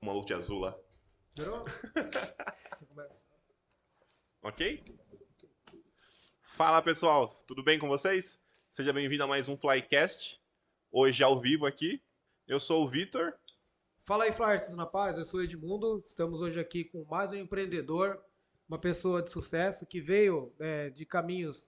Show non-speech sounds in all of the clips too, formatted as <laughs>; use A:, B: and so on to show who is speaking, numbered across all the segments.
A: O maluco de azul lá.
B: Durou? Você começa.
A: Ok? Fala pessoal, tudo bem com vocês? Seja bem-vindo a mais um Flycast. Hoje ao vivo aqui. Eu sou o Vitor.
B: Fala aí, Flyers, tudo na paz? Eu sou o Edmundo. Estamos hoje aqui com mais um empreendedor, uma pessoa de sucesso que veio é, de caminhos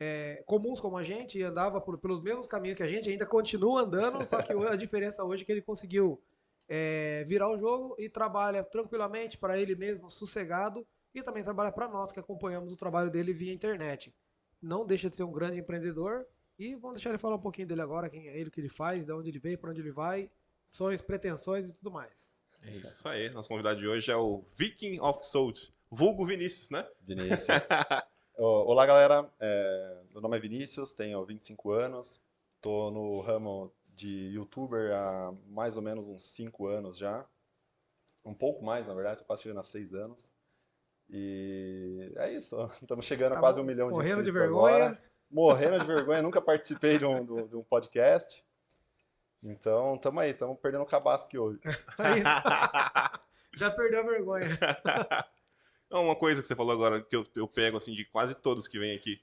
B: é, comuns como a gente e andava por- pelos mesmos caminhos que a gente, ainda continua andando, só que a diferença hoje é que ele conseguiu é, virar o jogo e trabalha tranquilamente para ele mesmo, sossegado, e também trabalha para nós que acompanhamos o trabalho dele via internet. Não deixa de ser um grande empreendedor e vamos deixar ele falar um pouquinho dele agora, quem é ele, o que ele faz, de onde ele veio, para onde ele vai, sonhos, pretensões e tudo mais.
A: É isso aí. Nosso convidado de hoje é o Viking of Souls. Vulgo Vinícius, né?
C: <laughs> Vinícius. Ó, Olá, galera. É, meu nome é Vinícius, tenho 25 anos, tô no ramo de youtuber há mais ou menos uns 5 anos já. Um pouco mais, na verdade, tô quase chegando a 6 anos. E é isso, <laughs> estamos chegando a
B: Tá
C: quase um milhão de
B: Morrendo de
C: inscritos agora.
B: <laughs> vergonha,
C: Morrendo de vergonha, nunca participei de um, do- de um podcast. Então, tamo aí, estamos perdendo o cabasque hoje.
B: é isso.
C: <laughs>
B: já perdeu a vergonha.
A: Não, É uma coisa que você falou agora que eu, eu pego assim de quase todos que vêm aqui.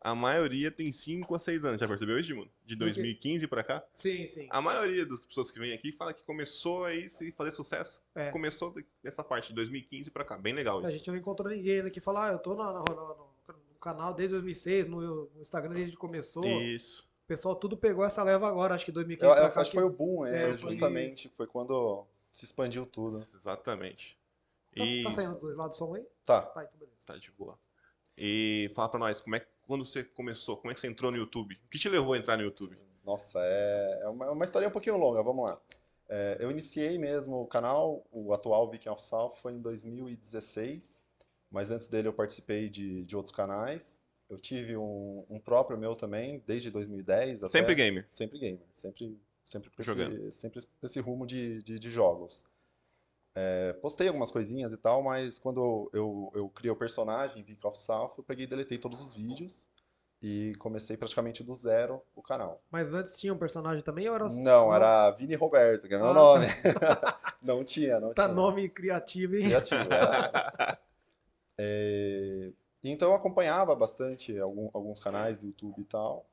A: A maioria tem 5 a 6 anos, já percebeu isso, Edmundo? De 2015 pra cá?
B: Sim, sim.
A: A maioria das pessoas que vem aqui fala que começou aí se fazer sucesso.
B: É.
A: Começou nessa parte de 2015 pra cá. Bem legal
B: A
A: isso.
B: gente não encontrou ninguém ainda que fala, ah, eu tô na- na- na- no, no canal desde 2006, no, no Instagram desde que começou.
A: Isso.
B: O pessoal tudo pegou essa leva agora, acho que
C: Eu,
B: 2015
C: eu
B: pra cá
C: acho que foi o boom, é,
B: tá É, foi-
C: justamente, foi quando se expandiu tudo.
A: Exatamente.
B: Tá,
C: Então
A: E
B: tá saindo dos dois lados do som aí?
C: Tá.
B: Tá, então beleza.
A: Tá de boa. E fala pra nós, como é que- quando você começou, como é que você entrou no YouTube? O que te levou a entrar no YouTube?
C: Tá Nossa, é é uma, é uma história um pouquinho longa, vamos lá. É, eu iniciei mesmo o canal, o atual Viking of South, foi em 2016, mas antes dele eu participei de, de outros canais. Eu tive um, um próprio meu também, desde 2010 até...
A: Sempre gamer.
C: Sempre gamer, sempre, sempre com
A: Jogando.
C: esse, sempre com esse rumo de, de, de jogos. É, postei algumas coisinhas e tal, mas quando eu, eu criei o personagem, Viking of South, eu peguei e deletei todos os vídeos e comecei praticamente do zero o canal.
B: Mas antes tinha um personagem também ou era
C: Não, era Vini Roberto, que era meu
B: Ah,
C: nome. <laughs> Não tinha, não
B: Tá
C: tinha.
B: nome criativo, hein?
C: Criativo,
B: <laughs>
C: era. É, Então eu acompanhava bastante algum- alguns canais do YouTube e tal.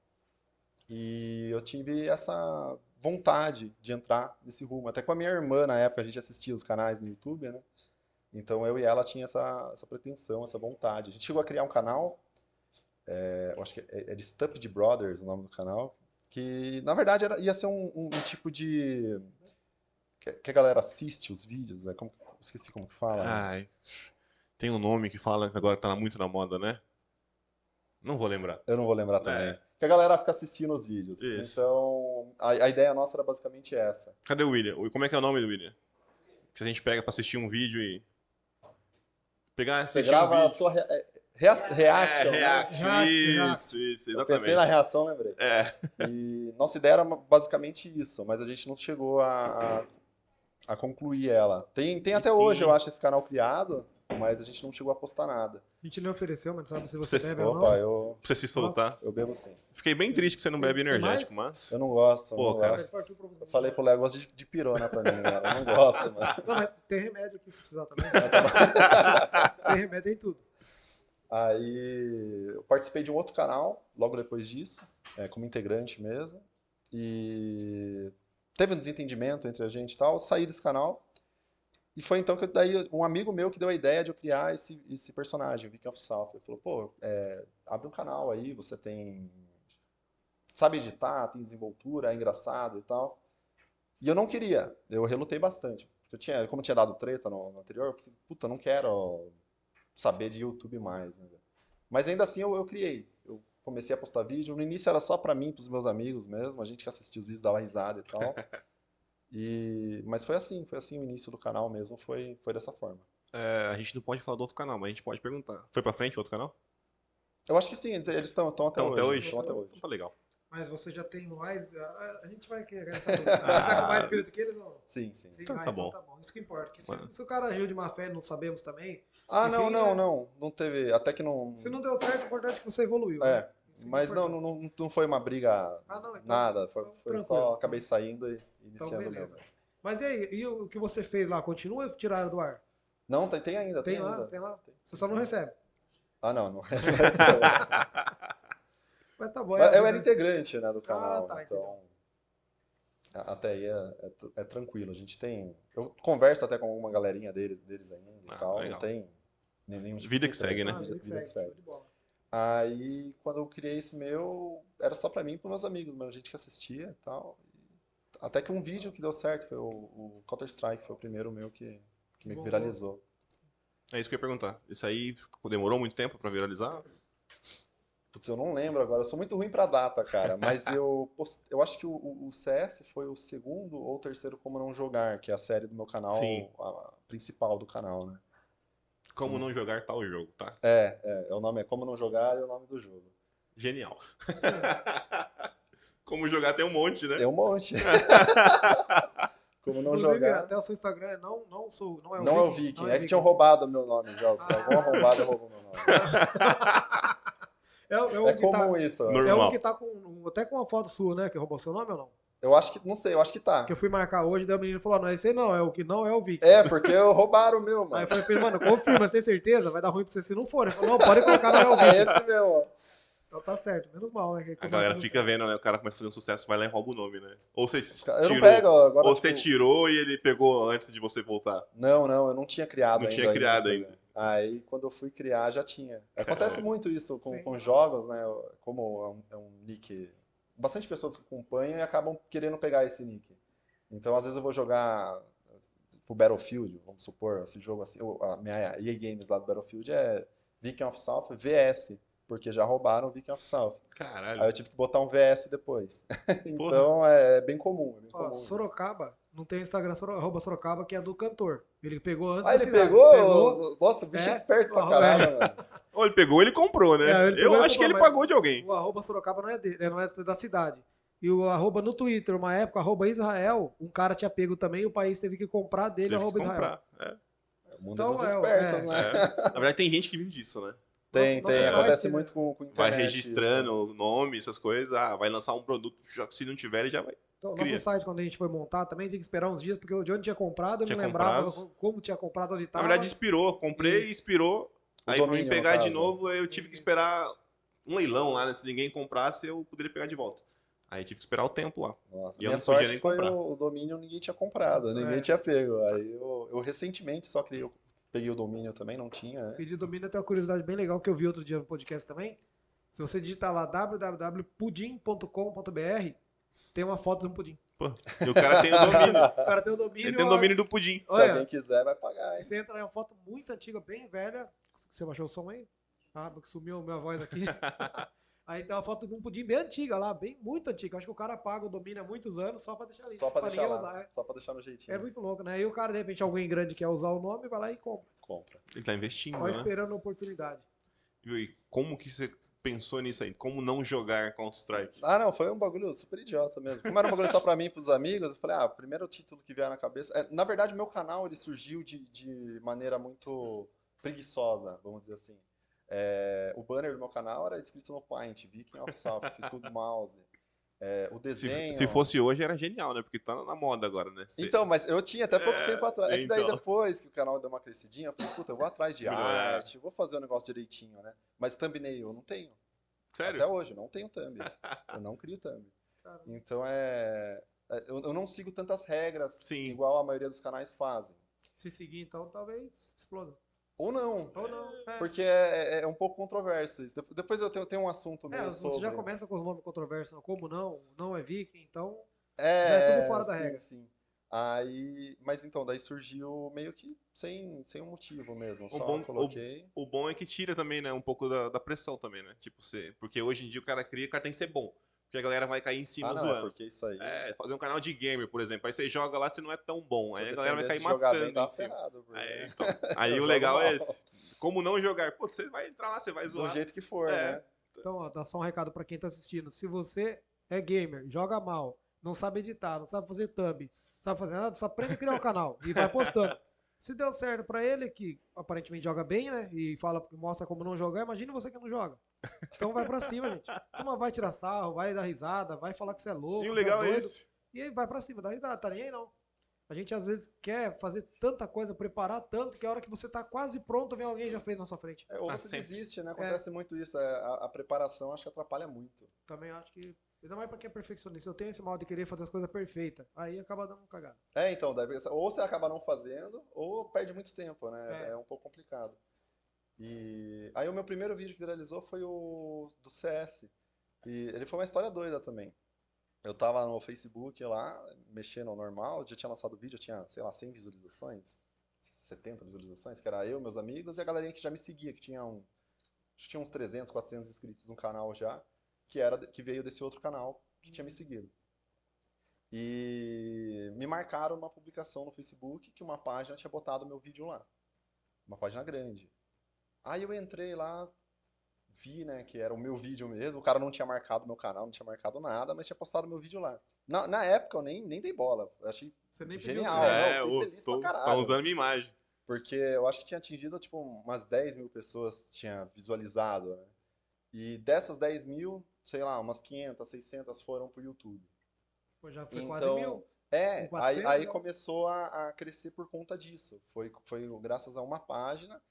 C: E eu tive essa vontade de entrar nesse rumo. Até com a minha irmã, na época, a gente assistia os canais no YouTube, né? Então eu e ela tinha essa, essa pretensão, essa vontade. A gente chegou a criar um canal, é, eu acho que é- era Stumped Brothers o nome do canal, que na verdade era, ia ser um, um- um tipo de. Que, que a galera assiste os vídeos, né? Como, esqueci como que fala. né?
A: Ai, tem um nome que fala que agora tá muito na moda, né? Não vou lembrar.
C: Eu não vou lembrar também.
A: É.
C: Que a galera fica assistindo os vídeos.
A: Isso.
C: Então, a, a ideia nossa era basicamente essa.
A: Cadê o William? O- Como é que é o nome do William? Que a gente pega pra assistir um vídeo e. Pegar e
C: Você
A: assistir um
C: grava a
A: vídeo.
C: sua rea- é, rea- reaction,
A: É,
C: né?
A: react,
B: React,
A: isso, isso,
C: Eu pensei na
A: exatamente.
C: reação, lembrei.
A: É,
C: E nossa ideia era basicamente isso, mas a gente não chegou a, a, a concluir ela. Tem, tem
A: E
C: até
A: sim.
C: hoje, eu acho, esse canal criado, mas a gente não chegou a postar nada.
B: A gente nem ofereceu, mas não sabe se você
A: Você-
B: deve ou não.
C: Opa, eu,
A: pra você se soltar.
C: eu bebo sim.
A: Fiquei bem triste que você não bebe
B: Tem- tem
A: energético, mas.
C: Eu não gosto, eu
A: Pô,
C: não
A: cara.
C: gosto.
B: Mas partiu pra você.
C: Eu falei pro Léo, eu gosto de, de pirona pra mim, cara. Eu não gosto,
A: <laughs>
C: mano.
B: Não, mas tem remédio aqui se precisar também.
C: <laughs>
B: tem remédio em tudo.
C: Aí eu participei de um outro canal logo depois disso, é, como integrante mesmo. E teve um desentendimento entre a gente e tal, eu saí desse canal. E foi então que eu- daí um amigo meu que deu a ideia de eu criar esse, esse personagem, o Viking of South. Ele falou, pô, é, abre um canal aí, você tem. Sabe editar, tem desenvoltura, é engraçado e tal. E eu não queria, eu relutei bastante. Eu tinha, como eu tinha dado treta no, no anterior, eu falei, puta, não quero saber de YouTube mais, né? velho? Mas ainda assim eu, eu criei. Eu comecei a postar vídeo. No início era só pra mim, pros meus amigos mesmo, a gente que assistia os vídeos dava risada e tal. E mas foi assim, foi assim o início do canal mesmo, foi foi dessa forma.
A: É, a gente não pode falar do outro canal, mas a gente pode perguntar. Foi pra frente o outro canal?
C: Eu acho que sim, eles eles estão estão até
A: Então, até
C: hoje,
A: hoje?
C: estão até
A: Então
C: hoje.
A: tá legal.
B: Mas você já tem mais. A, a- a gente vai querer saber. Você
C: <laughs>
B: tá com
C: Ah.
B: mais escrito que eles não?
C: Sim, sim.
B: Sim,
A: Então
B: ah,
A: tá
B: então
A: bom.
B: tá bom. Isso que importa. que
A: Mano.
B: se, se o cara agiu de má fé, não sabemos também.
C: Ah, não,
B: Enfim, né?
C: não, não, não teve, até que não.
B: Se não deu certo, o importante é que você evoluiu.
C: Hum. É,
B: né? Isso que
C: Mas não,
B: importa.
C: não, não, não foi uma briga
B: Ah, não, então-
C: nada, foi,
B: então
C: foi
B: tranquilo.
C: só acabei saindo e
B: Então,
C: iniciando
B: beleza.
C: mesmo.
B: Mas e aí, e o que você fez lá? Continua ou tiraram do ar?
C: Não, tem, tem ainda, tem,
B: Tem lá,
C: ainda.
B: tem lá. Você só não recebe.
C: Ah, não, não é.
B: Mas tá bom.
C: Mas
B: é
C: eu era
B: assim, né?
C: integrante, né, do canal,
B: tá,
C: então a- até aí é, é- é tranquilo. A gente tem, eu converso até com alguma galerinha deles, deles ainda e
A: Ah,
C: tal, não
A: legal.
C: tem nem- nenhum tipo
A: Vida
C: de
A: que segue, né?
B: Ah,
C: problema,
B: vida que segue, show de bola.
C: Aí, quando eu criei esse meu, era só pra mim e pros meus amigos, mas gente que assistia e tal. Até que um vídeo que deu certo, foi o, o Counter-Strike, foi o primeiro meu que, que meio que
B: Bombou.
C: viralizou.
A: É isso que eu ia perguntar. Isso aí demorou muito tempo pra viralizar?
C: Putz, eu não lembro agora, eu sou muito ruim pra data, cara,
A: <laughs>
C: mas eu post- eu acho que o- o, o CS foi o segundo ou terceiro Como Não Jogar, que é a série do meu canal,
A: Sim.
C: a principal do canal, né?
B: Hum.
A: Como não jogar tal jogo, tá?
C: É, é, o nome é Como Não Jogar e o nome do jogo.
A: Genial. <laughs> Como jogar tem um monte, né?
C: Tem
A: <laughs>
C: um monte. Como Não
B: Inclusive,
C: Jogar.
B: até o seu Instagram é não, não sou. Não é o
C: Não é o
B: Viking,
C: Viking,
B: não
C: é que tinham roubado o meu nome já. Se algum
B: <laughs>
C: arrombado roubou meu nome.
B: É, o- é o
C: É
B: que tá,
C: comum isso.
A: No-
B: é o
A: Normal.
B: que tá com. Até com uma foto sua, né? Que roubou seu nome ou não?
C: Eu acho que, não sei, eu acho que tá.
B: Que eu fui marcar hoje, daí o menino falou: "Ah, não, esse aí não, é o que não é o Viking.
C: É, porque eu roubaram o meu,
B: Aí eu
C: mano.
B: falei pra ele, mano, confirma, tem certeza? Vai dar ruim pra você se não for. Ele falou, não, pode colocar não é o
C: <laughs> É
B: Viking.
C: esse meu. ó.
B: Então tá certo, menos mal, né? que
A: A galera fica vendo, né? O cara começa a fazer um sucesso, vai lá e rouba o nome, né? Ou você
C: Eu não
A: tirou,
C: pego ó, agora.
A: ou você
C: tipo,
A: tirou e ele pegou antes de você voltar.
C: Não, não, eu não tinha criado
A: Não
C: ainda.
A: tinha criado
C: isso,
A: ainda. É.
C: né? Aí quando eu fui criar já tinha. Acontece muito isso com,
B: Sim.
C: com jogos, né? Como é um, é um nick. Bastante pessoas que acompanham e acabam querendo pegar esse nick. Então às vezes eu vou jogar pro Battlefield, vamos supor, esse jogo assim. eu- A minha EA Games lá do Battlefield é Viking of South VS, porque já roubaram o Viking of South. Aí
A: Caralho.
C: eu tive que botar um VS depois. <laughs> Então é bem comum, é bem
B: Ó,
C: comum.
B: Sorocaba, não tem Instagram, Soro- arroba Sorocaba, que é do cantor. Ele pegou antes
C: Ah,
B: da
C: ele
B: cidade,
C: pegou?
B: pegou.
C: Nossa, o bicho é
B: É.
C: esperto pra
B: Ó,
C: caralho, mano.
A: Ou ele pegou, ele comprou, né?
B: É, ele
A: eu
B: pegou, ele
A: acho que ele
B: comprou, mas-
A: pagou de alguém.
B: O arroba Sorocaba não é, dele, é, não é da cidade. E o arroba no Twitter, uma época, arroba Israel, um cara tinha pego também e o país teve que comprar dele,
A: Teve que
B: arroba Israel.
A: comprar. É,
C: O mundo
B: Então,
C: dos
B: é,
C: espertos,
B: é.
C: né?
A: é. Na verdade, tem gente que vive disso, né?
C: Tem,
B: Nossa,
C: tem.
A: nossa
C: Acontece
B: sorte,
C: muito com, com
A: Vai
C: internet.
A: registrando o nome, essas coisas. Ah, vai lançar um produto, já- se não tiver, ele já vai.
B: Então, nosso
A: Cria.
B: site, quando a gente foi montar, também tinha que esperar uns dias, porque o Johnny tinha comprado, eu
A: Tinha
B: não lembrava
A: comprado.
B: como tinha comprado, onde
A: Na
B: estava.
A: verdade, inspirou. Comprei, inspirou.
C: Ah, O
A: Aí pra
C: domínio,
A: mim
C: no
A: pegar de
C: caso.
A: novo, eu tive que esperar um leilão lá, né? Se ninguém comprasse, eu poderia pegar de volta. Aí tive que esperar o tempo lá.
C: Isso.
A: E
C: Nossa,
A: eu
C: minha
A: não podia
C: sorte
A: nem
C: foi
A: comprar.
C: o, o domínio ninguém tinha comprado, ninguém
B: É.
C: tinha pego. Aí eu, eu recentemente só criei, o- peguei o domínio também, não tinha. né?
B: Pedir domínio até uma curiosidade bem legal que eu vi outro dia no podcast também. Se você digitar lá www.pudim.com.br, tem uma foto de
A: <laughs>
B: um pudim.
A: E o cara tem
C: <laughs>
A: o domínio.
B: O cara tem o domínio.
A: Ele tem o
C: é
A: domínio do pudim.
C: Se
B: Olha,
C: alguém quiser, vai pagar, hein?
B: você entra lá, é uma foto muito antiga, bem velha. Você baixou o som aí? Ah, porque sumiu a minha voz
A: <laughs>
B: aqui. aí tem uma foto de um pudim bem antiga lá, bem muito antiga. Acho que o cara paga o domínio há muitos anos só pra deixar ali.
C: Só pra deixar
B: ninguém
C: lá.
B: usar. É,
C: Só pra deixar no
B: É
C: jeitinho.
B: muito louco, né? E o cara, de repente, alguém grande quer usar o nome, vai lá e compra.
C: Compra.
A: Ele tá investindo,
B: só
A: né?
B: esperando a oportunidade.
A: E como que você pensou nisso aí? Como não jogar Counter-Strike?
C: Ah, não, foi um bagulho super idiota mesmo. Como era um bagulho só pra mim e pros amigos, eu falei, ah, primeiro título que vier na cabeça. É, na verdade, meu canal ele surgiu de, de maneira muito preguiçosa, vamos dizer assim. É, o banner do meu canal era escrito no Paint, Viking of South, fiz com o mouse. É, o
A: Se,
C: desenho.
A: se fosse hoje, era genial, né? Porque tá na moda agora, né? Você-
C: Então, mas eu tinha até pouco
A: É,
C: tempo atrás. É que daí
A: então.
C: depois que o canal deu uma crescidinha, eu falei, puta, eu vou atrás de
A: Melhorar.
C: arte, vou fazer o negócio direitinho, né? Mas thumbnail eu não tenho.
A: Sério?
C: Até hoje, eu não tenho thumb. Eu não crio thumb.
B: Caramba.
C: Então é. é, Eu, eu não sigo tantas regras
A: Sim.
C: igual a maioria dos canais fazem.
B: Se seguir, então, talvez exploda.
C: Ou não,
B: Ou não. É.
C: porque é, é- é um pouco controverso. isso. Dep- Depois eu tenho, tenho um assunto
B: É,
C: meio
B: você já
C: sobre.
B: começa com os nomes controversos, como não, não é viking, então
C: É,
B: já é tudo
C: é,
B: fora da
C: sim,
B: regra.
C: sim. Aí, mas então, daí surgiu meio que sem, sem um motivo mesmo. Só
A: bom- o-
C: coloquei.
A: O bom é que tira também, né? Um pouco da, da pressão também, né? Tipo, você... Porque hoje em dia o cara cria, o cara tem que ser bom. Porque a galera vai cair em cima
C: Ah, não, é
A: zoando.
C: porque isso aí.
A: É, fazer um canal de gamer, por exemplo. Aí você joga lá, você não é tão bom.
C: se
A: Aí
C: eu
A: a galera vai
C: dependesse
A: cair
C: de jogar bem,
A: matando em
C: tava
A: cima.
C: ah, tá ferrado, porque
A: É, então.
C: <laughs>
A: Aí
C: Eu
A: o legal
C: jogo
A: é
C: mal.
A: esse. Como não jogar? Pô, você vai entrar lá, você vai
C: Do
A: zoar.
C: jeito que for,
A: É.
C: né?
B: Então, ó, dá só um recado pra quem tá assistindo. Se você é gamer, joga mal, não sabe editar, não sabe fazer thumb, não sabe fazer nada, só aprende a criar um canal e vai postando. Se deu certo pra ele, que aparentemente joga bem, né? E fala, mostra como não jogar, imagina você que não joga. Então vai pra cima, gente. Toma, vai tirar sarro, vai dar risada, vai falar que você é louco,
A: E o
B: que você
A: legal
B: é
A: é
B: doido.
A: esse.
B: E aí vai pra cima, dá risada, tá nem aí não. A gente às vezes quer fazer tanta coisa, preparar tanto, que a hora que você tá quase pronto, vem alguém e já fez na sua frente.
C: É, ou
A: Ah,
C: você
A: sempre.
C: desiste, né? Acontece muito isso. é, A, a preparação acho que atrapalha muito.
B: Também acho que. Ainda mais pra quem é perfeccionista. Eu tenho esse mal de querer fazer as coisas perfeitas. Aí acaba dando um cagado.
C: É, então, daí você- ou você acaba não fazendo, ou perde muito tempo, né?
B: É.
C: É um pouco complicado. E aí o meu primeiro vídeo que viralizou foi o do CS. E ele foi uma história doida também. Eu tava no Facebook lá, mexendo ao normal, já tinha lançado o vídeo, tinha, sei lá, 100 visualizações, 70 visualizações, que era eu, meus amigos e a galerinha que já me seguia, que tinha um, acho que tinha uns 300, 400 inscritos no canal já, que era que veio desse outro canal que tinha me seguido. E me marcaram numa publicação no Facebook que uma página tinha botado meu vídeo lá. Uma página grande. Aí eu entrei lá, vi, né, que era o meu vídeo mesmo. O cara não tinha marcado meu canal, não tinha marcado nada, mas tinha postado meu vídeo lá. Na, na época eu nem, nem dei bola. Eu achei,
B: Você nem
C: Genial,
B: pediu.
C: né?
B: É.
A: é,
C: eu tô
A: o-
C: feliz pra
A: tô,
C: caralho.
A: tá usando minha imagem.
C: porque eu acho que tinha atingido tipo umas 10 mil pessoas que tinha visualizado, né? E dessas 10 mil, sei lá, umas 500, 600 foram pro YouTube.
B: Pô, já foi quase
C: Então,
B: mil.
C: É,
B: Com
C: aí,
B: 400,
C: aí
B: né?
C: começou a, a crescer por conta disso. Foi, foi graças a uma página.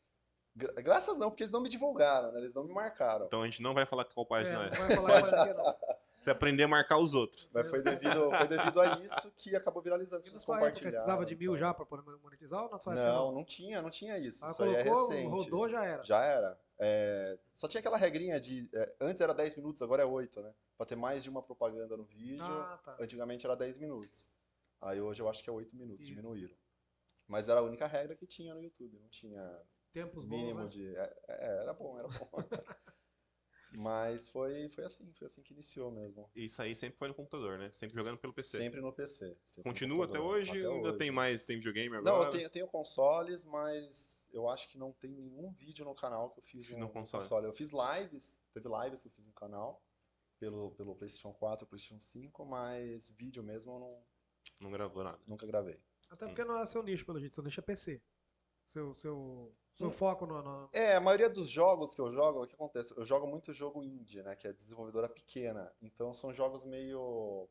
C: Gra- graças não, porque eles não me divulgaram, né? Eles não me marcaram.
A: Então a gente não vai falar qual
B: É,
A: página é.
B: não vai falar mais aqui, não.
C: <laughs>
A: Você aprender a marcar os outros.
C: Mas foi devido, foi devido a isso que acabou viralizando. As
B: E na
C: pessoas
B: sua época
C: compartilharam,
B: precisava de mil
C: então.
B: já pra poder monetizar ou na sua época
C: Não, não tinha, não tinha isso.
B: Ah,
C: Isso aí é
B: colocou,
C: recente.
B: rodou, já era.
C: Já era. É, só tinha aquela regrinha de. é, antes era 10 minutos, agora é 8, né? Pra ter mais de uma propaganda no vídeo.
B: Ah, tá.
C: Antigamente era 10 minutos. Aí hoje eu acho que é 8 minutos,
B: Isso.
C: diminuíram. Mas era a única regra que tinha no YouTube, não tinha
B: Tempos bons,
C: mínimo
B: né?
C: de. é, é, era bom,
B: <laughs>
C: era bom. Mas foi, foi assim, foi assim que iniciou mesmo.
A: Isso aí sempre foi no computador, né? Sempre jogando pelo PC.
C: Sempre no PC. sempre no
A: Continua até
C: computador,
A: hoje
C: até
A: ou ainda
C: hoje.
A: tem mais? Tem videogame agora?
C: Não, eu tenho, eu tenho consoles, mas eu acho que não tem nenhum vídeo no canal que eu fiz
A: No
C: no, no
A: console.
C: Eu fiz lives, teve lives que eu fiz no canal, pelo, pelo PlayStation 4, PlayStation 5, mas vídeo mesmo eu não-
A: Não gravou nada.
C: nunca gravei.
B: Até porque não é seu nicho, pelo jeito. Seu nicho é PC. Seu, seu, seu
C: Hum.
B: foco no, no-
C: É, a maioria dos jogos que eu jogo, o que acontece? Eu jogo muito jogo indie, né? Que é desenvolvedora pequena. Então são jogos meio.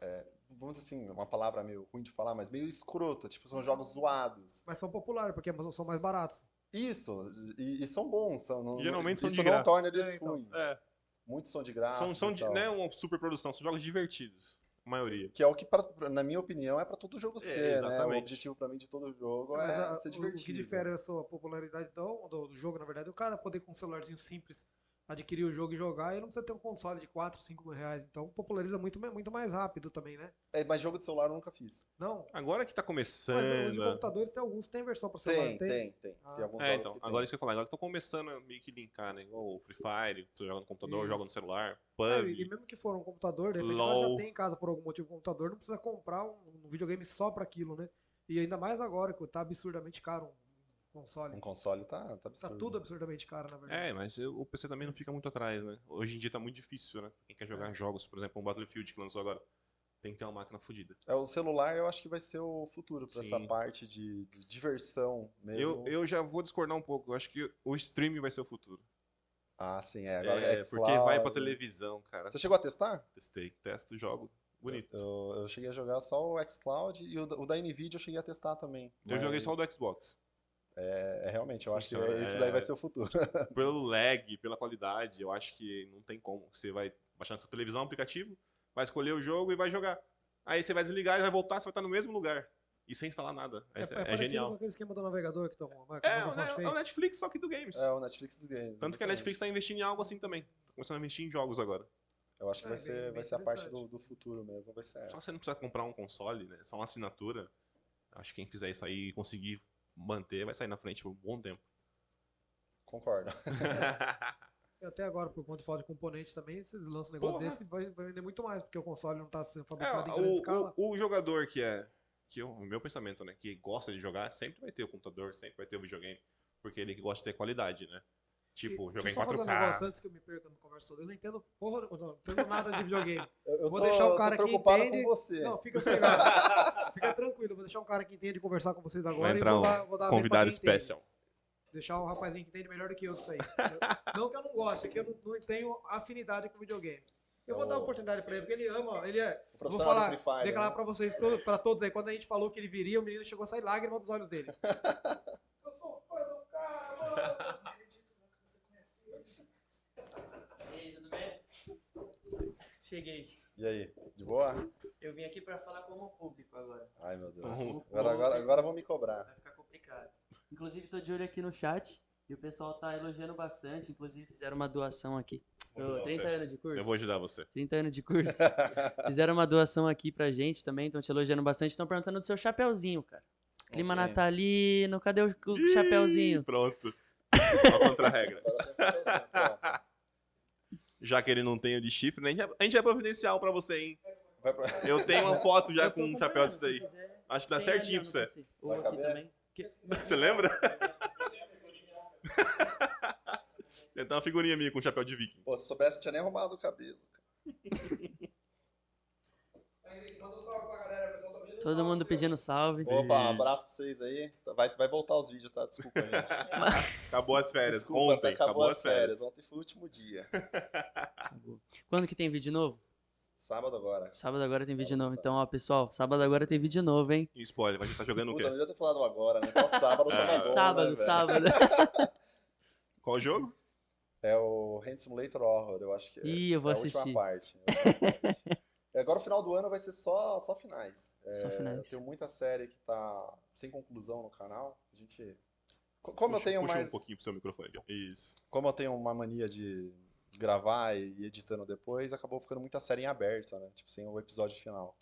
C: é, vamos dizer assim, uma palavra meio ruim de falar, mas meio escrota. Tipo, são jogos zoados.
B: Mas são populares, porque são mais baratos.
C: Isso, e, e são bons. São, não,
A: Geralmente são
C: isso
A: de
C: não
A: graça.
C: torna eles
B: É, então,
C: ruins.
A: É,
C: Muitos são de graça
A: são, são
C: e
A: de,
C: tal.
A: não é uma super produção, são jogos divertidos. A maioria.
C: Que é o que, pra- pra- na minha opinião, é pra todo jogo
A: É,
C: ser, né? O
A: exatamente.
C: objetivo pra mim de todo jogo
B: Mas a-
C: é
B: o-
C: ser
B: O que
C: divertido.
B: difere a sua popularidade do, do, do jogo, na verdade, é o cara poder com um celularzinho simples adquirir o jogo e jogar, e não precisa ter um console de 4, 5 mil reais. Então populariza muito, ma- muito mais rápido também, né?
C: É, mas jogo de celular eu nunca fiz.
B: Não.
A: Agora que tá
B: Mas
C: é
B: os
C: né?
B: de
A: começando.
B: computadores tem alguns que tem versão pra celular,
C: Tem, tem, tem. Tem
B: Ah.
C: alguns
A: É,
C: jogos
A: então,
C: que tem.
A: agora isso que eu falar, agora que eu tô começando a meio que linkar, né? Igual o Free Fire, você joga no computador,
B: Isso.
A: joga no celular,
B: É, e
A: PUBG.
B: mesmo que for um computador, de repente o cara já
A: LOL.
B: tem em casa por algum motivo um computador, não precisa comprar um, um videogame só pra aquilo, né? E ainda mais agora, que tá absurdamente caro um console.
C: Um console tá, tá
B: Tá
C: absurdo.
B: tudo absurdamente caro, na verdade.
A: É, mas eu- o PC também não fica muito atrás, né? Hoje em dia tá muito difícil, né? Quem quer
C: É.
A: jogar jogos, por exemplo, um Battlefield que lançou agora, tem que ter uma máquina fodida.
C: É, o celular eu acho que vai ser o futuro pra essa
A: Sim.
C: parte de, de diversão
A: Eu,
C: mesmo.
A: eu já vou discordar um pouco, eu acho que o streaming vai ser o futuro.
C: Ah, sim, é. Agora
A: é,
C: é
A: porque vai pra
C: xCloud.
A: televisão, cara.
C: Você chegou a testar?
A: Testei, testo, jogo. Bonito.
C: Eu,
A: Eu,
C: eu- eu cheguei a jogar só o xCloud e o, da- o da Nvidia eu cheguei a testar também.
A: joguei só o
C: mas
A: do Xbox.
C: É, é realmente, eu acho que
A: Funciona,
C: esse
A: é.
C: daí vai ser
A: <laughs>
C: o futuro.
A: Pelo lag, pela qualidade, eu acho que não tem como. Você vai baixar na sua televisão, um aplicativo, vai escolher o jogo e vai jogar. Aí você vai desligar e vai voltar, você vai estar no mesmo lugar. E sem instalar nada. É,
B: É, é
A: é
B: parecido com
A: genial.
B: aquele esquema do navegador que tomou.
A: É, é, o- é o Netflix, só que do games.
C: É o Netflix do game.
A: Tanto que a Netflix tá investindo em algo assim também. Tá começando a investir em jogos agora.
C: Eu acho que
B: Ah,
C: vai
B: é
C: ser,
B: bem-
C: vai
B: bem
C: ser a parte do,
B: interessante.
C: do futuro mesmo, vai ser
A: Só
C: essa.
A: que você não precisa comprar um console, né? Só uma assinatura. Acho que quem fizer isso aí e conseguir manter, vai sair na frente por um bom tempo.
C: Concordo.
B: Até agora, por conta de falta de componente também, se lança um negócio
A: Porra.
B: desse, vai, vai vender muito mais, porque o console não tá sendo
A: É,
B: fabricado em grande
A: o,
B: escala.
A: o, o jogador que é. Que eu- o meu pensamento, né? Que gosta de jogar, sempre vai ter o computador, sempre vai ter o videogame. Porque ele que gosta de ter qualidade, né? Tipo,
B: E-
A: jogar em
B: deixa eu só fazer um
A: 4K.
B: negócio antes que eu me perca no conversa toda. Eu não entendo porra, não, não entendo nada
A: <laughs>
B: de videogame.
C: Eu, eu
B: Vou
C: tô,
B: deixar o
C: tô
B: cara que
C: preocupado
B: entende-
C: com
A: É.
C: você.
B: Não, fica sossegado. fica tranquilo, vou deixar um cara que entende conversar com vocês agora
A: entrar
B: e vou
A: um
B: dar, vou dar a ver pra
A: Convidado
B: quem entende.
A: especial.
B: Deixar um rapazinho que entende melhor do que eu disso aí. não que eu não gosto, é que eu não, não tenho afinidade com videogame. Eu vou
C: o-
B: dar oportunidade pra ele, porque ele ama, ele é. Vou
C: O profissional do
B: falar,
C: Free Fire.
B: declarar
C: né?
B: pra vocês, todo- pra todos aí, quando a gente falou que ele viria, o menino chegou a sair lágrima dos olhos
D: <laughs>
B: dele. Eu sou um fã do cara, mano.
D: E aí, tudo bem? Cheguei.
C: E aí, de boa?
D: Eu vim aqui pra falar como público agora.
C: Ai, meu Deus.
A: Uhum.
C: Hum, Agora, agora, agora vão me cobrar.
B: <laughs>
D: Vai ficar complicado. Inclusive, tô de olho aqui no chat e o pessoal tá elogiando bastante. Inclusive, fizeram uma doação aqui.
A: Vou ajudar
D: Ô, 30
A: você.
D: anos de curso?
A: Eu vou ajudar
C: <laughs>
A: você.
D: 30 anos de curso. Fizeram uma doação aqui pra gente também, estão te elogiando bastante. Estão perguntando do seu chapeuzinho, cara. Clima
C: Ok.
D: natalino, cadê o, o
A: Ih,
D: chapeuzinho?
A: Pronto. Uma contra-regra.
C: Agora vai-
A: Já que ele não tem o de chifre, né? A gente vai- a gente vai providenciar um pra você, hein?
C: vai pra-
A: Eu tenho uma foto já
D: Eu tô
A: com um chapéu disso
D: acompanhando, se
A: daí.
D: quiser,
A: Acho que dá
D: tem ali,
A: certinho
D: ó,
A: pra
D: no
A: você.
D: PC. Ou
C: Vai
D: aqui
C: caber?
D: também.
B: né?
A: Você lembra? <laughs> Tem até uma figurinha minha com um chapéu de viking.
C: Pô, se soubesse, eu tinha nem arrumado o cabelo.
B: Aí, Manda um salve pra galera, o pessoal tá pedindo um
D: Todo
B: salve,
D: mundo
B: seu.
D: pedindo salve.
C: Opa,
A: Isso.
C: um abraço pra vocês aí. Vai, vai voltar os vídeos, tá? Desculpa, gente.
A: Acabou as férias.
C: Desculpa,
A: Ontem,
C: acabou, as férias.
A: férias.
C: Ontem foi o último dia.
D: Acabou. Quando que tem vídeo novo?
C: Sábado agora.
D: Sábado agora tem vídeo
C: Sábado,
D: novo.
C: sábado.
D: Então, ó, pessoal, sábado agora tem vídeo novo, hein?
A: E spoiler, mas a gente tá jogando o
C: Puta, não
A: quê?
C: devia ter falado agora, né? Só sábado
A: <laughs> Ah.
C: tava bom, né, velho?
D: sábado, sábado.
C: <laughs>
A: Qual jogo?
C: É o Hand Simulator Horror, eu acho que é.
D: Ih, eu vou
C: é a
D: assistir.
C: última parte. É a
D: <laughs>
C: última parte. E agora o final do ano vai ser só, só finais.
D: Só
C: É,
D: finais.
C: Eu tenho muita série que tá sem conclusão no canal. A gente. Co- Como
A: puxa,
C: eu tenho
A: puxa
C: mais.
A: um pouquinho pro seu microfone. John. Isso.
C: Como eu tenho uma mania de gravar e e editando depois, acabou ficando muita série em aberto, né? Tipo, sem o episódio final.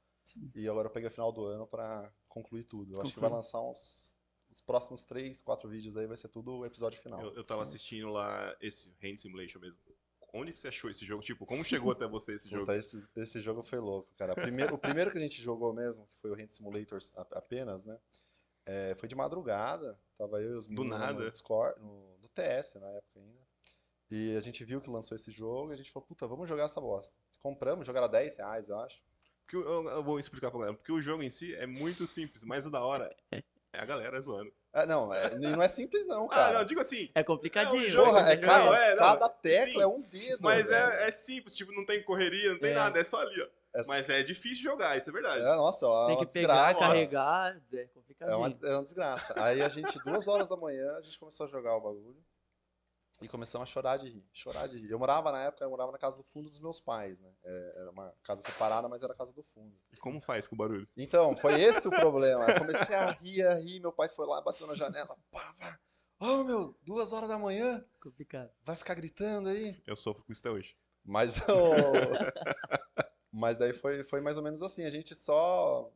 C: E agora eu peguei o final do ano pra concluir tudo. Eu acho que vai
D: Conclui.
C: lançar uns. Os próximos três, quatro vídeos aí vai ser tudo o episódio final.
A: Eu, eu tava
C: Sim.
A: assistindo lá esse Hand Simulation mesmo. Onde que você achou esse jogo? Tipo, como chegou até você
C: <laughs>
A: esse jogo?
C: Puta, esse, esse jogo foi louco, cara. Primeiro, o primeiro que a gente jogou mesmo, que foi o Hand Simulator a- apenas, né? é, foi de madrugada. Tava eu e os
A: Do
C: meninos
A: nada.
C: no Discord, no, no TS na época ainda. E a gente viu que lançou esse jogo e a gente falou, puta, vamos jogar essa bosta. Compramos, jogaram 10 reais, eu acho.
A: Porque eu, eu- eu vou explicar pra galera. Porque o jogo em si é muito simples, mas o da hora é a galera zoando.
C: Ah, não, é- <laughs> não é simples não,
A: Ah, não,
C: cara.
A: digo assim.
D: É complicadinho.
A: É um jogo,
C: Porra, é,
A: Não,
C: cara,
A: é, não,
C: cada
A: sim.
C: tecla é um dedo,
A: Mas
C: velho.
A: é, é simples, tipo, não tem correria, não tem
D: É.
A: nada, é só ali, ó.
C: É-
A: Mas é difícil jogar, isso é verdade.
C: É, nossa, ó,
D: Tem
C: uma
D: que pegar,
C: desgraça.
D: carregar. É
C: É uma,
D: complicadinho.
C: é uma desgraça. Aí a gente, duas horas da manhã, a gente começou a jogar o bagulho. E começamos a chorar de rir, chorar de rir. Eu morava na época, eu morava na casa do fundo dos meus pais, né? É, Era uma casa separada, mas era a casa do fundo.
A: Como faz com o barulho?
C: Então, foi esse o problema. Eu comecei a rir, a rir, meu pai foi lá, bateu na janela, pá, pá. Oh, meu, duas horas da manhã,
D: é Complicado.
C: vai ficar gritando aí?
A: Eu sofro com isso até hoje.
D: <laughs>
C: Mas eu... Mas daí foi, foi mais ou menos assim, a gente só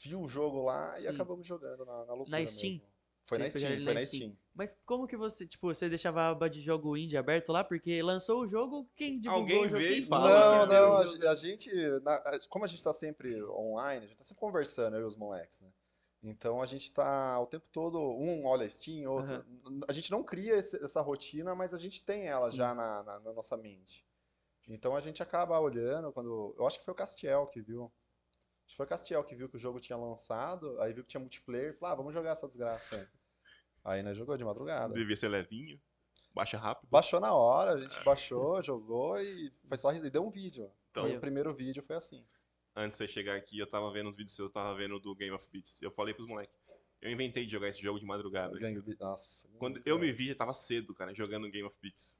C: viu o jogo lá e
D: Sim.
C: acabamos jogando na, na loucura
D: Na Steam?
C: mesmo. Foi na
D: Vocês
C: Steam,
D: pegaram ele
C: foi
D: na
C: na
D: Steam.
C: Steam.
D: Mas como que você, tipo, você deixava a aba de jogo indie aberto lá? Porque lançou o jogo, quem divulgou
A: Alguém
D: o jogo?
A: vê e
D: Quem
A: fala,
D: divulgou?
C: Não,
A: né,
C: não,
A: meu?
C: a, ge- a gente, na- a- como a gente tá sempre online, a gente tá sempre conversando, eu e os moleques, né? Então a gente tá o tempo todo, um olha Steam, outro. n- A gente não cria esse- essa rotina, mas a gente tem ela
D: Sim.
C: já na, na- na nossa mente. Então a gente acaba olhando quando. Eu acho que foi o Castiel que viu. Acho que foi o Castiel que viu que o jogo tinha lançado, aí viu que tinha multiplayer, falou, ah, vamos jogar essa desgraça. aí." Aí nós jogou de madrugada.
A: Devia ser levinho, baixa rápido.
C: Baixou na hora, a gente baixou, jogou e foi só e deu um vídeo.
A: Então,
C: Foi o primeiro vídeo, foi assim.
A: antes de você chegar aqui, eu tava vendo os vídeos seus, eu tava vendo do Game of Beats. Eu falei pros moleques, eu inventei de jogar esse jogo de madrugada.
C: Gangue Beat- Nossa.
A: Quando eu me vi, já tava cedo, cara, jogando Game of Beats.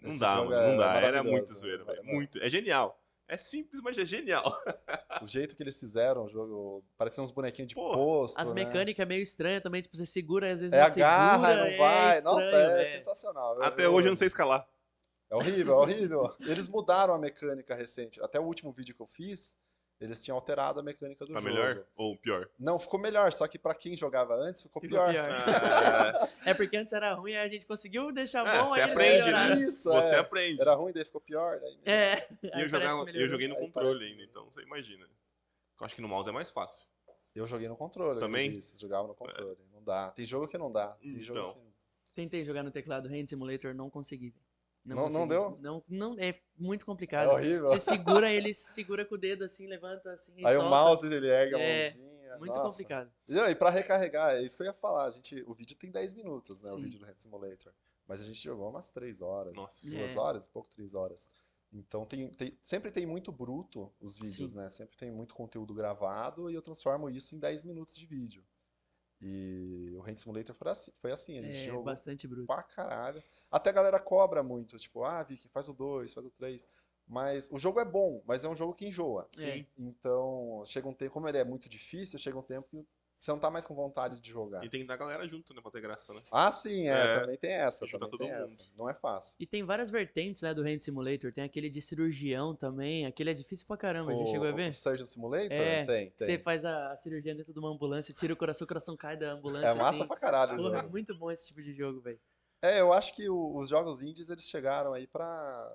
A: Não
C: Esse
A: dá,
C: jogo
A: mano, não
C: é
A: dá. Era
C: maravilhoso,
A: muito
C: né?
A: zoeira, velho.
C: Maravilhoso.
A: Muito. É genial. É simples, mas é genial.
C: O jeito que eles fizeram o jogo, parecia uns bonequinhos de
A: Porra,
C: posto.
D: As
C: né?
D: mecânicas é meio estranha também, tipo, você segura, às vezes
C: É
D: não
C: agarra,
D: segura,
C: não vai.
D: é estranho,
C: Nossa, é
D: né?
C: sensacional. Eu-
A: Até hoje eu não sei escalar.
C: É
A: <laughs>
C: horrível, é horrível. Eles mudaram a mecânica recente. Até o último vídeo que eu fiz, eles tinham alterado a mecânica do
A: Tá
C: jogo.
A: melhor ou pior?
C: Não, ficou melhor, só que pra quem jogava antes ficou
D: Ficou
C: pior.
D: pior.
A: Ah,
D: É porque antes era ruim, aí a gente conseguiu deixar
A: É,
D: bom,
A: você
D: aí eles
A: aprende, né?
D: melhoraram.
C: Isso,
A: você
C: é.
A: aprende.
C: Era ruim, daí ficou pior. Daí...
D: <laughs> É.
A: E eu, jogava, eu joguei no
C: Aí
A: controle
C: parece
A: ainda, então você imagina. Eu acho que no mouse é mais fácil.
C: Eu joguei no controle,
A: Também?
C: eu disse, jogava no controle. Não dá. Tem jogo que não dá. Tem jogo
A: Então.
C: que não
D: Tentei jogar no teclado Hand Simulator, não consegui.
C: Não- não
D: consegui.
C: deu?
D: Não, não, é muito
C: É
D: complicado.
C: horrível.
D: Você segura, ele segura com o dedo assim, levanta assim. e
C: Aí o
D: solta.
C: mouse ele ergue a
D: É,
C: mãozinha.
D: Muito
C: nossa.
D: complicado.
C: E, ó, e pra recarregar, é isso que eu ia falar. A gente, o vídeo tem 10 minutos, né? O
D: Sim.
C: vídeo do Hand Simulator. Mas a gente jogou umas 3 horas.
A: Nossa.
C: 2
D: É.
C: horas, pouco 3 horas. Então tem, tem- sempre tem muito bruto os vídeos, né? Sempre tem muito conteúdo gravado e eu transformo isso em 10 minutos de vídeo. E o Hand Simulator foi assim, foi assim, a gente
D: É,
C: jogou
D: bastante bruto.
C: pra caralho. Até a galera cobra muito, tipo, ah, Vicky, faz o 2, faz o 3. Mas o jogo é bom, mas é um jogo que enjoa.
D: Sim.
C: Então, chega um tempo, como ele é muito difícil, chega um tempo que você não tá mais com vontade de jogar.
A: E tem que dar a galera junto, né? Pra ter graça, né?
C: Ah, É. sim, é,
A: É,
C: também tem essa,
A: tem que juntar
C: também tem
A: todo
C: essa. Não é fácil.
D: E tem várias vertentes, né, do Hand Simulator. Tem aquele de cirurgião também. Aquele é difícil pra caramba, já
C: O-
D: chegou a
C: o
D: ver?
C: Surgeon Simulator?
D: É,
C: Tem,
D: Que
C: tem.
D: Você faz a a cirurgia dentro de uma ambulância, tira o coração, o coração cai da ambulância.
C: É massa
D: assim.
C: pra caralho o
D: Porra, é
C: jogo.
D: muito bom esse tipo de jogo, velho.
C: É, eu acho que o- os jogos indies eles chegaram aí pra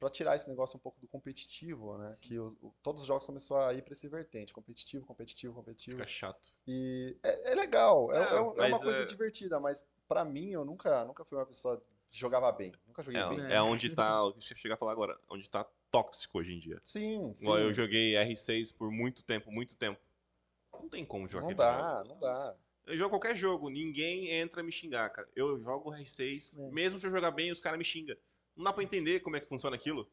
C: para tirar esse negócio um pouco do competitivo, né?
D: Sim.
C: Que os- o- todos os jogos começaram a ir pra esse vertente, competitivo, competitivo, competitivo.
A: Fica chato.
C: E é, é legal, é,
A: É,
C: é um- é uma
A: mas,
C: coisa
A: é-
C: divertida, mas pra mim eu nunca, nunca fui uma pessoa que jogava bem, nunca joguei bem.
A: É, é onde tá. Deixa eu chegar a falar agora. Onde tá tóxico hoje em dia.
C: Sim,
A: Igual
C: sim,
A: eu joguei R6 por muito tempo, muito tempo. Não tem como jogar
C: não
A: aquele
C: dá,
A: jogo.
C: não dá.
A: Eu jogo qualquer jogo, ninguém entra me xingar, cara. Eu jogo R6,
D: É.
A: mesmo se eu jogar bem, os caras me xingam. Não dá pra entender como é que funciona aquilo.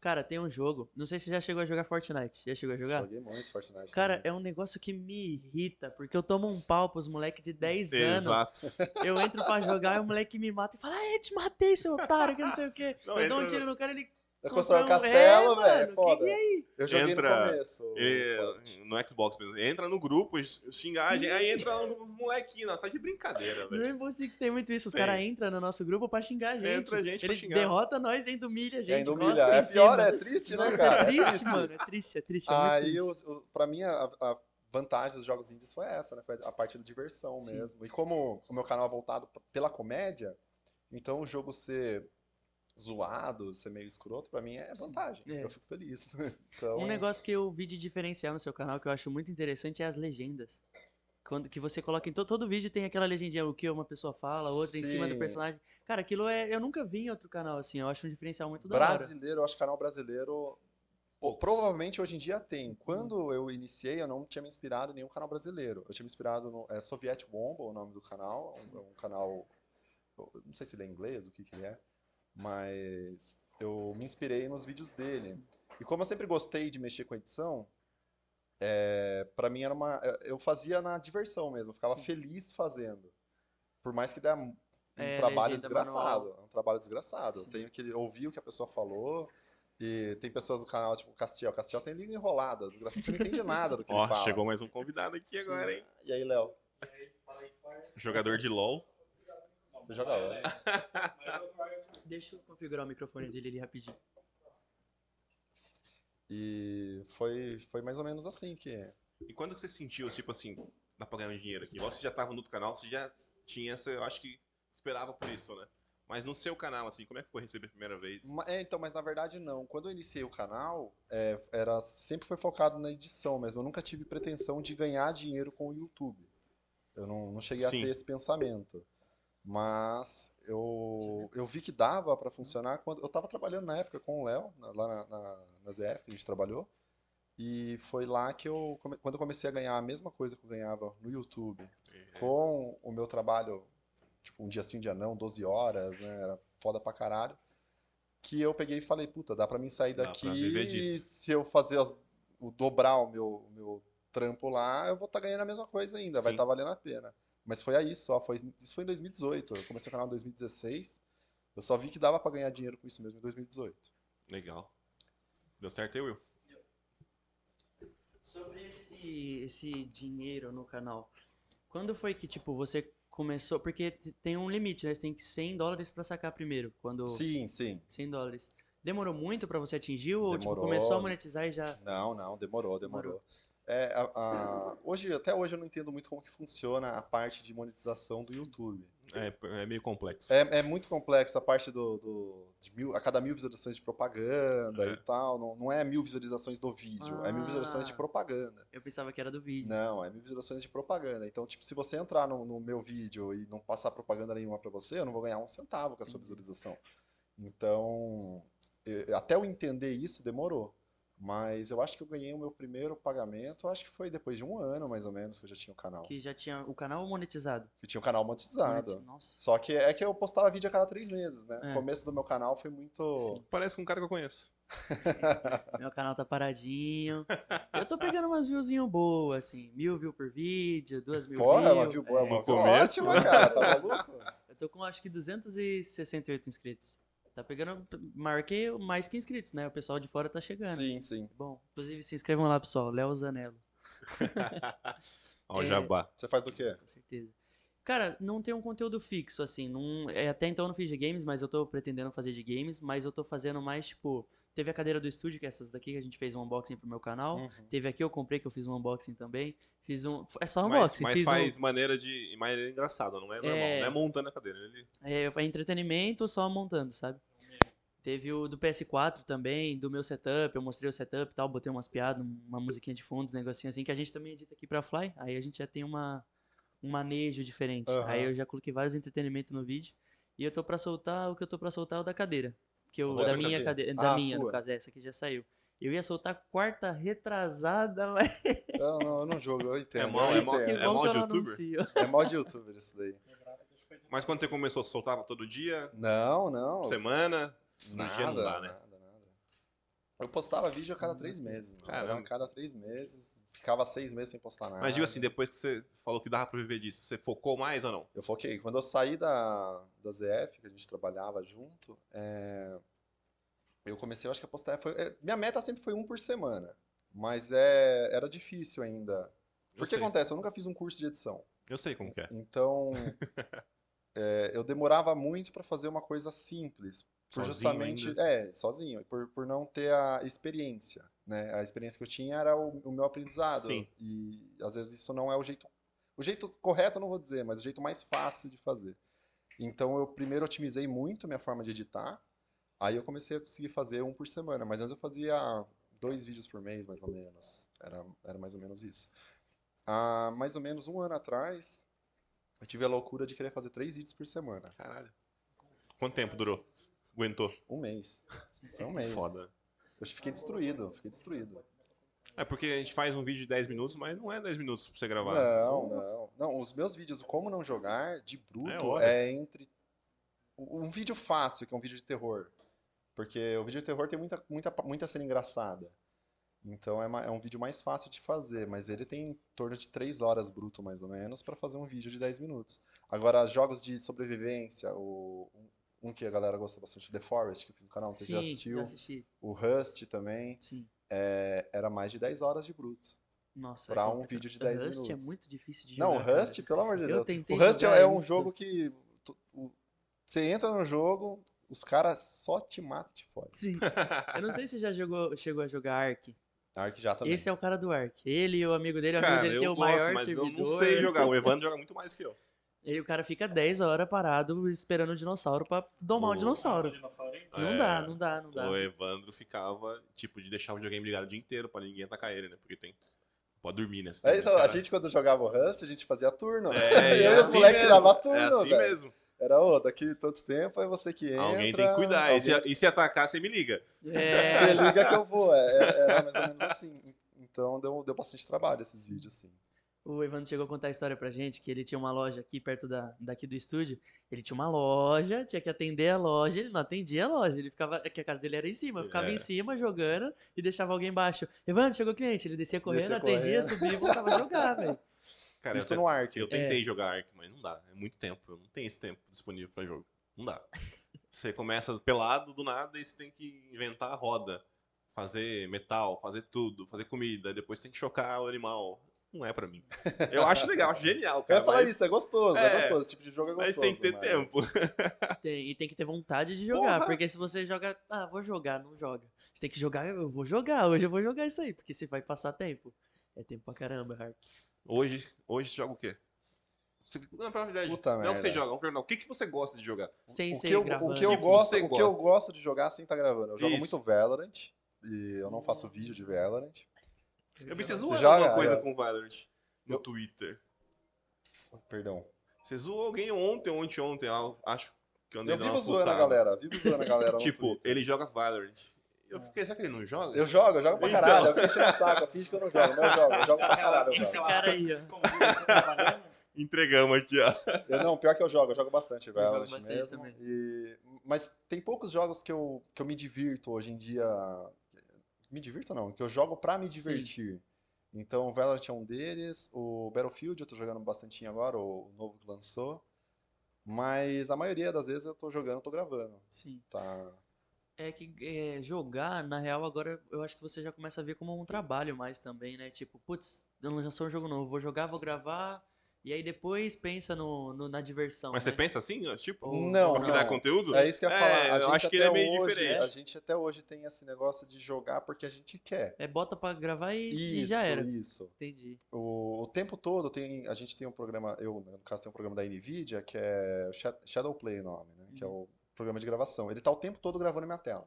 D: Cara, tem um jogo. Não sei se você já chegou a jogar Fortnite. Já chegou a jogar?
C: Joguei muito Fortnite
D: Cara,
C: também.
D: é um negócio que me irrita, porque eu tomo um pau pros moleque de 10 anos.
A: Exato.
D: Eu entro pra jogar e o moleque me mata e fala, ah, eu te matei, seu otário, que não sei o quê.
A: Não,
D: eu dou um
A: entra-
D: tiro no cara e ele.
C: Eu construí um
D: constrói
C: castelo,
D: é,
C: velho, é
D: mano, que
C: foda.
D: que é isso?
C: Eu joguei no
A: Entra-
C: começo. o
A: É,
C: Fortnite.
A: no Xbox mesmo. Entra no grupo, xingar a gente. Aí entra um lá no grupo molequinho, não, tá de brincadeira,
D: No
A: velho.
D: Rainbow Six tem muito isso. Os
A: Tem.
D: caras entram no nosso grupo pra xingar a gente.
A: Entra a gente pra
D: Ele
A: xingar.
D: derrota nós, ainda humilha a
C: E ainda
D: gente.
C: humilha.
D: cospe em
C: É pior,
D: cima.
C: é triste, né,
D: Nossa,
C: cara?
D: É triste, mano. É triste, é triste. É muito
C: Aí,
D: triste.
C: eu, eu- pra mim, a, a vantagem dos jogos indies foi essa, né? Foi a parte da diversão
D: Sim.
C: mesmo. E como o meu canal é voltado p- pela comédia, então o jogo ser zoado, ser meio escroto, pra mim é vantagem.
D: É.
C: Eu fico feliz. <laughs> Então,
D: Um negócio que eu vi de diferencial no seu canal que eu acho muito interessante é as legendas. Quando que você coloca em to- todo vídeo tem aquela legendinha, o que uma pessoa fala, outra em cima do
C: Sim.
D: personagem. Cara, aquilo é. Eu nunca vi em outro canal assim, eu acho um diferencial muito da hora.
C: brasileiro, eu acho que canal brasileiro. pô, provavelmente hoje em dia tem.
D: Hum.
C: Quando eu iniciei, eu não tinha me inspirado em nenhum canal brasileiro. Eu tinha me inspirado no é, Soviet Bomba, o nome do canal. É um, é um canal. eu Não sei se ele é inglês, o que, que ele é. Mas eu me inspirei nos vídeos dele. E como eu sempre gostei de mexer com edição, é, para mim era uma. é, Eu fazia na diversão mesmo, eu ficava
D: Sim.
C: feliz fazendo. Por mais que dê um
D: É,
C: trabalho
D: legenda manual.
C: desgraçado. É um trabalho desgraçado. Eu
D: Sim.
C: tenho que ouvir o que a pessoa falou. E tem pessoas do canal, tipo o Castiel. O Castiel tem língua enrolada, desgraçado. Você não entende nada
A: <laughs>
C: do que ele
A: Ó,
C: fala.
A: chegou mais um convidado aqui agora, hein?
C: E aí, Léo?
A: Jogador de LOL.
C: Você joga lá?
D: Deixa eu configurar o microfone dele ali rapidinho.
C: E foi, foi mais ou menos assim que.
A: E quando que você sentiu, tipo assim, dá pra ganhar um dinheiro aqui? Logo que você já tava no outro canal, você já tinha essa, eu acho que esperava por isso, né? Mas no seu canal, assim, como é que foi receber a primeira vez?
C: Ma- É, então, mas na verdade não. Quando eu iniciei o canal, é, era, sempre foi focado na edição mesmo. Eu nunca tive pretensão de ganhar dinheiro com o YouTube. Eu não, não cheguei a
A: Sim.
C: ter esse pensamento. Mas eu, eu vi que dava para funcionar quando. Eu estava trabalhando na época com o Léo, na- lá na, na, na ZF, que a gente trabalhou. E foi lá que eu, come- quando eu comecei a ganhar a mesma coisa que eu ganhava no YouTube,
A: É.
C: com o meu trabalho, tipo, um dia sim, um dia não, 12 horas, né? Era foda pra caralho. Que eu peguei e falei, puta, dá pra mim sair
A: Dá pra
C: daqui
A: viver
C: e
A: disso.
C: se eu fazer as- o dobrar o meu, o meu trampo lá, eu vou estar ganhando a mesma coisa ainda, vai
A: Sim.
C: estar valendo a pena. Mas foi aí só, foi, isso foi em 2018. Eu comecei o canal em 2016. Eu só vi que dava pra ganhar dinheiro com isso mesmo em 2018.
A: Legal. Deu certo aí, Will?
D: Sobre esse, esse dinheiro no canal, quando foi que, tipo, você começou? Porque t- tem um limite, né? Você tem que 100 dólares pra sacar primeiro. Quando.
C: Sim, sim.
D: 100 dólares. Demorou muito pra você atingir ou tipo,
C: Demorou.
D: começou a monetizar e já.
C: Não, não, demorou,
D: Demorou.
C: demorou. É, a- a- hoje, até hoje eu não entendo muito como que funciona a parte de monetização do YouTube.
A: É, é meio complexo.
C: É, é muito complexo a parte do, do- de mil- a cada mil visualizações de propaganda
A: É.
C: e tal. Não, não é mil visualizações do vídeo, é mil visualizações de
D: Ah.
C: propaganda.
D: Eu pensava que era do vídeo.
C: Não, é mil visualizações de propaganda. Então, tipo, se você entrar no, no meu vídeo e não passar propaganda nenhuma pra você, eu não vou ganhar um centavo com a sua
D: Entendi.
C: visualização. Então, eh, até eu entender isso demorou. Mas eu acho que eu ganhei o meu primeiro pagamento, eu acho que foi depois de um ano, mais ou menos, que eu já tinha o canal. Que
D: Que já tinha o canal monetizado.
C: eu tinha o canal monetizado.
D: Monetiz- Nossa.
C: Só que é que eu postava vídeo a cada três meses, né?
D: É.
C: O começo do meu canal foi muito.
D: Sim.
A: Parece com um cara que eu conheço.
D: Meu canal tá paradinho. Eu tô pegando umas viewzinhas boas, assim. Mil views por vídeo, duas mil
C: Porra,
D: views.
C: ela viu boa,
D: é.
C: uma
A: começo,
C: ótima,
A: né?
C: cara, tá
D: <laughs>
C: maluco?
D: Eu tô com acho que 268 inscritos. Tá pegando. Marquei mais que inscritos, né? O pessoal de fora tá chegando.
C: Sim, sim.
D: Bom, inclusive se inscrevam lá, pessoal. Léo Zanello,
A: Ó, o
D: É.
A: jabá.
C: Você faz do quê?
D: com certeza. Cara, não tem um conteúdo fixo, assim. Não... é, Até então eu não fiz de games, mas eu tô pretendendo fazer de games. Mas eu tô fazendo mais, tipo. Teve a cadeira do estúdio, que é essas daqui que a gente fez um unboxing pro meu canal.
C: Uhum.
D: Teve aqui, eu comprei, que eu fiz um unboxing também. Fiz um. É só
A: Mas,
D: unboxing.
A: mas
D: fiz um-
A: faz maneira de. Maneira engraçada, não é normal.
D: É.
A: Não é montando a cadeira. Ele...
D: É, é entretenimento só montando, sabe? Teve o do PS4 também, do meu setup, eu mostrei o setup e tal, botei umas piadas, uma musiquinha de fundo, uns negocinhos assim, que a gente também edita aqui pra Fly, aí a gente já tem uma, um manejo diferente.
C: Aham.
D: Aí eu já coloquei vários entretenimentos no vídeo, e eu tô pra soltar, o que eu tô pra soltar é o da cadeira, que eu,
C: O
D: da
C: dessa cadeira?
D: minha cadeira, da
C: Ah,
D: minha, no
C: sua.
D: caso, é essa aqui já saiu. Eu ia soltar quarta retrasada, <laughs> mas
C: Não, não, eu não jogo, eu entendo.
A: É mó-
C: eu
A: é mó-
D: que
C: entendo.
A: é
D: bom
A: mal
D: que eu
A: de
D: não
A: youtuber?
D: anuncio.
C: É mó de youtuber isso daí.
A: Mas quando você começou, soltava todo dia,
C: Não, não.
A: semana.
C: Nada,
A: dia não dá, né?
C: nada, nada. Eu postava vídeo a cada três meses. Né?
A: Caramba.
C: Era a cada três meses, ficava seis meses sem postar nada.
A: Mas diga assim, depois que você falou que dava pra viver disso, você focou mais ou não?
C: Eu foquei. Quando eu saí da, da ZF, que a gente trabalhava junto, é, eu comecei, eu acho que a postar. Foi, é, minha meta sempre foi um por semana. Mas é, era difícil ainda.
A: Eu
C: Porque
A: sei.
C: acontece, eu nunca fiz um curso de edição.
A: Eu sei como que é. <laughs>
C: Então, é, eu demorava muito para fazer uma coisa simples, por
A: Sozinho
C: justamente,
A: ainda.
C: é, sozinho, por, por não ter a experiência, né? A experiência que eu tinha era o, o meu aprendizado
A: Sim.
C: e às vezes isso não é o jeito, o jeito correto eu não vou dizer, mas o jeito mais fácil de fazer. Então, eu primeiro otimizei muito minha forma de editar, aí eu comecei a conseguir fazer um por semana, mas antes eu fazia dois vídeos por mês, mais ou menos. Era, era mais ou menos isso. Há mais ou menos um ano atrás, eu tive a loucura de querer fazer três vídeos por semana.
A: Caralho. Quanto tempo durou? Aguentou?
C: Um mês. Foi um mês.
A: Foda.
C: Eu fiquei destruído, fiquei destruído.
A: É porque a gente faz um vídeo de 10 minutos, mas não é 10 minutos pra você gravar.
C: Não, não. Não, os meus vídeos, Como Não Jogar, de
A: É
C: bruto,
A: horas.
C: é entre. Um vídeo fácil, que é um vídeo de terror. Porque o vídeo de terror tem muita, muita, muita cena engraçada. Então é, ma- é um vídeo mais fácil de fazer, mas ele tem em torno de 3 horas bruto, mais ou menos, pra fazer um vídeo de 10 minutos. Agora, jogos de sobrevivência, o, um, um que a galera gosta bastante, The Forest, que eu fiz no canal, você já
D: Sim,
C: assistiu.
D: já assisti,
C: O Rust também,
D: sim.
C: é, era mais de 10 horas de bruto.
D: Nossa,
C: Pra
D: é
C: um
D: complicado.
C: vídeo de 10
D: Rust é
C: minutos.
D: muito difícil de
C: Não, o
D: jogar, cara.
C: Rust, pelo amor de
D: Eu
C: Deus.
D: tentei
C: O Rust
D: jogar
C: é um
D: isso.
C: jogo que tu- o- você entra no jogo, os caras só te matam de fora. <laughs>
D: Sim. Eu não sei se já jogou, chegou a jogar Ark.
C: Ark já também.
D: Esse é o cara do Ark. Ele e o amigo dele, o amigo
A: Cara,
D: dele
A: eu
D: tem o
A: gosto,
D: maior
A: mas eu
D: servidor.
A: não sei jogar. O Evandro joga muito mais que eu.
D: Ele, o cara fica 10 horas parado esperando o dinossauro pra
A: O-
D: domar o dinossauro. Não
A: É,
D: dá, não dá, não dá.
A: O Evandro ficava, tipo, de deixar o videogame ligado o dia inteiro pra ninguém atacar ele, né? Porque tem. Pode dormir, né? Você
C: É,
A: tem
C: então,
A: que
C: a
A: ficar-
C: gente, quando jogava o Rust, a gente fazia
A: É,
C: turno. <laughs> e
A: é
C: eu e os
A: assim
C: moleques
A: mesmo,
C: tirava
A: É
C: turno,
A: assim
C: velho.
A: mesmo.
C: Era, ô, daqui tanto tempo é você que entra.
A: Alguém tem que cuidar. E, se,
C: alguém-
A: e se atacar, você me liga. <laughs>
C: <laughs> Você
D: É,
C: liga que eu vou. É, é- era mais ou menos assim. Então deu, deu bastante trabalho esses vídeos, assim.
D: o Evandro chegou a contar a história pra gente que ele tinha uma loja aqui perto da, daqui do estúdio. Ele tinha uma loja, tinha que atender a loja, ele não atendia a loja, ele ficava. é Que a casa dele era em cima, ficava
A: É.
D: em cima jogando e deixava alguém embaixo. Evandro, chegou o cliente, ele descia correndo,
C: Descia
D: atendia,
C: correndo.
D: subia e voltava a jogar, velho.
C: <laughs>
A: Cara,
C: Isso
A: eu,
C: no Ark.
A: eu tentei jogar Ark, mas não dá. É muito tempo. Eu não tenho esse tempo disponível pra jogo. Não dá. <laughs> Você começa pelado do nada e você tem que inventar a roda. Fazer metal, fazer tudo, fazer comida. Depois tem que chocar o animal. Não é
C: <laughs>
A: pra mim. Eu acho legal, acho genial,
C: Eu
A: cara.
C: ia falar
A: mas,
C: isso, é gostoso, é,
A: É,
C: gostoso. Esse tipo de jogo é
A: mas
C: gostoso.
A: tem que ter
C: mas-
A: tempo. <laughs>
D: Tem, e tem que ter vontade de jogar,
A: Porra!
D: porque se você joga, ah, vou jogar, não joga. Você tem que jogar, eu vou jogar, hoje eu vou jogar isso aí, porque você vai passar tempo. É tempo pra caramba, Hark.
A: Hoje, hoje você joga o quê? Você- Não, pra verdade,
C: Puta
A: não é o que
C: merda.
A: você joga, não, perdão, o que, que você gosta de jogar?
D: Sem
C: o
D: ser
C: que eu,
D: gravando.
C: o que eu
A: O que
C: gosto,
A: você
C: o que eu
A: gosta.
C: gosto de jogar sem estar gravando. Eu jogo
A: Isso.
C: muito Valorant e eu não faço vídeo de Valorant.
A: Eu preciso
C: Você
A: zoar
C: joga,
A: alguma coisa
C: Ariel?
A: com o Valorant no
C: Eu-
A: Twitter.
C: Perdão.
A: Você zoou alguém ontem, ontem, ontem, ah, acho que eu andei
C: Eu
A: dando
C: vivo
A: uma
C: zoando a
A: fuçada.
C: galera, vivo zoando
A: <laughs>
C: a galera. no
A: Tipo,
C: um Twitter. É.
A: ele joga Valorant. Eu fiquei, será que ele não joga?
C: eu jogo, eu jogo pra
A: Então.
C: caralho. Eu fico enchendo o saco, eu finge que eu não jogo, não eu jogo, eu jogo
B: é
C: pra caralho.
B: um
C: Eu,
D: Esse
C: jogo.
D: cara aí, ó. <laughs>
A: Entregamos aqui, ó.
C: Eu não, pior que eu jogo, eu jogo bastante
D: jogo
C: Valorant
D: bastante
C: mesmo.
D: também.
C: E, mas tem poucos jogos que eu, que eu me divirto hoje em dia. Me divirto não, que eu jogo pra me divertir. Então o Valorant é um deles, o Battlefield eu tô jogando bastante agora, o novo que lançou. Mas a maioria das vezes eu tô jogando, tô gravando,
D: Sim.
C: tá?
D: É que é, jogar, na real, agora eu acho que você já começa a ver como um trabalho mais também, né? Tipo, putz, eu não lançou um jogo novo, vou jogar, vou gravar, e aí depois pensa no, no- na diversão,
A: Mas
D: né?
A: você pensa assim, ó, tipo,
C: Não,
A: pra criar
C: não.
A: conteúdo?
C: É isso que eu ia
A: É,
C: falar. A
A: eu
C: gente
A: acho que ele
C: até
A: é meio
C: hoje,
A: diferente.
C: a gente até hoje tem esse negócio de jogar porque a gente quer.
D: É bota pra gravar e, e
C: Isso,
D: já era.
C: isso.
D: Entendi.
C: O, o tempo todo tem, a gente tem um programa, eu, né, no caso, tem um programa da NVIDIA, que é Sha- Shadowplay o nome, né? Que é
D: Uhum.
C: o programa de gravação. Ele tá o tempo todo gravando minha tela.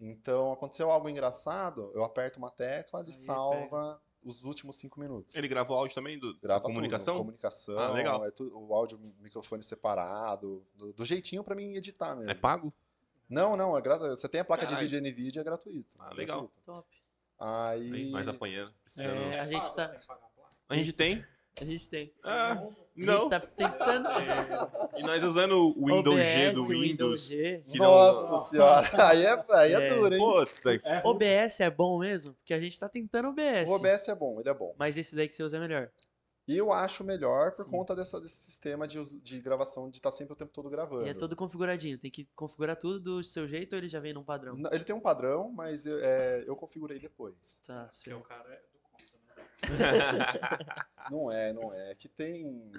C: Então, aconteceu algo engraçado, eu aperto uma tecla, ele
D: Aí
C: salva os últimos cinco minutos.
A: Ele gravou áudio também do
C: grava tudo,
A: comunicação?
C: comunicação,
A: Ah, legal.
C: é tudo- o áudio, microfone separado, do, do jeitinho pra mim editar mesmo.
A: É pago?
C: Não, não, é gratu... você tem a placa
A: Caralho.
C: de vídeo NVIDIA, é gratuito.
A: Ah,
C: é
A: legal.
C: gratuito.
D: Top.
A: Aí,
C: Aí,
A: nós apanhando. precisando.
D: É, a gente tá.
A: A gente tem?
D: A gente tem.
A: Ah,
D: A
A: não.
D: gente tá tentando.
A: E nós usando o Windows G do
D: OBS, Windows
A: Windows.
D: G.
A: que não-
C: nossa senhora, <laughs> aí é, aí é
D: É.
C: duro, hein?
A: Puta, que-
D: OBS é bom mesmo? Porque a gente tá tentando OBS.
C: O OBS é bom, ele é bom.
D: Mas esse daí que você usa é melhor.
C: E eu acho melhor por
D: Sim.
C: conta dessa- desse sistema de, us- de gravação de estar sempre o tempo todo gravando.
D: E é todo configuradinho. Tem que configurar tudo do seu jeito ou ele já vem num padrão?
C: N- Ele tem um padrão, mas eu, é, eu configurei depois.
D: Tá,
B: é
D: certo.
C: Não é, não é. É que tem,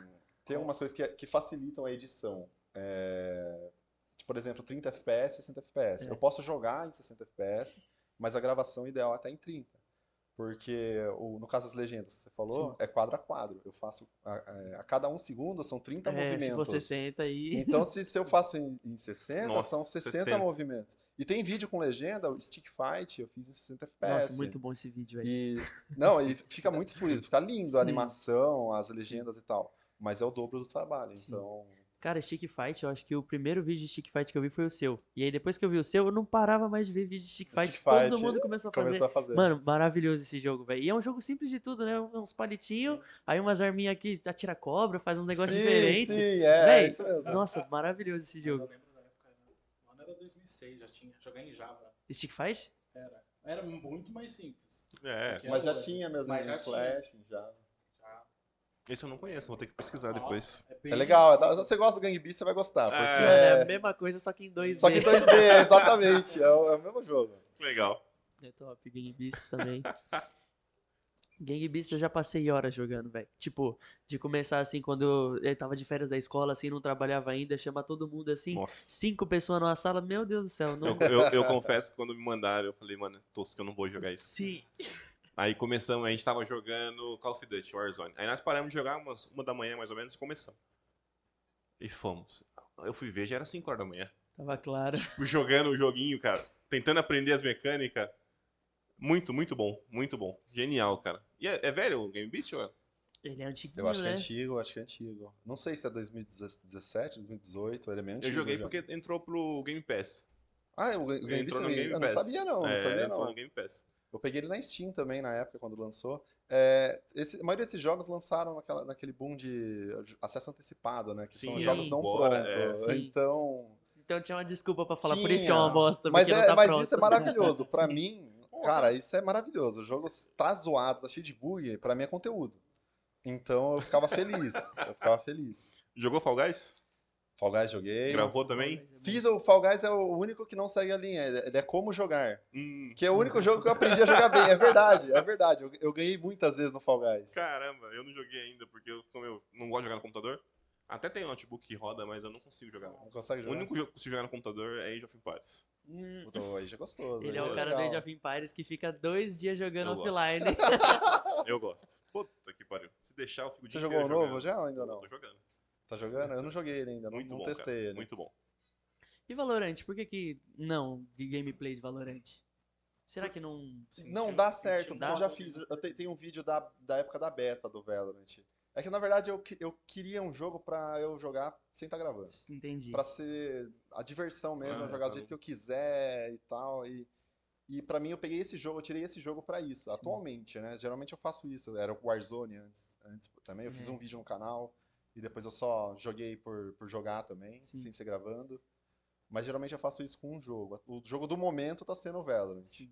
C: tem algumas coisas que, que facilitam a edição. É, tipo, por exemplo, 30 FPS, 60 FPS.
D: É.
C: Eu posso jogar em 60 FPS, mas a gravação ideal é até em 30. Porque, o- no caso das legendas que você falou,
D: Sim.
C: é quadro a quadro. Eu faço a, a cada um segundo são 30
D: É, se você
C: movimentos.
D: senta aí.
C: Então, se, se eu faço em, em 60,
A: Nossa,
C: são 60,
A: 60.
C: movimentos. E tem vídeo com legenda, o Stick Fight, eu fiz em 60 FPS.
D: <laughs> Nossa, muito bom esse vídeo aí.
C: E, não, e fica muito fluido, fica lindo a
D: Sim.
C: animação, as legendas e tal. Mas é o dobro do trabalho,
D: Sim.
C: então.
D: Cara, Stick Fight, eu acho que o primeiro vídeo de Stick Fight que eu vi foi o seu. E aí depois que eu vi o seu, eu não parava mais de ver vídeo de Stick Fight.
C: Stick
D: Todo
C: Fight,
D: mundo começou a fazer.
C: Começou a fazer.
D: Mano, maravilhoso esse jogo, velho. E é um jogo simples de tudo, né? Uns palitinhos, aí umas arminhas aqui, atira cobra, faz uns negócios
C: Sim,
D: diferentes.
C: sim, é,
D: um Véi,
C: é isso mesmo.
D: Nossa, maravilhoso esse
E: Eu
D: jogo.
E: lembro da época, né? O ano era 2006, já tinha. Jogar em Java.
D: Stick Fight?
E: Era. Era muito mais simples.
A: é,
C: Mas já
E: Hoje.
C: tinha mesmo
E: Mas
C: em
E: já
C: Flash, já.
E: Já-
A: esse eu não conheço, vou ter que pesquisar
E: Nossa,
A: depois.
E: É, bem
C: É legal, é da-
E: difícil.
C: se você gosta do Gang Beasts, você vai gostar, porque
D: Mano,
A: É.
D: é a
C: é.
D: mesma coisa, só que em 2D.
C: Só que em 2D, exatamente, é o, é o mesmo jogo.
A: Legal.
D: É top, Gang Beasts também. <laughs> Gang Beasts eu já passei horas jogando, velho. Tipo, de começar assim, quando eu, eu tava de férias da escola, assim, não trabalhava ainda, chamar todo mundo assim,
A: Nossa.
D: cinco pessoas numa sala, meu Deus do céu, não.
A: Eu, eu- eu confesso que quando me mandaram, eu falei, mano, é tosco, eu não vou jogar isso.
D: Sim,
A: Aí começamos, a gente tava jogando Call of Duty, Warzone. Aí nós paramos de jogar umas uma da manhã, mais ou menos, e começamos. E fomos. Eu fui ver, já era 5 horas da manhã. <laughs>
D: tava claro.
A: Tipo, Jogando o joguinho, cara. Tentando aprender as mecânicas. Muito, muito bom. Muito bom. Genial, cara. E é, é velho o Game Beast, ou é?
D: Ele é antiguinho,
C: Eu acho que é
D: né?
C: antigo, acho que é antigo. Não sei se é 2017, 2018, ele é meio
A: Eu
C: antigo
A: joguei
C: já.
A: porque entrou pro Game Pass.
C: Ah, o Ga- o Game Beasts
A: Entrou no
C: também?
A: Game
C: Eu não
A: Pass.
C: sabia não, não
A: é,
C: sabia
A: entrou
C: não.
A: no Game Pass.
C: Eu peguei ele na Steam também na época, quando lançou. É, esse- a maioria desses jogos lançaram naquela- naquele boom de acesso antecipado, né? Que são
D: Sim.
C: jogos não
A: Bora,
C: prontos.
D: é. Sim.
C: Então.
D: Então tinha uma desculpa pra falar, por isso que é uma
C: Tinha.
D: bosta,
C: Mas,
D: porque não
C: é-
D: tá
C: mas
D: pronto.
C: isso é maravilhoso. Pra
D: <laughs> Sim.
C: mim, cara, isso é maravilhoso. O jogo tá zoado, tá cheio de bug, pra mim é conteúdo. Então eu ficava feliz. Eu ficava feliz.
A: Jogou Fall Guys?
C: Fall Guys joguei.
A: Gravou também?
C: Fiz o Fall Guys é o único que não segue a linha. Ele ele é como jogar.
A: Hum,
C: Que é o único jogo que eu aprendi a jogar bem. É verdade, é verdade. Eu, eu ganhei muitas vezes no Fall Guys.
A: caramba, eu não joguei ainda, porque eu, como eu não gosto de jogar no computador. Até tem um notebook que roda, mas eu não consigo jogar.
C: Não consegue
A: O
C: jogar?
A: único jogo que eu consigo jogar no computador é Age of Empires.
D: Hum,
C: Puta, aí já é gostoso. aí
D: Ele é
C: já
D: o cara do
C: legal.
D: Age of Empires que fica dois dias jogando
A: Eu gosto.
D: offline.
C: <laughs>
A: Eu gosto. Puta que pariu. Se deixar, eu fico o
C: Você
A: dia
C: jogou o
A: inteiro
C: novo
A: jogando.
C: já ou ainda não?
A: Tô jogando.
C: Tá jogando? Eu não joguei ele ainda, não,
A: Muito
C: não
A: bom,
C: testei
A: cara.
C: ele.
A: Muito bom.
D: E Valorant, por que que não de gameplay de Valorant? Será que não...
C: Não dá certo,
D: sentiu
C: porque eu
D: nada?
C: já fiz. Eu te- tenho um vídeo da, da época da beta do Valorant. É que na verdade eu, que- eu queria um jogo pra eu jogar sem estar gravando.
D: Entendi.
C: Pra ser a diversão mesmo,
A: Ah,
C: eu jogar
A: tá
C: do jeito que eu quiser e tal. E, e pra mim eu peguei esse jogo, eu tirei esse jogo pra isso, atualmente, né? Geralmente eu faço isso. Era o Warzone antes, antes também. Eu fiz
D: É.
C: um vídeo no canal e depois eu só joguei por, por jogar também,
D: Sim.
C: sem ser gravando. Mas geralmente eu faço isso com um jogo. O jogo do momento tá sendo o Valorant.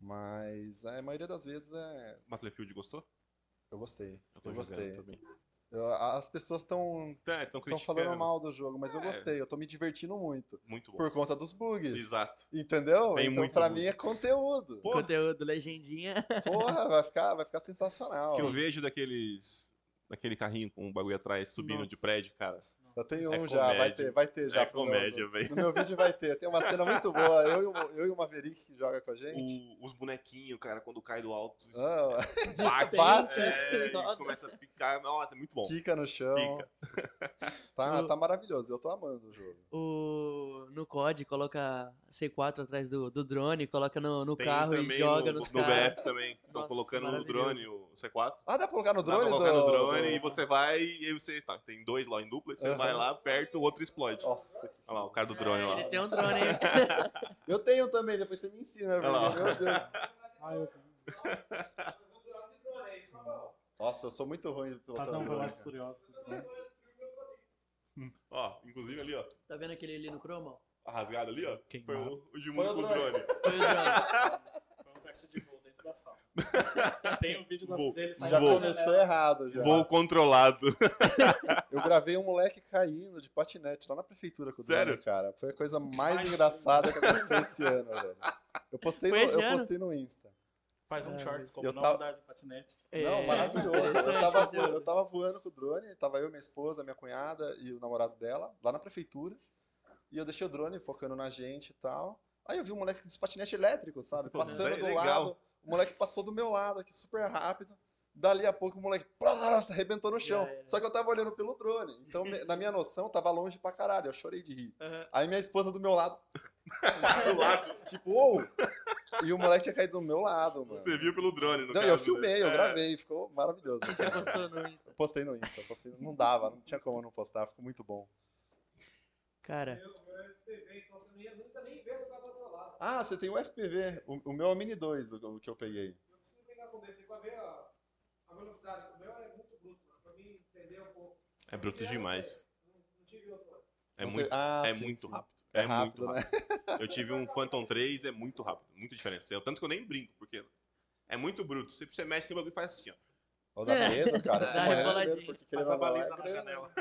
C: Mas é, a maioria das vezes é.
A: Battlefield gostou?
C: Eu gostei.
A: Eu tô
C: eu
A: jogando
C: gostei.
A: também.
C: Eu- as pessoas estão
A: É, estão
C: estão
A: criticando.
C: falando mal do jogo, mas eu
A: É.
C: gostei. Eu tô me divertindo muito.
A: Muito bom.
C: Por conta dos bugs.
A: Exato.
C: Entendeu?
A: Tem
C: então
A: muito
C: pra
A: bug.
C: mim é conteúdo.
A: <laughs> Pô,
D: Conteúdo,
A: <laughs>
D: legendinha. <laughs>
C: Porra, vai ficar, vai ficar sensacional.
A: se eu vejo daqueles. Daquele carrinho com um bagulho atrás subindo de
D: Nossa.
A: prédio, cara.
C: Já tem um
A: É
C: já, vai
A: comédia.
C: ter, vai ter já. né?
A: é
C: pro meu-
A: comédia, velho.
C: No meu vídeo vai ter. Tem uma cena muito boa. Eu e o, eu e o Maverick que joga com a gente.
A: O- os bonequinhos, cara, quando cai do alto, isso
C: Ah,
A: bate,
F: <laughs>
C: bate.
D: <laughs>
A: é, e
D: Nossa.
A: começa a picar. Nossa, é muito bom.
C: quica no chão.
A: Quica.
C: Tá, <laughs>
D: Eu-
C: tá maravilhoso. Eu tô amando o jogo.
D: O, no COD, coloca C4 atrás do, do drone, coloca no, no
A: Tem
D: carro e
A: também
D: joga
A: no,
D: nos
A: no
D: caras.
A: BF também. Estão
D: Nossa,
A: colocando no
D: maravilhoso.
A: drone o C4.
C: Ah, dá pra colocar no
A: Dá pra
C: drone?
A: colocar no
C: do-
A: Tá drone
C: do-
A: e você vai e aí você. Tá, tem dois lá em dupla, e você
C: Aham.
A: vai lá, aperta, o outro explode.
C: Nossa. que-
A: Olha lá, o cara do drone
D: Ele
A: lá.
D: tem
A: <laughs>
D: um drone <laughs> aí.
C: Eu tenho também, depois você me ensina,
A: Olha lá.
C: velho. Meu Deus.
B: Ah, eu-
C: Nossa, eu sou muito ruim do
E: Fazer um
C: do-
E: Velozes e Furiosos.
A: Ó, inclusive ali, ó.
D: Tá vendo aquele ali no cromo?
A: A rasgada ali, ó. Foi
E: Queimado.
A: o, o Edmundo
C: Foi o
A: com o drone.
D: Foi o drone.
A: <laughs>
E: Foi um teste de voo dentro
C: <laughs>
E: da sala. Tem um vídeo da-
A: Vou.
E: dele
C: Já
A: Vou.
C: começou é. errado, <laughs> já.
A: Voo controlado. <laughs>
C: Eu gravei um moleque caindo de patinete lá na prefeitura com o drone,
A: Sério?
C: cara. Foi a coisa mais
E: Ai,
C: engraçada que aconteceu esse ano, velho. Eu postei, no,
D: Foi esse
C: eu
D: ano?
C: postei no Insta.
E: Faz
D: É,
E: um shorts como
C: eu
E: não
C: tava-
E: andar de patinete.
C: Não,
D: É,
C: maravilhoso. Eu
D: interessante,
C: tava, vo-
D: conteúdo.
C: eu tava voando com o drone, tava eu, minha esposa, minha cunhada e o namorado dela, lá na prefeitura. E eu deixei o drone focando na gente e tal. Aí eu vi um moleque de patinete elétrico, sabe?
A: Você falou,
C: Passando
A: "Velho,
C: do
A: é legal."
C: lado. O moleque passou do meu lado aqui super rápido. Dali a pouco o moleque nossa, arrebentou no chão.
D: Já era.
C: Só que eu tava olhando pelo drone. Então, me- na minha noção, tava longe pra caralho. Eu chorei de rir.
D: Aham.
C: Aí minha esposa do meu lado,
A: Do lado.
C: tipo, uou! E o moleque tinha caído do meu lado, mano.
A: Você viu pelo drone, no
C: Não,
A: caso,
C: eu filmei, eu
A: né? É,
C: gravei, ficou maravilhoso.
D: Você postou no Insta.
C: Eu postei no Insta, postei- não dava, não tinha como não postar, ficou muito bom.
D: Cara,
B: Então você não ia nunca nem ver se eu tava do seu lado.
C: Ah, você tem o FPV, o, o meu é o Mini 2, o, o que eu peguei.
B: Eu preciso pegar com desse pra ver ó, a velocidade. O meu é muito bruto, mano. Pra mim entender um pouco.
A: É bruto demais.
B: Não, não tive outro. antes.
A: É
C: Não
A: muito,
C: tem- ah,
A: é
C: sim,
A: muito
C: sim.
A: rápido.
C: É
A: É,
C: rápido,
A: muito rápido. Eu tive um Phantom 3, é muito rápido. Muita diferença. Eu- Tanto que eu nem brinco, porque é muito bruto. Você, você mexe no bagulho e faz assim, ó.
C: Ó, É. dá medo, <laughs> cara.
D: Dá
C: fico morrendo de medo,
D: reboladinha.
C: porque
E: Faz
C: querendo
E: a
C: ou não, é
E: baliza na
C: grana.
E: janela.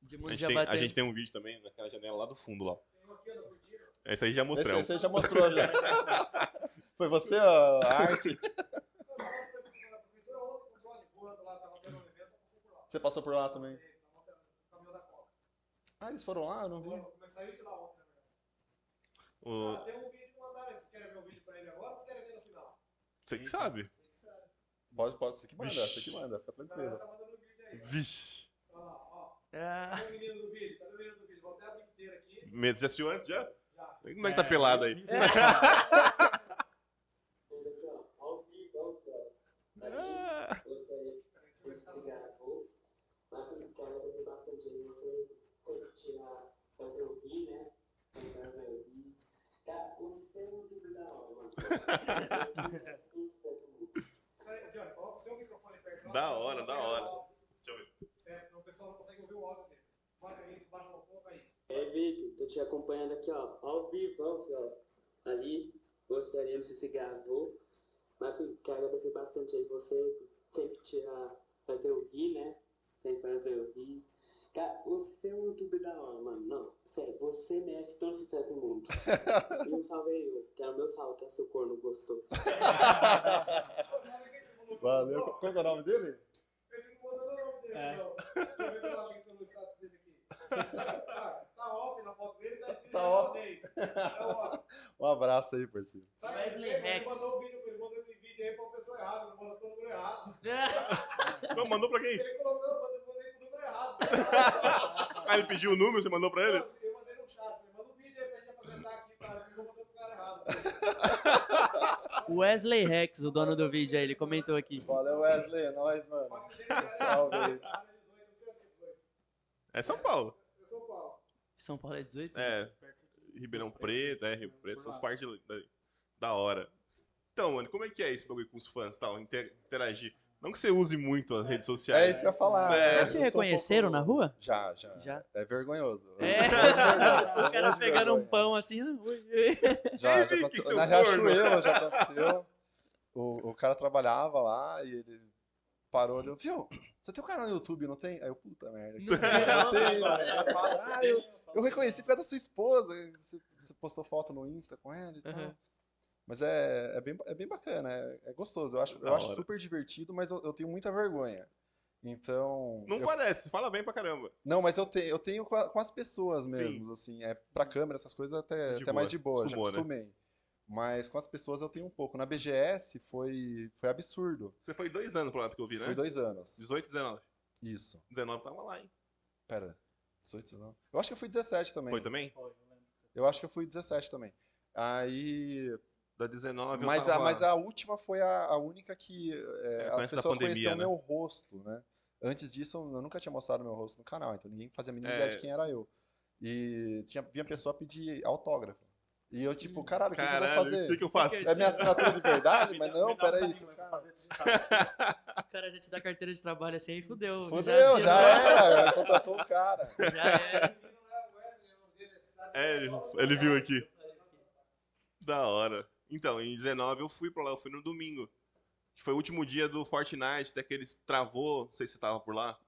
D: de
A: A
D: mundo
A: gente,
D: já
A: tem, a
D: bateu.
A: gente tem um vídeo também naquela janela lá do fundo, lá.
B: Tem um aqui, ó, no curtido.
A: Esse aí já
C: Esse
A: mostrou.
C: aí você já mostrou, <laughs> já. Foi você, ó, a arte?
B: Eu tava na prefeitura- na prefeitura é ontem com o drone voando lá, tava tendo um evento, eu passei por lá.
C: Você passou por lá também.
B: Passei, tava montando o caminhão da Copa.
C: Ah, eles foram lá? Eu não vi.
D: Uhum.
B: Voando, mas saiu de lá ontem, né? na verdade.
A: O-
B: Ah, tem um vídeo que mandaram. Vocês querem ver o vídeo pra ele agora ou vocês querem ver no final?
A: Você que sabe.
B: Isso é.
C: Pode, pode, você que manda,
A: Vixe.
C: você que manda, fica
B: A galera
C: tranquilo.
B: tá mandando o vídeo aí.
A: Vixe.
B: ó. Olha lá, ó.
D: Ah,
B: Cadê o menino do vídeo? Cadê o menino do vídeo? Vou até a brincadeira aqui.
A: Medo já assistiu antes já?
B: Já.
A: Como é que tá pelado aí?
F: Ao vivo, ao vivo.
A: Ah,
F: Você, você gravou, mas eu quero agradecer bastante aí você ter tirado, fazer ouvir, né? Fazer ouvir. Cara, o seu vídeo da hora, mano.
B: Peraí, Johnny, coloca o seu microfone perto.
A: Da hora, da hora. Deixa eu ver.
B: É, senão o pessoal não consegue ouvir o áudio dele. Bota isso, baixa um pouco aí.
F: É, Vitor, tô te acompanhando aqui, ó, ao vivo, ao vivo. Ali, gostaria que você gravou, mas eu quero agradecer bastante aí você sempre tirar, fazer eu rir, né? Sempre fazer eu rir. Cara, você é um YouTube da hora, mano. Não, sério, você merece todo o sucesso do
D: <laughs>
F: mundo. e não salvei eu, que era o meu salve, que é seu corno gostou.
B: Sabe quem esse maluco
C: Valeu.
B: mandou?
C: Qual que é o nome dele?
B: Ele não mandou o nome dele,
E: É.
B: não. Deixa eu ver se eu acho que eu não status dele aqui. Tá, tá off na foto dele, tá escrito
C: Tá
B: em
C: off.
B: japonês. Tá off.
C: Um abraço aí, parceiro.
B: Sabe
D: Wesley
B: ele, ele
D: Rex.
B: mandou o vídeo, ele mandou esse vídeo aí pra pessoa errada, ele mandou pro número errado. É,
A: Não, mandou pra quem?
B: Ele colocou, eu mandei pro número errado.
A: <laughs> Ah, ele pediu o número, você mandou pra ele?
B: Não, Eu mandei no chat, falei, manda um vídeo aí pra gente apresentar aqui, cara, que eu vou mandar pro cara errado.
D: Wesley Rex, o dono do vídeo aí, ele comentou aqui.
C: Valeu, Wesley, é nóis, mano.
B: Só que é o dele
A: <laughs>
B: era-
C: Salve aí.
B: era 18, não sei o que, 18.
A: É São Paulo.
B: Eu sou o Paulo.
D: São Paulo é 18?
A: É, Ribeirão Preto, é, Rio Preto, essas partes da, da hora. Então, mano, como é que é esse bagulho com os fãs e tal? inter- Interagir. Não que você use muito as redes
C: É
A: sociais.
C: isso que eu ia falar.
A: É.
D: Já
C: Eu
D: te
C: sou um
D: reconheceram
C: pouco-
D: na rua?
C: Já, já.
D: Já.
C: É vergonhoso.
D: É,
C: vergonha.
D: <laughs> o cara pegando um pão assim. né? Ui, ui.
C: Já,
A: Ei,
C: já
A: Vicky,
C: aconteceu.
A: seu
C: Na
A: corno.
C: Riachuelo já aconteceu. O, o cara trabalhava lá e ele parou e olhou, viu? Você tem um canal no YouTube, não tem? Aí eu, puta merda.
D: Não,
C: Eu tenho,
E: Agora,
C: já fala,
E: é
C: ah, eu, eu reconheci por causa da sua esposa. Você, você postou foto no Insta com ela e tal.
D: Aham.
C: Mas é, é, bem, é bem bacana, é, é gostoso. Eu acho,
A: Da
C: eu acho
A: hora.
C: super divertido, mas eu, eu tenho muita vergonha. Então.
A: né? Não
C: eu-
A: parece, fala bem pra caramba.
C: não, mas eu, te, eu tenho com, a- com as pessoas mesmo, assim. É, pra câmera, essas coisas até,
A: De
C: até mais
A: boa,
C: de boa, já
A: acostumou, né?
C: acostumei. Mas com as pessoas eu tenho um pouco. Na BGS foi, foi absurdo.
A: Você foi dois anos pro lado que eu vi, né?
C: Foi dois anos.
A: 18, 19.
C: Isso.
A: 19 tava lá, hein?
C: Pera. 18, 19. Eu acho que eu fui 17 também.
A: Foi também?
C: Eu acho que eu fui 17 também. Aí.
A: Da 19
C: Mas
A: eu tava...
C: a, mas a última foi a, a única que é,
A: É,
C: as
A: antes da
C: pessoas
A: pandemia,
C: conheciam
A: né?
C: meu rosto, né? Antes disso, eu eu nunca tinha mostrado meu rosto no canal, então ninguém fazia a mínima
A: É.
C: ideia de quem era eu. E tinha, vinha pessoa pedir autógrafo. E eu, tipo, caralho, o que, que eu vou
A: Caralho,
C: fazer?
A: o que, que eu faço?
E: Porque-
C: É minha assinatura de verdade? Mas não, peraí.
E: peraí.
C: isso- <laughs>
D: O cara já te dá carteira de trabalho assim, aí fudeu.
C: Fudeu, já
D: assinou,
C: era, já contratou o cara.
D: Já era.
A: É, ele- ele viu aqui. Da hora. Então, em 19 eu fui pra lá, eu fui no domingo. Que foi o último dia do Fortnite, até que eles travou, não sei se você tava por lá,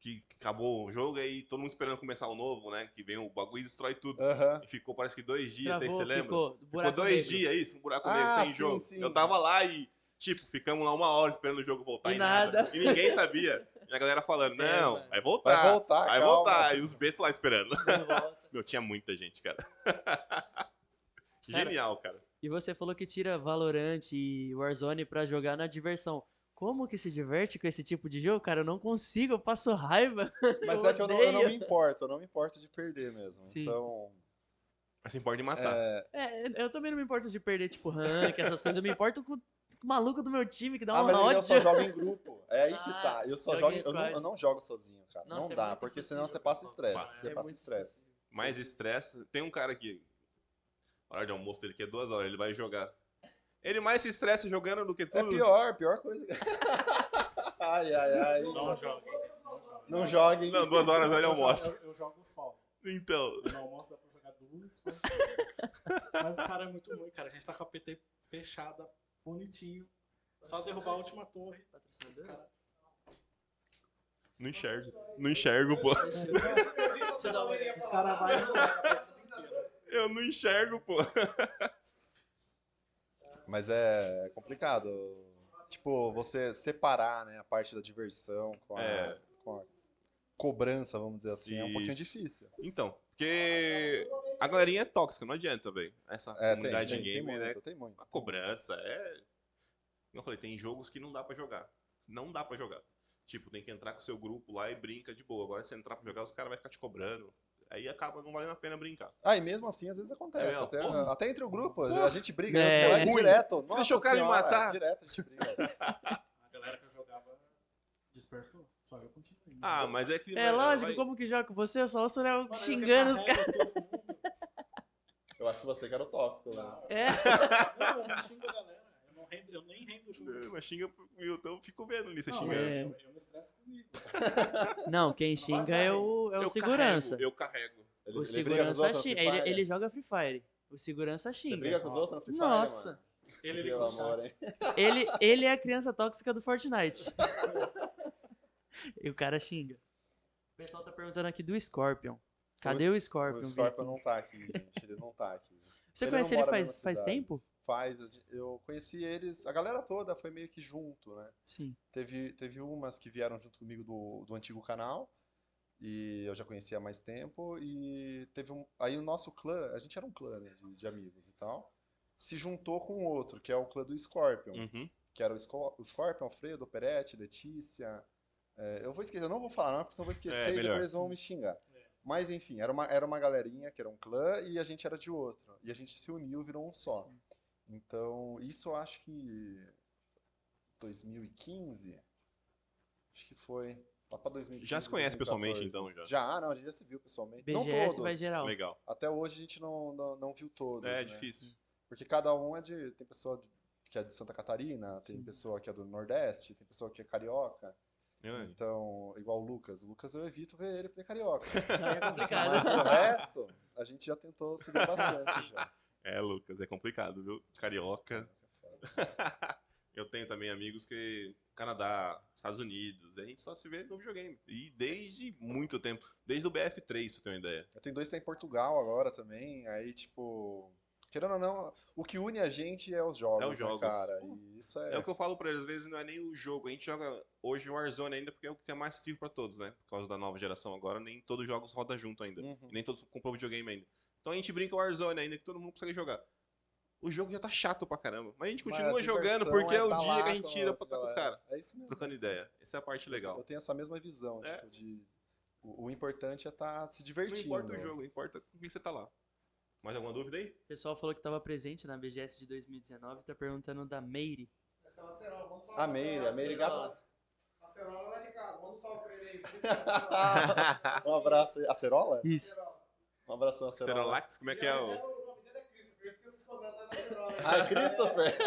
A: que acabou o jogo aí, todo mundo esperando começar o novo, né? Que vem o bagulho e destrói tudo.
C: Aham.
A: E ficou parece que dois dias, não sei se
D: Travou,
A: você lembra.
D: ficou. um
A: Ficou
D: Buraco
A: dois
D: negro.
A: dias isso, um buraco
C: Ah,
A: negro sem
C: sim,
A: jogo.
C: sim.
A: Eu tava lá e, tipo, ficamos lá uma hora esperando o jogo voltar
D: E
A: e, nada.
D: nada.
A: E ninguém sabia. E a galera falando,
D: É,
A: não,
D: mano.
A: vai voltar.
C: Vai voltar,
A: Ah, Vai
C: calma.
A: voltar. E os bestas lá esperando. <laughs>
D: Não volta.
A: Meu, tinha muita gente, cara.
D: Cara,
A: Genial, cara.
D: E você falou que tira Valorant e Warzone pra jogar na diversão. Como que se diverte com esse tipo de jogo, cara? Eu não consigo, eu passo
A: <laughs>
D: raiva.
C: Mas
D: Eu
C: é que eu não, eu não
D: odeio.
C: me importo, eu não me importo de perder mesmo.
D: Sim.
C: Então,
A: Mas se importa em matar.
C: é,
D: É, eu também não me importo de perder, tipo, rank, essas coisas. Eu me importo com o maluco do meu time que dá
C: Ah,
D: uma
C: mas eu só
D: Então, ódio.
C: jogo em grupo. É aí que
D: Ah,
C: tá. Eu só
D: joga
C: jogo,
D: em
C: em- eu, não,
D: squad.
C: eu não jogo sozinho, cara.
D: Nossa,
C: não
D: é
C: dá,
D: muito
C: porque
D: difícil
C: senão você
D: jogar
C: passa
D: sozinho.
C: estresse.
A: Passa.
C: Você
D: É
C: passa
D: muito
C: estresse.
D: específico.
A: Mais estresse. Tem um cara aqui. Hora de almoço dele que é duas horas, ele vai jogar. Ele mais se estressa jogando do que
C: É
A: tudo.
C: pior, pior coisa. <laughs> ai, ai, ai.
E: Não joga.
C: Não joguem.
A: Não, duas horas ele almoça.
E: Eu, eu jogo solo.
A: Então,
E: No almoço dá pra jogar duas. Mas, mas o cara é muito ruim, cara. A gente tá com a PT fechada, bonitinho. Só derrubar a última torre. Os cara-
A: não enxergo. Não enxergo, pô.
E: Os caras cara vai derrubar a partida inteira.
A: Eu não enxergo, pô.
C: Mas é complicado. Tipo, você separar, né, a parte da diversão com a,
A: É.
C: com a cobrança, vamos dizer assim, é um pouquinho
A: Isso.
C: difícil.
A: Então, porque a galerinha é tóxica, não adianta, velho. Essa
C: É, tem,
A: comunidade
C: tem, tem
A: gamer, né?
C: muito, tem muito.
A: A cobrança é. Como eu falei, tem jogos que não dá pra jogar. Não dá pra jogar. Tipo, tem que entrar com o seu grupo lá e brinca de boa. Agora, se entrar pra jogar, os caras vão ficar te cobrando. Aí acaba não valendo a pena brincar.
C: Ah, e mesmo assim, às vezes acontece.
A: É, ó,
C: até,
A: porra.
C: até entre o grupo,
A: Porra.
C: a gente briga,
D: É.
C: né,
A: Ruim.
C: direto. Nossa
A: deixou o cara me
C: senhora,
A: matar?
C: Direto a gente briga.
E: A galera que eu jogava dispersou. Só eu continuo. ainda.
A: Ah, mas é
C: né?
A: que.
D: É lógico,
A: vai-
D: como que joga com você? Eu só ouço o Léo
E: Mano, eu
D: xingando os caras.
E: recarrego todo mundo.
C: Eu acho que você que era o tóxico, né?
E: Não,
D: É,
E: eu não xingo a galera. Eu, não rendo, eu nem rendo o jogo.
A: Não, Mas xinga. pro- Eu tô- eu fico vendo ali você
E: Não,
A: xingando.
E: eu,
D: É.
E: eu- eu me estresso comigo.
D: Não, quem xinga é o, é o
A: Eu
D: segurança.
A: Carrego, eu carrego.
C: Ele, ele briga com
D: O
C: os
D: segurança
C: outros no
D: xinga.
C: Free
D: Ele,
C: Fire?
D: ele joga Free Fire. O segurança
C: Você
D: xinga.
C: briga com os outros no Free Fire,
D: Nossa.
C: mano?
E: Ele liga
C: Pelo
E: o chat.
C: amor, hein?
D: Ele, ele é a criança tóxica do Fortnite. e o cara xinga. O pessoal tá perguntando aqui do Scorpion. Cadê o Scorpion?
C: O
D: Vitor?
C: Scorpion não tá aqui, gente.
E: <laughs>
C: Ele não tá aqui.
D: Você
C: ele
D: conhece
C: não
D: ele
C: mora na
D: faz,
C: mesma
D: faz
C: cidade.
D: tempo?
C: Faz, eu- eu conheci eles, a galera toda foi meio que junto, né?
D: Sim.
C: Teve, teve umas que vieram junto comigo do, do antigo canal, e eu já conhecia há mais tempo, e teve um. Aí o nosso clã, a gente era um clã, né, de, de amigos e tal, se juntou com outro, que é o clã do Scorpion.
A: Uhum.
C: que era o, Scor o Scorpion, Alfredo, Peretti, Letícia. É, eu vou esquecer, eu não vou falar, não, porque senão eu
A: É,
C: vou esquecer e
A: melhor.
C: depois eles vão me xingar. Mas enfim, era uma, era uma galerinha que era um clã e a gente era de outro. E a gente se uniu, virou um só. Então, isso eu acho que 2015. Acho que foi. Lá pra 2015.
A: Já se conhece pessoalmente,
C: 2014.
A: então, já.
C: Já, não, a gente já se viu pessoalmente. Não
D: BGS vai
C: todos.
D: geral.
A: Legal.
C: Até hoje a gente não, não, não viu todos,
A: É
C: né?
A: difícil.
C: Porque cada um é de. Tem pessoa de- que que é de Santa Catarina, tem pessoa que é do Nordeste, tem pessoa que é carioca.
A: Eu-
C: Então, igual o Lucas. O Lucas eu evito ver ele porque é carioca.
D: Aí é
C: Mas
D: complicado.
C: o resto, a gente já tentou seguir bastante. já.
A: É, Lucas, é complicado, viu? Carioca. <laughs> Eu tenho também amigos que Canadá, Estados Unidos, a gente só se vê no videogame. E desde muito tempo, desde o BF3, pra ter uma ideia.
C: Eu tenho dois que tá em Portugal agora também. Aí, tipo, querendo ou não, o que une a gente é os jogos,
A: É os
C: né,
A: jogos.
C: cara? E isso
A: É.
C: é.
A: o que eu falo pra eles, às vezes não é nem o jogo. A gente joga hoje o Warzone ainda porque é o que tem mais acessível pra todos, né? Por causa da nova geração agora, nem todos os jogos rodam junto ainda.
C: Uhum.
A: E nem todos compram videogame ainda. Então a gente brinca o Warzone ainda, que todo mundo consegue jogar. O jogo já tá chato pra caramba. Mas a gente
C: Mas
A: continua
C: a
A: jogando
C: diversão
A: porque é, o
C: tá
A: dia
C: lá
A: que a gente tira
C: outra
A: pra estar com os
C: galera.
A: caras.
C: É isso mesmo.
A: Trocando ideia. Essa é a parte legal.
C: Eu tenho essa mesma visão,
A: É.
C: tipo, de. O, o importante é estar se
A: Não
C: divertindo.
A: importa o jogo, importa com quem você tá lá. Mais alguma dúvida aí?
D: O pessoal falou que estava presente na BGS de 2019 tá perguntando da Meire.
B: Essa é o Acerola, vamos salvar.
C: A Meire, a Meire é Gato.
B: Acerola lá de casa, vamos salvar pra ele aí.
C: um abraço aí. Acerola?
D: Isso.
C: Um abração, Acerola.
A: Serolax, como é que é o.
B: O nome dele é Christopher, eu fiquei se escondendo lá na Acerola. né?
C: Ah, Christopher!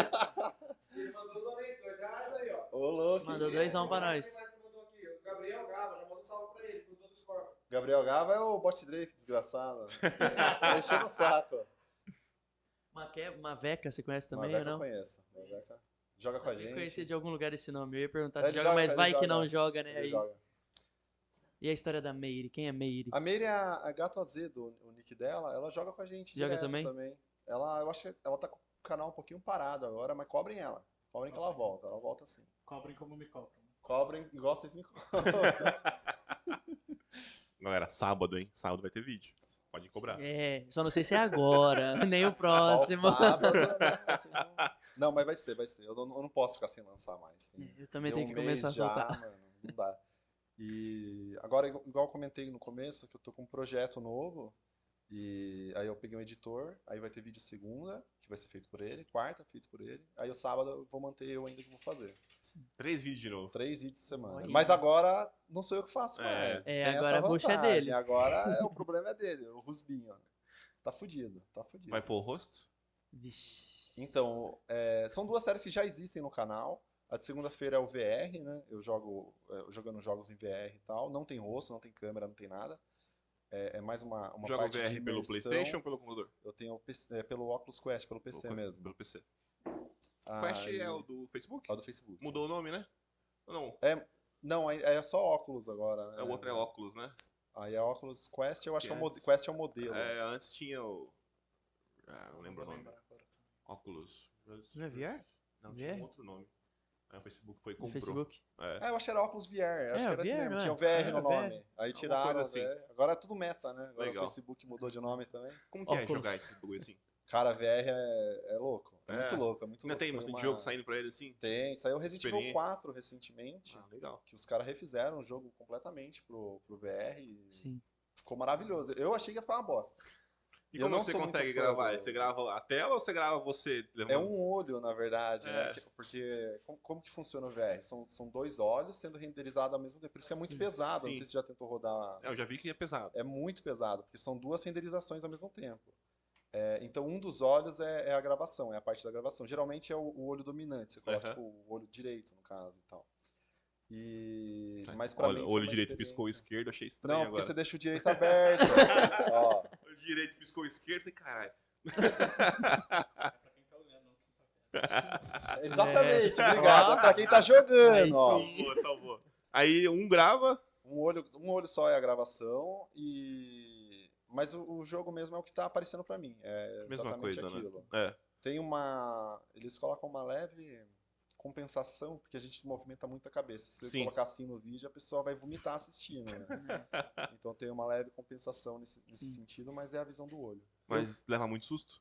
B: Ele mandou 92 reais aí, ó.
C: Ô, louco!
D: Mandou dois a um pra nós.
B: Quem mais que mandou aqui? O Gabriel Gava, já mandou um salve pra ele, pro dono do Scorpio.
C: Gabriel Gava é o bot Drake, desgraçado. Tá Enchendo o saco.
D: Maque- Maveca, você conhece também ou
C: Maveca eu
D: não?
C: conheço. Maveca Joga com a
D: Sabia que
C: gente.
D: conhecia de algum lugar esse nome. Eu ia perguntar
C: Ele
D: se joga,
C: joga,
D: mas
C: ele
D: vai que
C: joga.
D: não joga, né?
C: Ele
D: Aí.
C: joga. Ah.
D: E a história da Meire? Quem é Meire?
C: A Meire, a, a Gato Azedo, o nick dela, ela joga com a gente
D: Joga
C: direto
D: também?
C: Ela, eu acho que ela tá com o canal um pouquinho parado agora, mas cobrem ela. Cobrem que ela volta, ela volta sim.
E: Cobrem como me cobram.
C: Cobrem igual vocês me <laughs> cobram.
A: Galera, sábado, hein? Sábado vai ter vídeo. Pode cobrar.
D: É, só não sei se é agora, <laughs> nem o próximo.
C: Ao <laughs> sábado, né? Vocês vão- Não, mas vai ser, vai ser. Eu não, eu não posso ficar sem lançar mais. Tem-
D: É, Eu também
C: Deu
D: tenho
C: um
D: que
C: mês
D: começar a
C: já,
D: soltar.
C: mano, não dá. E agora, igu- igual eu comentei no começo, que eu tô com um projeto novo. E aí eu peguei um editor, aí vai ter vídeo segunda, que vai ser feito por ele, quarta feito por ele. Aí o sábado eu vou manter eu ainda que vou fazer.
A: Três vídeos de novo.
C: Três vídeos por semana.
D: Olha.
C: Mas agora não sou eu que faço
A: É.
C: mais.
A: É,
C: Tem essa
D: agora a bucha é
C: vantagem.
D: dele.
C: Agora é, o problema é dele, o Rusbinho. Tá fudido, tá fudido.
A: Vai pôr o rosto?
D: Vixe.
C: Então, é, são duas séries que já existem no canal. A de segunda-feira é o VR, né? Eu jogo é, jogando jogos em VR e tal. Não tem rosto, não tem câmera, não tem nada. É, é mais uma, uma
A: Joga o
C: parte de
A: VR pelo
C: imersão.
A: PlayStation ou pelo computador?
C: Eu tenho o PC é, pelo Oculus Quest, pelo PC
A: Pelo-
C: mesmo.
A: Pelo PC.
C: Ah,
A: Quest
C: e-
A: é o do Facebook?
C: é o do Facebook.
A: Mudou o nome, né? Ou Não,
C: Não, é, é só óculos agora.
A: é, o outro é óculos, né?
C: Aí é Oculus Quest, eu acho que é o
A: Yes.
C: mode- Quest é o modelo.
A: É, antes tinha o. Ah, não lembro o nome. Óculos.
D: Não é VR?
A: Não, tinha um
D: VR?
A: outro nome. Aí o Facebook foi e
D: No
A: comprou.
D: Facebook.
A: É.
C: Ah, eu acho que era óculos VR, acho
D: É,
C: que era esse
D: VR,
C: mesmo.
D: não é?
C: Tinha o VR
D: É,
C: no nome. Aí tiraram,
A: coisa assim.
C: né? Agora é tudo meta, né? Agora
A: Legal.
C: o Facebook mudou de nome também.
A: Como que é
D: Óculos.
A: jogar esse bagulho assim?
C: Cara, VR é, é louco. É,
A: É.
C: muito louco, é muito
A: Ainda
C: louco.
A: tem
C: Foi
A: bastante
C: uma-
A: jogo saindo pra ele assim?
C: Tem, saiu Resident Evil
A: Experiência.
C: 4 recentemente,
A: Ah, legal.
C: que os caras refizeram o jogo completamente pro, pro VR e
D: Sim.
C: ficou maravilhoso. Eu achei que ia ficar uma bosta.
A: E
C: Eu
A: como
C: não
A: você
C: sou muito
A: consegue
C: fã
A: gravar?
C: do-
A: Você grava a tela ou você grava você
C: É
A: levando?
C: um olho, na verdade, né?
A: É.
C: Que- Porque como, como que funciona o VR? São, são dois olhos sendo renderizados ao mesmo tempo, por isso que é muito
D: Sim.
C: pesado. Não
A: Sim.
C: sei se você já tentou rodar.
A: É, eu já vi que é pesado.
C: É muito pesado, porque são duas renderizações ao mesmo tempo. É, então, um dos olhos é, é a gravação, é a parte da gravação. Geralmente é o, o olho dominante, você coloca
A: Aham.
C: tipo, o olho direito, no caso, e tal. E... Mas pra mim
A: Tá. Olha,
C: foi
A: olho
C: uma
A: direito piscou o
C: experiência.
A: esquerdo, achei estranho
C: Não, porque
A: agora.
C: você deixa o direito
A: <laughs>
C: aberto. ó.
A: Olho direito piscou o esquerdo e
C: <laughs>
A: caralho.
E: É pra quem tá olhando, não quem tá vendo.
C: Exatamente,
D: É.
C: obrigado. É pra quem tá
D: Aí
C: jogando, ó.
A: Salvou, salvou. Aí um grava.
C: Um olho, um olho só é a gravação e... Mas o, o jogo mesmo é o que tá aparecendo pra mim. É
A: Mesma
C: exatamente
A: coisa, né?
C: aquilo.
A: É.
C: tem uma. Eles colocam uma leve compensação, porque a gente movimenta muito a cabeça. Se você
A: Sim.
C: colocar assim no vídeo, a pessoa vai vomitar assistindo, né? Então tem uma leve compensação nesse, nesse
D: Sim.
C: sentido, mas é a visão
A: <laughs>
C: do olho.
A: Mas leva muito susto.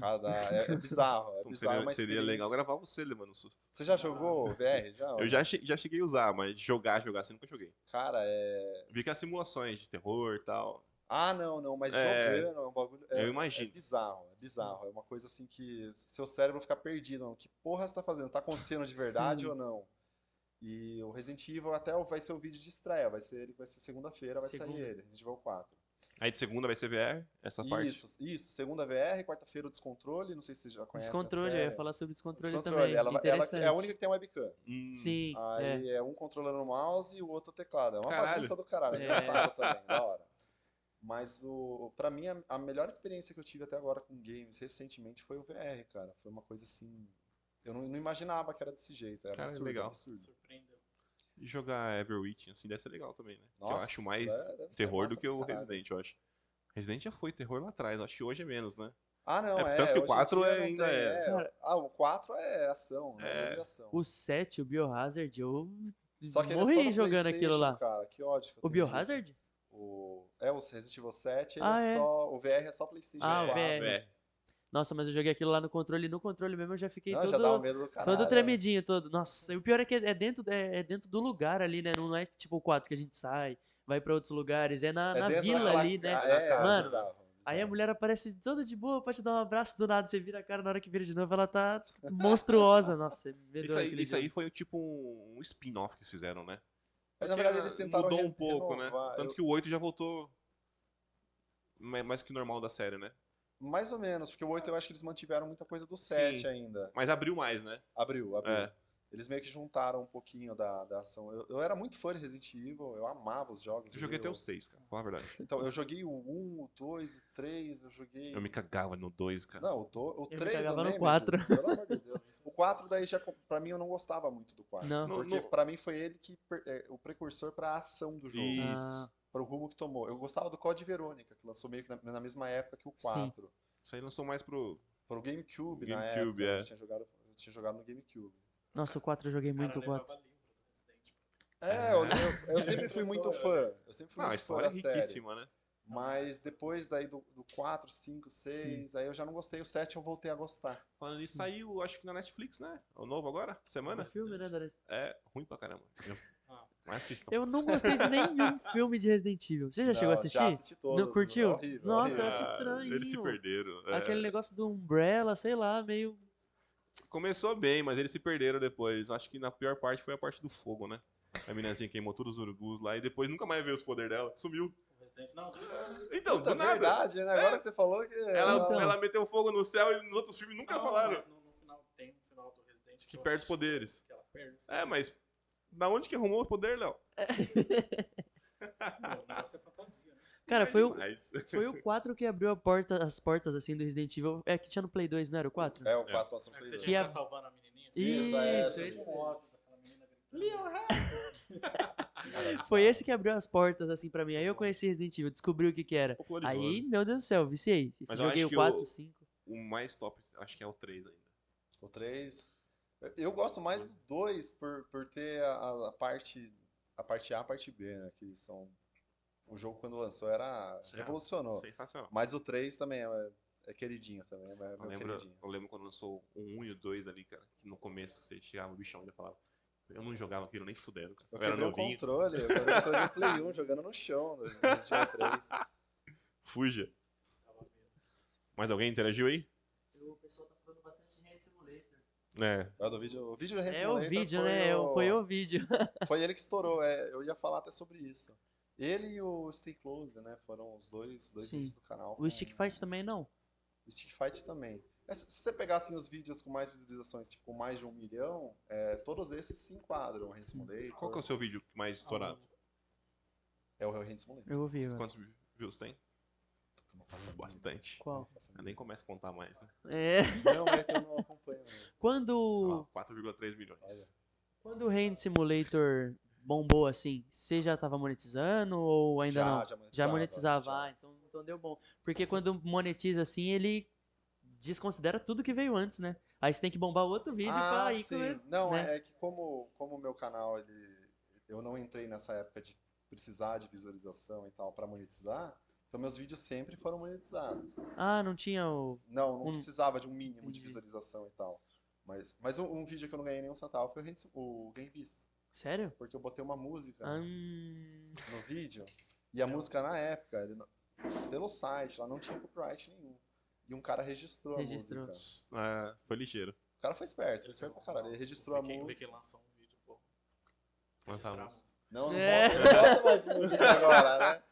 C: Cada, é, é bizarro, Hum. é
A: Então
C: bizarro,
A: seria,
C: mas
A: seria legal gravar você levando susto.
C: Você já jogou VR? Já?
A: Eu já, che- já cheguei a usar, mas jogar, jogar assim nunca joguei.
C: Cara, é.
A: Vi que as simulações de terror e tal.
C: Ah, não, não, mas
A: É.
C: jogando é um bagulho. É,
A: Eu
C: é
A: imagino.
C: bizarro, é bizarro. É uma coisa assim que seu cérebro fica perdido. Mano. Que porra você tá fazendo? Tá acontecendo de verdade
D: Sim.
C: ou não? E o Resident Evil até vai ser o vídeo de estreia, vai ser ele, vai ser segunda-feira, vai sair
D: Segunda.
C: ele, Resident Evil 4.
A: Aí de segunda vai ser VR, essa parte.
C: é. Isso, isso. Segunda VR, quarta-feira o descontrole. Não sei se vocês já conhecem.
D: Descontrole,
C: essa
D: eu
C: série.
D: ia falar sobre descontrole,
C: Descontrole.
D: também.
C: Ela, ela
D: Interessante.
C: é a única que tem webcam.
A: Hum,
D: Sim, é.
C: Aí é. um controlando o mouse e o outro o teclado. É uma
A: Caralho.
C: bagunça do caralho. É
D: É.
C: engraçado também, da hora. Mas o, pra mim, a, a melhor experiência que eu tive até agora com games recentemente foi o VR, cara. Foi uma coisa assim. Eu não, não imaginava que era desse jeito. Era
A: Cara,
C: absurdo,
A: legal.
C: absurdo.
E: Surpreendeu.
A: E jogar Everwitch, assim, deve ser legal também, né? Que eu
C: Nossa,
A: acho mais
C: é, deve ser
A: terror
C: massa
A: do que o
C: pra caralho.
A: Resident, eu acho. Resident já foi terror lá atrás, acho que hoje é menos, né?
C: Ah, não,
A: É,
C: é.
A: tanto que o
C: hoje em
A: 4
C: dia
A: é-
C: não
A: ainda
C: tem,
A: é.
D: Cara,
C: Ah, o 4 é ação, né?
A: É.
C: Jogo de ação.
D: O 7, o Biohazard, eu
C: Só que ele é só
D: morri
C: no
D: jogando aquilo
C: PlayStation,
D: lá.
C: Cara, que ódio. que eu
D: O
C: tenho disso.
D: Biohazard?
C: O... É, o Resident Evil 7, ele
D: Ah,
C: é
D: é.
C: só. O VR é só PlayStation
D: Ah, o
C: 4.
D: VR.
A: É,
D: Nossa, mas eu joguei aquilo lá no controle. No controle mesmo eu já fiquei
C: Não, já dá um
D: todo,
C: medo do caralho.
D: todo
C: né?
D: tremidinho, todo. Nossa, e o pior é que é dentro, é, é dentro do lugar ali, né? Não é tipo o 4 que a gente sai, vai pra outros lugares. É na,
C: É
D: na
C: dentro
D: vila
C: daquela
D: ali, né?
C: ca- É,
D: Mano,
C: bizarro,
D: aí a
C: bizarro.
D: mulher aparece toda de boa pra te dar um abraço do nada. Você vira a cara, na hora que vira de novo, ela tá monstruosa. Nossa, é
A: Isso
D: medonho
A: aí,
D: aquele
A: isso aí
D: jogo.
A: foi tipo um um spin-off que eles fizeram, né?
C: Mas, na verdade, eles
A: Porque
C: tentaram
A: mudou
C: re-
A: um pouco,
C: renovar,
A: né? Tanto
C: eu-
A: que o 8 já voltou ma- mais que o normal da série, né?
C: Mais ou menos, porque o 8 eu acho que eles mantiveram muita coisa do 7
A: Sim.
C: ainda.
A: Mas abriu mais, né?
C: Abriu, abriu.
A: É.
C: Eles meio que juntaram um pouquinho da, da ação. Eu, eu era muito fã de Resident Evil, eu amava os jogos.
A: Eu joguei até
C: o...
A: o 6, cara, falar a verdade.
C: Então, eu joguei o 1, o 2, o 3, eu joguei.
A: Eu me cagava no 2, cara.
C: Não, o, do... o
D: me
C: 3 eu
D: cagava no
C: nem, mas,
D: 4.
C: Pelo amor de Deus. O 4 daí já, pra mim, eu não gostava muito do 4.
D: Não.
A: No-
C: Porque
A: no-
C: pra mim foi ele que per- é, o precursor pra ação do jogo.
A: Isso.
D: Ah,
C: para o rumo que tomou. Eu gostava do Code Verônica, que lançou meio que na, na mesma época que o 4.
A: Isso aí lançou mais pro.
C: Para o GameCube, na
A: GameCube,
C: época.
A: é.
C: Eu, tinha jogado, eu tinha jogado no GameCube.
D: nossa, o 4 eu joguei muito o
E: Cara,
D: 4.
E: levava livro do Resident.
C: É, eu, eu- eu sempre fui muito fã. Eu sempre fui
A: Não, a
C: muito
A: história é
C: fã da série.
A: riquíssima, né?
C: Mas depois daí do, do 4, 5, 6, aí eu já não gostei. O 7 eu voltei a gostar.
A: Falando nisso, saiu, acho que na Netflix, né? O novo agora?
D: O
A: Semana?
D: filme, né, Dora?
A: É ruim pra caramba.
E: Ah.
A: Não assistam.
D: Eu não gostei de
A: <laughs>
D: nenhum filme de Resident Evil. Você já chegou a
C: Não,
D: assistir?
C: Já assisti todos.
D: Não curtiu?
C: É horrível, é
D: Nossa, eu
C: horrível.
D: acho
A: Ah,
D: estranho.
A: Eles se perderam. é.
D: Aquele negócio do Umbrella, sei lá, meio.
A: Começou bem, mas eles se perderam depois. Acho que na pior parte foi a parte do fogo, né? A minazinha queimou todos os urubus lá e depois nunca mais veio os poderes dela. Sumiu.
E: O Resident não, não,
A: Então,
C: Puta,
A: do nada.
C: verdade, né?
A: É.
C: Agora que você falou que.
A: Ela,
D: Então.
A: ela meteu fogo no céu e nos outros filmes nunca falaram.
E: mas no, no final tem no final do Resident
A: Que
E: eu
A: perde os
E: assisti,
A: poderes.
E: que ela perde os
A: <laughs> É, mas da onde que arrumou o poder, Léo?
E: poderes. Pô, O negócio é fantasia, né?
D: Cara,
A: É
D: foi o,
A: demais. <laughs>
D: foi o 4 que abriu a porta, as portas assim do Resident Evil. É que tinha no Play 2, não era o 4?
C: É, o 4 passou
E: É
C: por
E: que
C: isso.
E: você
D: Que
E: tinha
D: a-
E: que ficar salvando a menininha.
D: Isso,
C: é,
E: Eu
D: esse
E: fiquei
D: mesmo.
E: com um ódio daquela menina
A: é.
E: gritando.
D: Foi esse que abriu as portas assim pra mim. Aí eu conheci Resident Evil, descobri o que que era.
A: Popularizou,
D: Aí,
A: né?
D: meu Deus do céu, viciei.
A: Mas eu
D: Joguei
A: acho
D: o
A: que
D: 4,
A: o-
D: 5.
A: O mais top, acho que é o 3 ainda.
C: O 3. Eu gosto mais do 2 por, por ter a, a parte a parte A e a parte B, né? Que são. O jogo quando lançou era.
A: Sim.
C: revolucionou.
A: Sensacional.
C: Mas o 3 também é, é queridinho também, é
A: Eu
C: meu
A: lembro,
C: queridinho.
A: eu lembro quando lançou o 1 e o 2 ali, cara. Que no começo você chegava o bichão e já falava. Eu não jogava aquilo nem fudendo, cara.
C: Eu
A: Eu era
C: quebrei o
A: novinho.
C: controle, eu quebrei o controle do Play 1 jogando no chão no Resident Evil 3.
A: Fuja. Mais alguém interagiu aí?
D: O pessoal tá falando bastante de Hand Simulator.
A: É.
C: É do vídeo, o vídeo do Hand
D: É o
C: Simulator
D: vídeo,
C: foi
D: né? É o-
C: o-
D: Foi o vídeo.
C: Foi ele que estourou, é, eu ia falar até sobre isso. Ele e o Stay Close, né? Foram os dois, dois
D: Sim.
C: vídeos do canal.
D: <laughs> O Stick
C: com-
D: Fight também não.
C: O Street Fight também. É, se se você pegar assim, os vídeos com mais visualizações, tipo mais de um milhão, é, todos esses se enquadram. Hand Simulator.
A: Qual que é o seu vídeo mais estourado?
C: É o Hand Simulator.
D: Eu ouvi, mano.
A: Quantos views tem? Bastante.
D: Qual?
A: Eu nem começo a contar mais, né?
D: É. <laughs>
C: Não, é que eu não acompanho. né?
D: Quando.
A: Olha lá, 4,3 milhões.
C: Olha.
D: Quando o Hand Simulator bombou assim, você já tava monetizando ou <laughs> ainda não?
C: já monetizava.
D: Já monetizava,
C: já.
D: ah, então, então deu bom. Porque quando monetiza assim, ele desconsidera tudo que veio antes, né? Aí você tem que bombar outro vídeo pra
C: Ah,
D: aí
C: sim.
D: comer.
C: Não,
D: né?
C: é, é que como como o meu canal, ele, eu não entrei nessa época de precisar de visualização e tal pra monetizar, então meus vídeos sempre foram monetizados.
D: Ah, não tinha o.
C: Não, não
D: Um-
C: precisava de um mínimo de
D: Entendi.
C: visualização e tal. Mas, mas um, um vídeo que eu não ganhei nenhum centavo foi o, Hand Sim- o Game Beast.
D: Sério?
C: Porque eu botei uma música
D: Ah, hum,
C: no vídeo. E a música na época, ele não- pelo site, lá não tinha copyright nenhum. E um cara registrou a
D: Registrou.
C: música.
A: Ah, foi ligeiro.
C: O cara foi esperto, foi esperto pra caralho. Ele registrou a
E: Vê quem- vê
C: música.
E: quem lançou um vídeo, pô.
A: Lançar a
E: Registrar a
A: música.
E: música.
C: Não, não
D: É.
C: bota, não
D: <laughs>
C: bota mais música agora, né?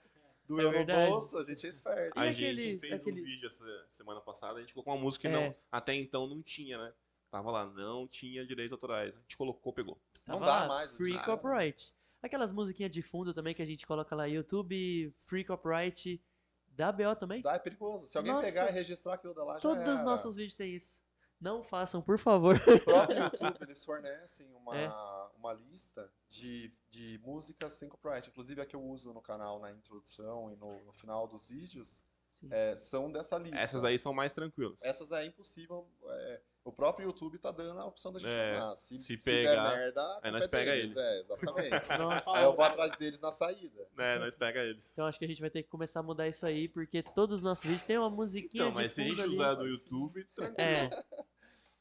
C: Do cu
D: É
C: eu
D: verdade.
C: no bolso, a gente é esperto.
D: E
A: a
D: aqueles-
A: gente fez
D: aqueles-
A: um vídeo essa semana passada, a gente colocou uma música que
D: É.
A: não, até então não tinha, né? Tava lá, não tinha direitos autorais. A gente colocou, pegou.
C: Não
D: Tava
C: dá
D: lá,
C: mais,
D: Free
A: cara.
D: copyright. Aquelas musiquinhas de fundo também que a gente coloca lá, YouTube, free copyright, da BO também.
C: Dá, é perigoso. Se alguém
D: Nossa.
C: pegar e registrar aquilo da lá, já
D: Todos os
C: era.
D: nossos vídeos têm isso. Não façam, por favor.
C: O próprio YouTube,
D: <laughs>
C: eles fornecem uma,
D: É.
C: uma lista de, de músicas sem copyright. Inclusive, a que eu uso no canal, na introdução e no, no final dos vídeos,
D: Sim.
C: é, são dessa lista.
A: Essas aí são mais tranquilas.
C: Essas aí é impossível. é, o próprio YouTube tá dando a opção da gente
A: É,
C: usar. Se,
A: se
C: der
A: pegar,
C: merda, a
A: aí
C: culpa
A: nós
C: é
A: pega eles.
C: deles. É,
A: <laughs>
C: exatamente.
D: Nossa.
C: aí eu vou atrás deles na saída.
A: É, nós pega eles.
D: Então acho que a gente vai ter que começar a mudar isso aí, porque todos os nossos vídeos têm uma musiquinha
A: Então,
D: de
A: mas se a
D: fundo
A: gente
D: ali.
A: usar do YouTube, tranquilo.
D: <laughs>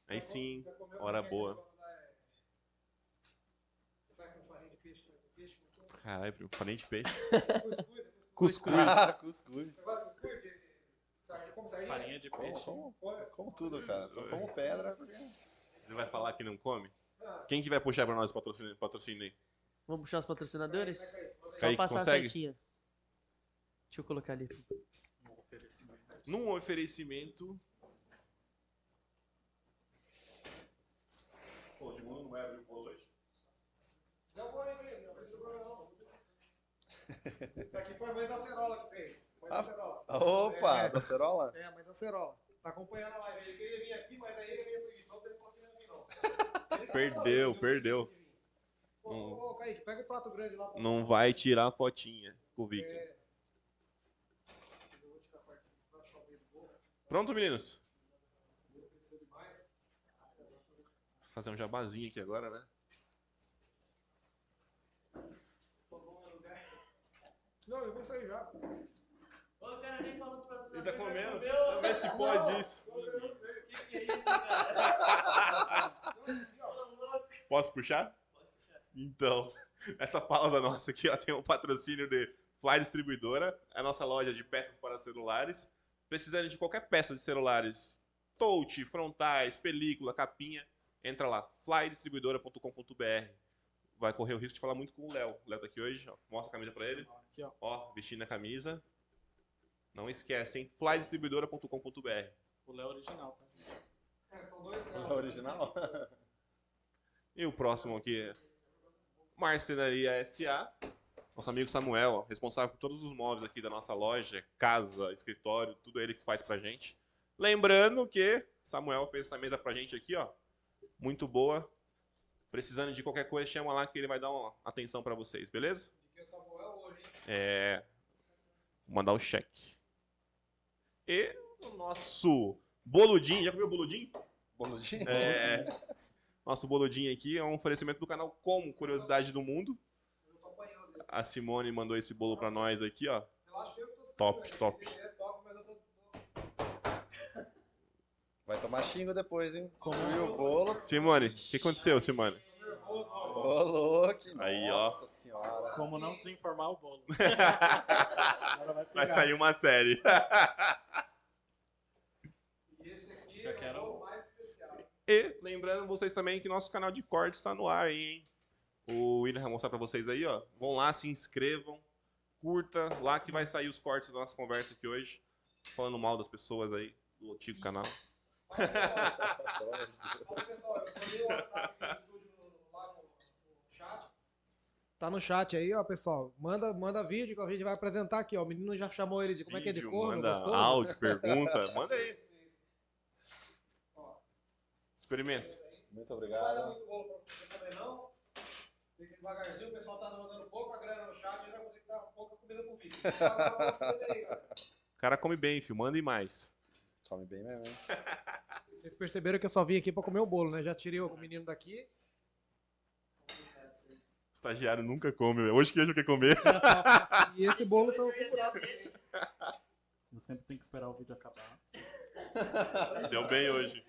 D: É,
A: Aí sim, hora boa. Caralho, falei de peixe. Cuscuz.
C: Ah, cuscuz.
E: Farinha de
C: Como,
E: peixe.
C: como, como tudo, cara. Só como pedra. porque-
A: Você vai falar que não come? Quem que vai puxar pra nós o patrocínio, patrocínio aí?
D: vamos puxar os patrocinadores? Só
A: Kaique,
D: passar
A: consegue?
D: a setinha. Deixa eu colocar ali.
E: Um oferecimento.
A: Num oferecimento. Pô, o Edmundo não vai abrir o bolo hoje.
B: Isso aqui foi a mãe da Cerola que fez. Mãe
C: Ah.
B: da Cerola.
C: Opa,
B: É.
C: da cerola?
B: É, a mãe da Cerola. Tá acompanhando a live. Ele queria vir aqui, mas aí ele veio preguiçoso, ele não conseguiu vir, não. Ele tá
A: <laughs> Perdeu,
B: falando,
A: perdeu.
B: Ô, ô, ô, Kaique, pega o prato grande lá. pra-
A: Não vai tirar a fotinha com o
B: É.
A: Viking.
B: Eu vou tirar a parte pra achar o meio do bolo.
A: Pronto, meninos?
B: Não precisa de mais.
A: Vou fazer um jabazinho aqui agora, né?
B: Não, eu vou sair já.
D: O cara nem falou do
A: Ele tá comendo. Vê se pode isso. é <laughs> Posso puxar? Então, essa pausa nossa aqui ó, tem um patrocínio de Fly Distribuidora, é a nossa loja de peças para celulares. Precisando de qualquer peça de celulares, touch, frontais, película, capinha, entra lá, flydistribuidora.com.br. Vai correr o risco de falar muito com o Léo. O Léo tá aqui hoje, ó. mostra a camisa pra ele.
E: Aqui, ó.
A: Ó, vestindo a camisa. Não esquece, hein? flydistribuidora.com.br.
E: O Léo original, tá?
C: Da <laughs> original?
A: E o próximo aqui é Marcenaria SA. Nosso amigo Samuel, ó, responsável por todos os móveis aqui da nossa loja, casa, escritório, tudo ele que faz pra gente. Lembrando que Samuel fez essa mesa pra gente aqui, ó. Muito boa. Precisando de qualquer coisa, chama lá que ele vai dar uma atenção pra vocês, beleza? É. Vou mandar o cheque. E o nosso Boludim. Já comeu Boludim?
C: Boludinho?
A: É, nosso boludinho aqui é um oferecimento do canal Como Curiosidade do Mundo. A Simone mandou esse bolo pra nós aqui, ó. Top, top.
B: é
C: Vai tomar xingo depois, hein?
E: Como
C: Comeu o bolo.
A: Simone, o que aconteceu, Simone?
C: Ô, louco.
A: Aí, ó.
C: Nossa senhora.
E: Como não desinformar Assim,
A: <laughs>
E: o bolo. Agora vai pegar.
A: Vai sair uma série.
B: é
E: Já quero. um.
A: E lembrando vocês também que nosso canal de cortes está no ar, aí, hein? O William vai mostrar pra vocês aí, ó. Vão lá, se inscrevam, curta lá que vai sair os cortes da nossa conversa aqui hoje, falando mal das pessoas aí do antigo canal.
C: Pelo amor de Deus.
B: é? Tá no chat aí, ó, pessoal. Manda, manda vídeo que a gente vai apresentar aqui, ó. O menino já chamou ele de como é que é de
A: Vídeo,
B: corno,
A: manda
B: gostoso.
A: áudio, pergunta,
B: <laughs>
A: manda aí. Experimenta.
C: <laughs> Muito
B: Não vai dar
C: obrigado.
B: muito bolo pra você também, não. Fica devagarzinho, o pessoal tá mandando pouca grana no chat, a gente vai poder dar pouca comida pro vídeo. Vai dar uma bastante aí, cara.
A: O cara come bem, filho, manda e mais.
C: Come bem mesmo, hein?
B: Vocês perceberam que eu só vim aqui pra comer o bolo, né? Já tirei o
A: <laughs>
B: menino daqui.
A: O estagiário nunca come, velho. hoje que ele quer comer. <laughs>
B: E esse bolo são.
E: Eu sempre tenho que esperar o vídeo acabar.
A: Se Deu bem hoje.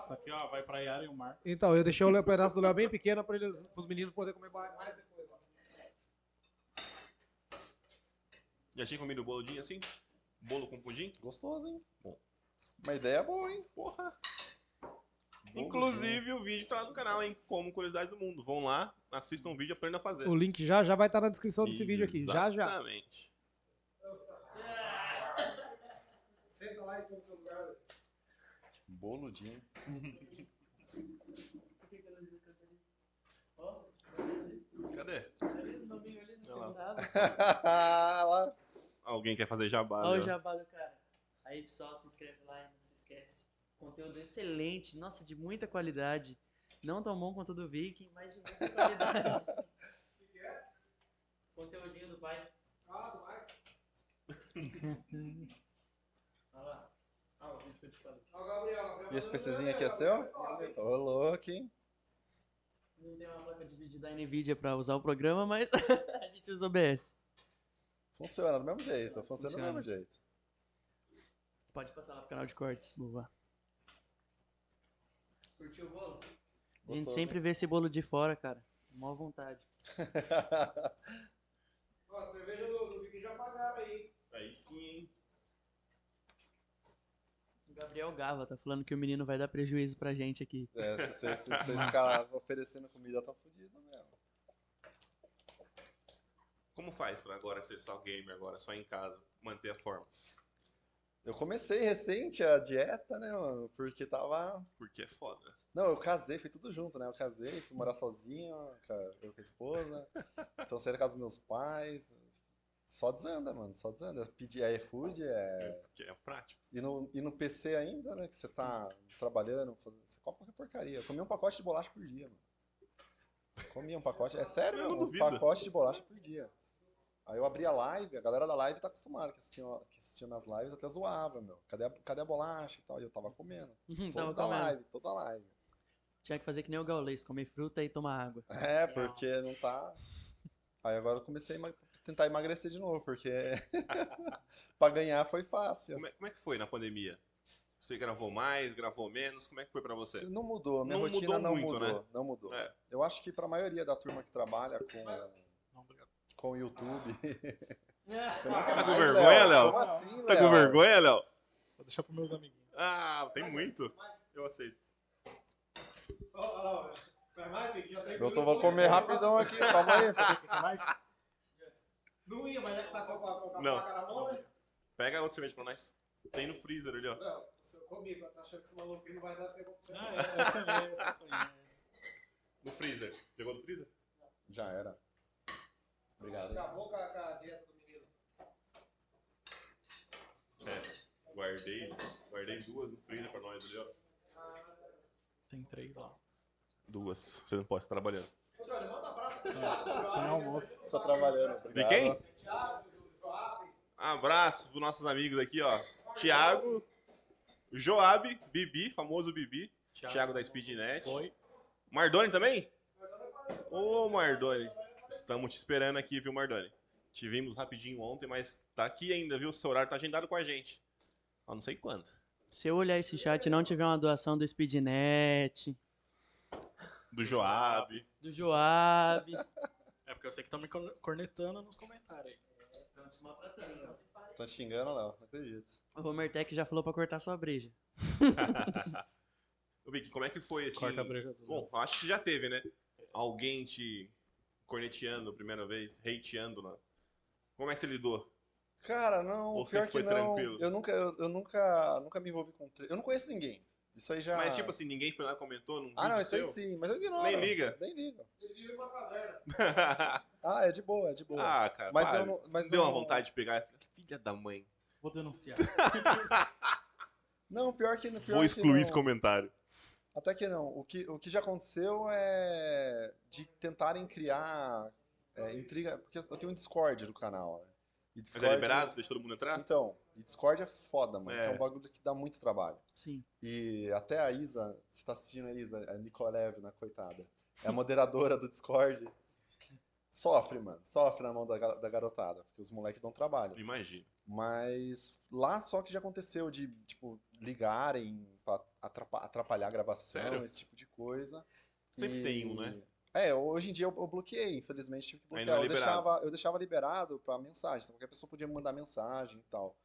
E: Isso aqui, ó, vai pra Yara e
A: <laughs>
E: o Marcos.
B: Então, eu deixei o le- pedaço do Léo bem pequeno para os meninos poderem comer ba- mais depois. ó.
A: Já tinha comido boludinho assim? Bolo com pudim?
C: Gostoso, hein?
A: Bom.
C: Uma ideia boa, hein?
A: Porra.
C: Boludinho. <laughs>
A: Inclusive, o vídeo tá lá no canal, hein? Como Curiosidade do Mundo. Vão lá, assistam o vídeo e aprendam a fazer.
B: tá O link já já vai estar na descrição desse vídeo aqui. Já já.
A: Exatamente.
B: Senta lá e toma seu lugar.
C: Boludinho.
A: Cadê?
C: Lá.
A: Alguém quer fazer jabá?
D: Olha o
A: né?
D: jabá do cara. Aí, pessoal, se inscreve lá e não se esquece. Conteúdo excelente, nossa, de muita qualidade. Não tão bom quanto o do Viking, mas de muita qualidade. Conteúdinho do pai.
B: Ah, vai.
D: Olha lá. Ah, o vídeo que eu te falei.
B: Ó, o Gabriel, Gabriel.
C: <laughs> E esse PCzinho aqui é seu? Ô, louco, hein?
D: Não tem uma placa de vídeo da NVIDIA pra usar o programa, mas <laughs> a gente usa o OBS.
C: Funciona do mesmo jeito, funciona,
D: Funciona.
C: do mesmo jeito.
D: Pode passar lá pro canal de cortes, boa.
B: Curtiu o bolo?
D: A gente
C: Gostoso,
D: sempre vê esse bolo de fora, cara. Mó vontade.
C: né?
B: Ó, a cerveja do, do Vicky já pagaram aí, hein?
A: Aí sim, hein?
D: O Gabriel Gava tá falando que o menino vai dar prejuízo pra gente aqui.
C: <laughs>
D: <laughs>
C: É, se vocês se vocês ficarem oferecendo comida, tá fudido mesmo.
A: Como faz pra agora que você é só gamer, agora só em casa, manter a forma?
C: Eu comecei recente a dieta, né, mano? Porque tava.
A: Porque é foda.
C: Não, eu casei, foi tudo junto, né? Eu casei, fui morar sozinho, com a- eu com a esposa. Então saí da casa dos meus pais. Só desanda, mano, só desanda. Pedir iFood é.
A: Porque é prático.
C: E no, e no PC ainda, né? Que você tá trabalhando, fazendo- você come qualquer porcaria. Eu comia um pacote de bolacha por dia, mano. Comia um pacote, é sério,
A: Eu não
C: mano, um
A: duvido.
C: pacote de bolacha por dia. Aí eu abri a live, a galera da live tá acostumada que assistia, que assistia minhas lives, até zoava, meu. Cadê a, cadê a bolacha e tal? E eu tava comendo.
D: Tava
C: Toda
D: comendo.
C: live, toda live.
D: Tinha que fazer que nem o gaulês, comer fruta e tomar água.
C: É, porque não tá. Aí agora eu comecei a emag- tentar emagrecer de novo, porque <laughs> pra ganhar foi fácil.
A: Como é, como é que foi na pandemia? Você gravou mais, gravou menos? Como é que foi pra você?
C: Não mudou, minha
A: Não mudou
C: rotina não
A: muito,
C: mudou,
A: né?
C: não mudou.
A: É.
C: Eu acho que para a maioria da turma que trabalha com
E: Não, obrigado.
C: com o YouTube. <laughs>
A: Tá com vergonha, Léo?
C: Como assim,
A: Tá
C: Léo?
A: com vergonha, Léo?
E: Vou deixar pros meus amiguinhos.
A: Ah, tem muito. Eu aceito.
B: Ó, Ó, lá, ó. Vai mais, Vicky, já tem
C: Eu tô, vou comer rapidão aqui, calma aí.
E: Quer é mais?
B: Não ia, mas já que sacou com a, com a
A: Não.
B: faca na mão, né?
A: Pega outro sorvete pra nós. Tem no freezer ali, ó.
B: Não, se eu comi, mas tá achando que esse maluco aí não vai dar tempo pra você.
E: Ah, eu, eu conheço, eu conheço.
A: No freezer. Pegou no freezer?
C: Já era. Obrigado. hein?
B: Acabou com a, com a dieta do menino.
A: É. Guardei. Guardei duas no freezer pra nós ali, ó.
E: Tem três lá.
A: Duas. Você não pode estar trabalhando.
B: Ô, Johnny, manda um abraço pro
E: Tem almoço.
C: Tô trabalhando,
A: De
C: obrigado.
A: quem?
B: Thiago, pro Joab.
A: Abraço pros nossos amigos aqui, ó. Thiago, Joab, Bibi, famoso Bibi. Thiago da Speednet.
E: Oi.
A: Mardoni também? Ô, Mardoni. Estamos te esperando aqui, viu, Mardoni? Te vimos rapidinho ontem, mas tá aqui ainda, viu? Seu horário tá agendado com a gente. Ó, não sei quanto.
D: Se eu olhar esse chat e não tiver uma doação do Speednet,
A: Do Joab.
C: <laughs>
D: do Joab.
E: É porque eu sei que estão me corne- cornetando nos comentários aí.
C: Tô xingando, Léo, não acredito.
D: O Homertech já falou pra cortar sua breja.
A: Ô, Vicky, como é que foi esse.
E: Corta a breja do
A: Bom, acho que já teve, né? Alguém te corneteando a primeira vez, hateando, né? Como é que você lidou?
C: Cara, não,
A: Ou
C: pior
A: sempre
C: que
A: foi
C: não.
A: tranquilo?
C: Eu nunca, eu, eu nunca, nunca me envolvi com tre... Eu não conheço ninguém. Isso aí já.
A: Mas, tipo assim, ninguém foi lá e comentou num
C: Ah, não,
A: vídeo
C: isso aí
A: seu?
C: sim, mas eu ignoro.
A: Nem liga.
C: Nem ligo.
B: Ele vive uma caverna.
C: Ah, é de boa, é de boa.
A: ah, cara,
C: Mas
A: para.
C: eu não- mas
A: deu uma
C: não-
A: vontade de pegar. Filha da mãe.
D: <laughs>
E: Vou denunciar.
C: Não, pior que, pior
A: Vou
C: que
A: excluir esse
C: não.
A: comentário.
C: Até que não. O que, o que já aconteceu é de tentarem criar é, intriga. Porque eu tenho um Discord do canal, né? E
A: Mas é
C: Discord.
A: liberado? Você deixa todo mundo entrar?
C: Então, e Discord é foda, mano. que É
A: É.
C: um bagulho que dá muito trabalho.
D: Sim.
C: E até a Isa, você tá assistindo a Isa, a Nicolevna, coitada. É a moderadora do Discord. Sofre, mano. Sofre na mão da, ga- da garotada, porque os moleques dão trabalho.
A: Imagina.
C: Mas lá só que já aconteceu de, tipo, ligarem pra atrapa- atrapalhar a gravação,
A: Sério?
C: esse tipo de coisa.
A: Sempre
C: E-
A: tem um, né?
C: É, hoje em dia eu, eu bloqueei, infelizmente tive que
A: Aí
C: bloquear.
A: não é
C: Eu
A: liberado.
C: deixava, eu deixava liberado pra mensagem, então qualquer pessoa podia me mandar mensagem e tal.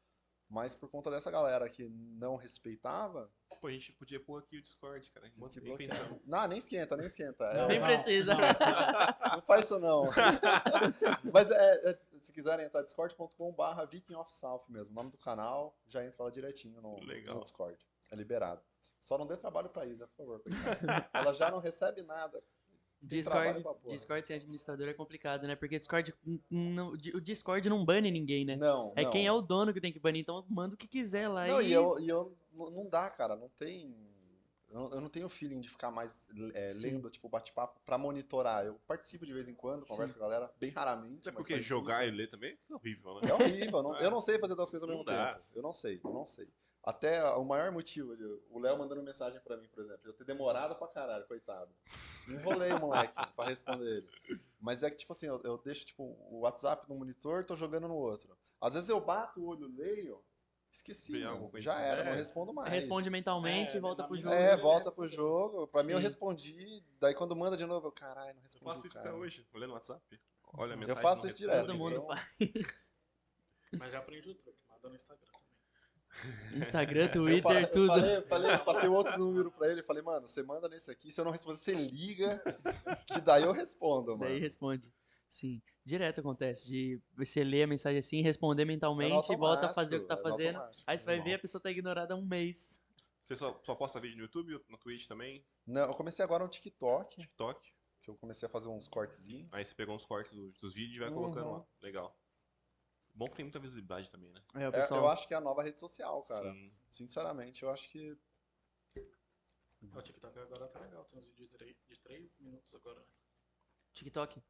C: Mas por conta dessa galera que não respeitava,
A: Pô, a gente podia pôr aqui o Discord, cara.
C: tive que
A: Nem
C: bloquear.
A: pensava.
C: Não, nem esquenta, nem esquenta.
E: Não,
C: É,
D: Nem precisa.
E: não.
C: não faz isso não. <laughs> Mas é, é, se quiserem entrar, discord.com.br Viking of South mesmo. Nome do canal, já entra lá direitinho no,
A: Legal.
C: no Discord. É liberado. Só não dê trabalho pra Isa, por favor. coitada. Ela já não recebe nada. trabalho
D: Discord,
C: pra porra.
D: Discord sem administrador é complicado, né? Porque Discord, n- não- o Discord não bane ninguém, né?
C: Não,
D: É
C: não.
D: quem é o dono que tem que banir, então manda o que quiser lá
C: Não,
D: e...
C: e eu, e eu n- não dá, cara, não tem. Eu não- eu não tenho feeling de ficar mais é,
D: Sim.
C: lendo, tipo, bate-papo pra monitorar. Eu participo de vez em quando, converso com a galera, bem raramente.
A: Até É
C: mas
A: porque
C: participo.
A: jogar e ler também é horrível, né?
C: É horrível, eu não- eu não sei fazer duas coisas ao
A: Não
C: mesmo
A: dá.
C: tempo. Eu não sei, eu não sei. Até o maior motivo, de- o Léo mandando mensagem pra mim, por exemplo, eu ter demorado pra caralho, coitado. Enrolei o moleque pra responder ele. Mas é que, tipo assim, eu, eu deixo tipo, o WhatsApp no monitor, tô jogando no outro. Às vezes eu bato o olho, leio, esqueci,
A: Vê
C: meu,
A: alguma coisa.
C: já era,
A: É.
C: não respondo mais.
D: Responde mentalmente
E: É,
D: e volta
E: na
D: pro
E: minha-
D: jogo.
C: É,
E: Ele
C: volta
E: responde.
C: pro jogo. Pra mim eu
D: Sim.
C: respondi, daí quando manda de novo, eu, caralho, não
A: Eu
C: respondi
A: faço
C: o
A: isso
C: cara.
A: até hoje, olhando o WhatsApp. Olha a
C: Eu
A: mensagem.
C: faço
A: não
C: isso
A: respondo
C: direto,
D: Todo
A: ninguém.
D: mundo
C: então.
D: faz.
E: Mas já aprendi o truque, manda no Instagram também.
D: Instagram,
C: <laughs> Eu fa-
D: Twitter,
C: eu
D: tudo.
C: falei, eu falei, eu passei um outro número pra ele, falei, mano, você manda nesse aqui, se eu não responder, você liga, que daí eu respondo,
D: Daí
C: mano. É
D: responde. Sim, direto acontece. De você ler a mensagem assim, responder
C: É no
D: mentalmente, volta a fazer o que tá
C: automático, é no
D: fazendo.
C: automático.
D: Aí você vai
A: normal.
D: ver a pessoa tá ignorada há um mês.
A: Você só, só posta vídeo no YouTube, no Twitch também,
C: Não, eu comecei agora um TikTok,
A: TikTok.
C: que eu comecei a fazer uns cortezinhos.
A: Aí você pegou uns cortes do- dos, vídeos e vai colocando
C: Uhum.
A: lá. Legal. Bom que tem muita visibilidade também, né?
D: É, o
C: É, eu
D: pessoal.
C: acho que é a nova rede social, cara.
A: Sim.
C: Sinceramente, eu acho que
E: Ah, O TikTok agora tá legal, tem uns vídeos de tre- de 3 minutos agora. né?
D: TikTok.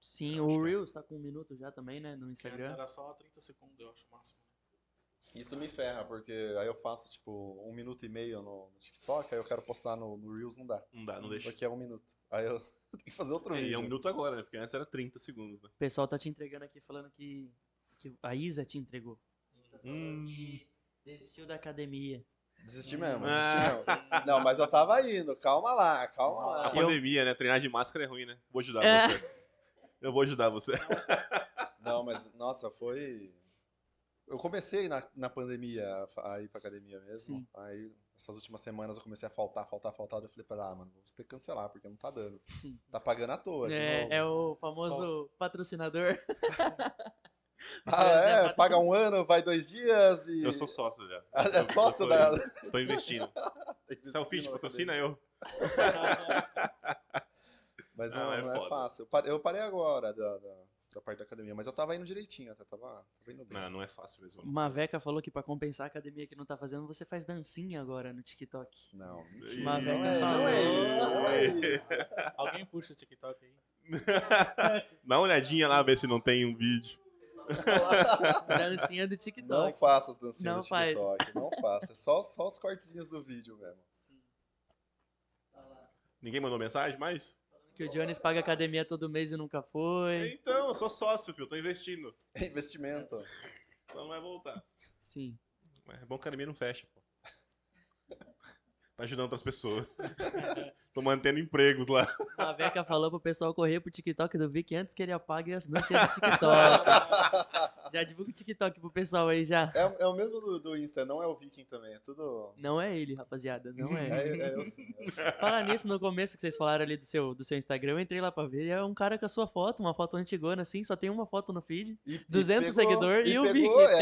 D: Sim,
A: Eu acho
D: o
A: que é.
D: Reels tá com um minuto já também, né? No
E: Que antes
D: Instagram.
E: era só 30 segundos, eu acho, o máximo. <laughs>
C: isso me ferra, porque aí eu faço, tipo, um minuto e meio no, no TikTok, aí eu quero postar no, no Reels, não dá.
A: Ah, Não dá, não deixa.
C: Porque é um minuto. Aí eu <laughs> tenho que fazer outro
A: É, e
C: vídeo.
A: é um minuto agora, né? Porque antes era 30 segundos, né?
D: O pessoal tá te entregando aqui falando que, que a Isa te entregou. Isa
C: Hum.
D: falando
A: Hum,
D: que desistiu da academia.
C: Desisti mesmo,
A: Ah.
C: desisti mesmo. Não, mas eu tava indo, calma lá, calma
A: A
C: lá.
D: Eu-
A: pandemia, né? Treinar de máscara é ruim, né? Vou ajudar
D: É.
A: você. Eu vou ajudar você.
C: Não, mas nossa, foi. Eu comecei na, na pandemia a ir pra academia mesmo.
D: Sim.
C: Aí, essas últimas semanas eu comecei a faltar, faltar, faltar. daí Eu falei, pera, ah, mano, vou ter que cancelar, porque não tá dando.
D: Sim.
C: Tá pagando à toa, de novo.
D: É, é o famoso patrocinador.
C: Ah,
D: é,
C: é? Paga um ano, vai dois dias e.
A: Eu sou sócio já.
C: Ah, <laughs> É
A: Eu- eu
C: sócio
A: tô-
C: da.
A: Tô investindo. é Selfie, patrocina eu.
C: Mas
A: Ah,
C: não,
A: é
C: não é
A: foda.
C: fácil. Eu parei, eu parei agora da, da, da parte da academia, mas eu tava indo direitinho até, tava, tava indo bem.
A: Não, não é fácil mesmo.
D: Maveca falou que pra compensar a academia que não tá fazendo, você faz dancinha agora no
C: <laughs>
D: TikTok.
C: Não,
A: Ih,
C: mentira.
D: Uma
C: não
D: velha
C: é, não é isso, não é
A: falou.
C: isso.
E: Alguém puxa o TikTok aí.
A: Dá uma olhadinha lá, ver se não tem um vídeo.
D: Dancinha do
C: Não
D: TikTok.
C: faça as dancinhas
D: Não
C: do
D: faz.
C: TikTok, não faça. É só, só os cortezinhos do vídeo mesmo.
A: Ninguém mandou mensagem mais?
D: Que o Jones paga academia todo mês e nunca foi.
A: Então, eu sou sócio, filho. Tô investindo.
C: É investimento.
A: Então não vai voltar.
D: Sim.
A: Mas é bom que a academia não fecha, pô. Tá ajudando outras <laughs> pessoas. Tô mantendo empregos lá.
D: Maveca falou pro pessoal correr pro TikTok do Vic antes que ele apague as dancinhas do TikTok.
C: <laughs>
D: já divulga o TikTok pro pessoal aí já.
C: É, o- é o mesmo do, do Insta, não é o Viking também, é tudo.
D: Não é ele, rapaziada, não
C: É,
D: é.
C: é
D: <laughs>
C: eu sim.
D: Falar nisso no começo que vocês falaram ali do seu, do seu Instagram, eu entrei lá pra ver. e É um cara com a sua foto, uma foto antigona assim, só tem uma foto no feed.
C: E, pegou-
D: 200 seguidores e o
C: pegou,
D: Viking,
C: É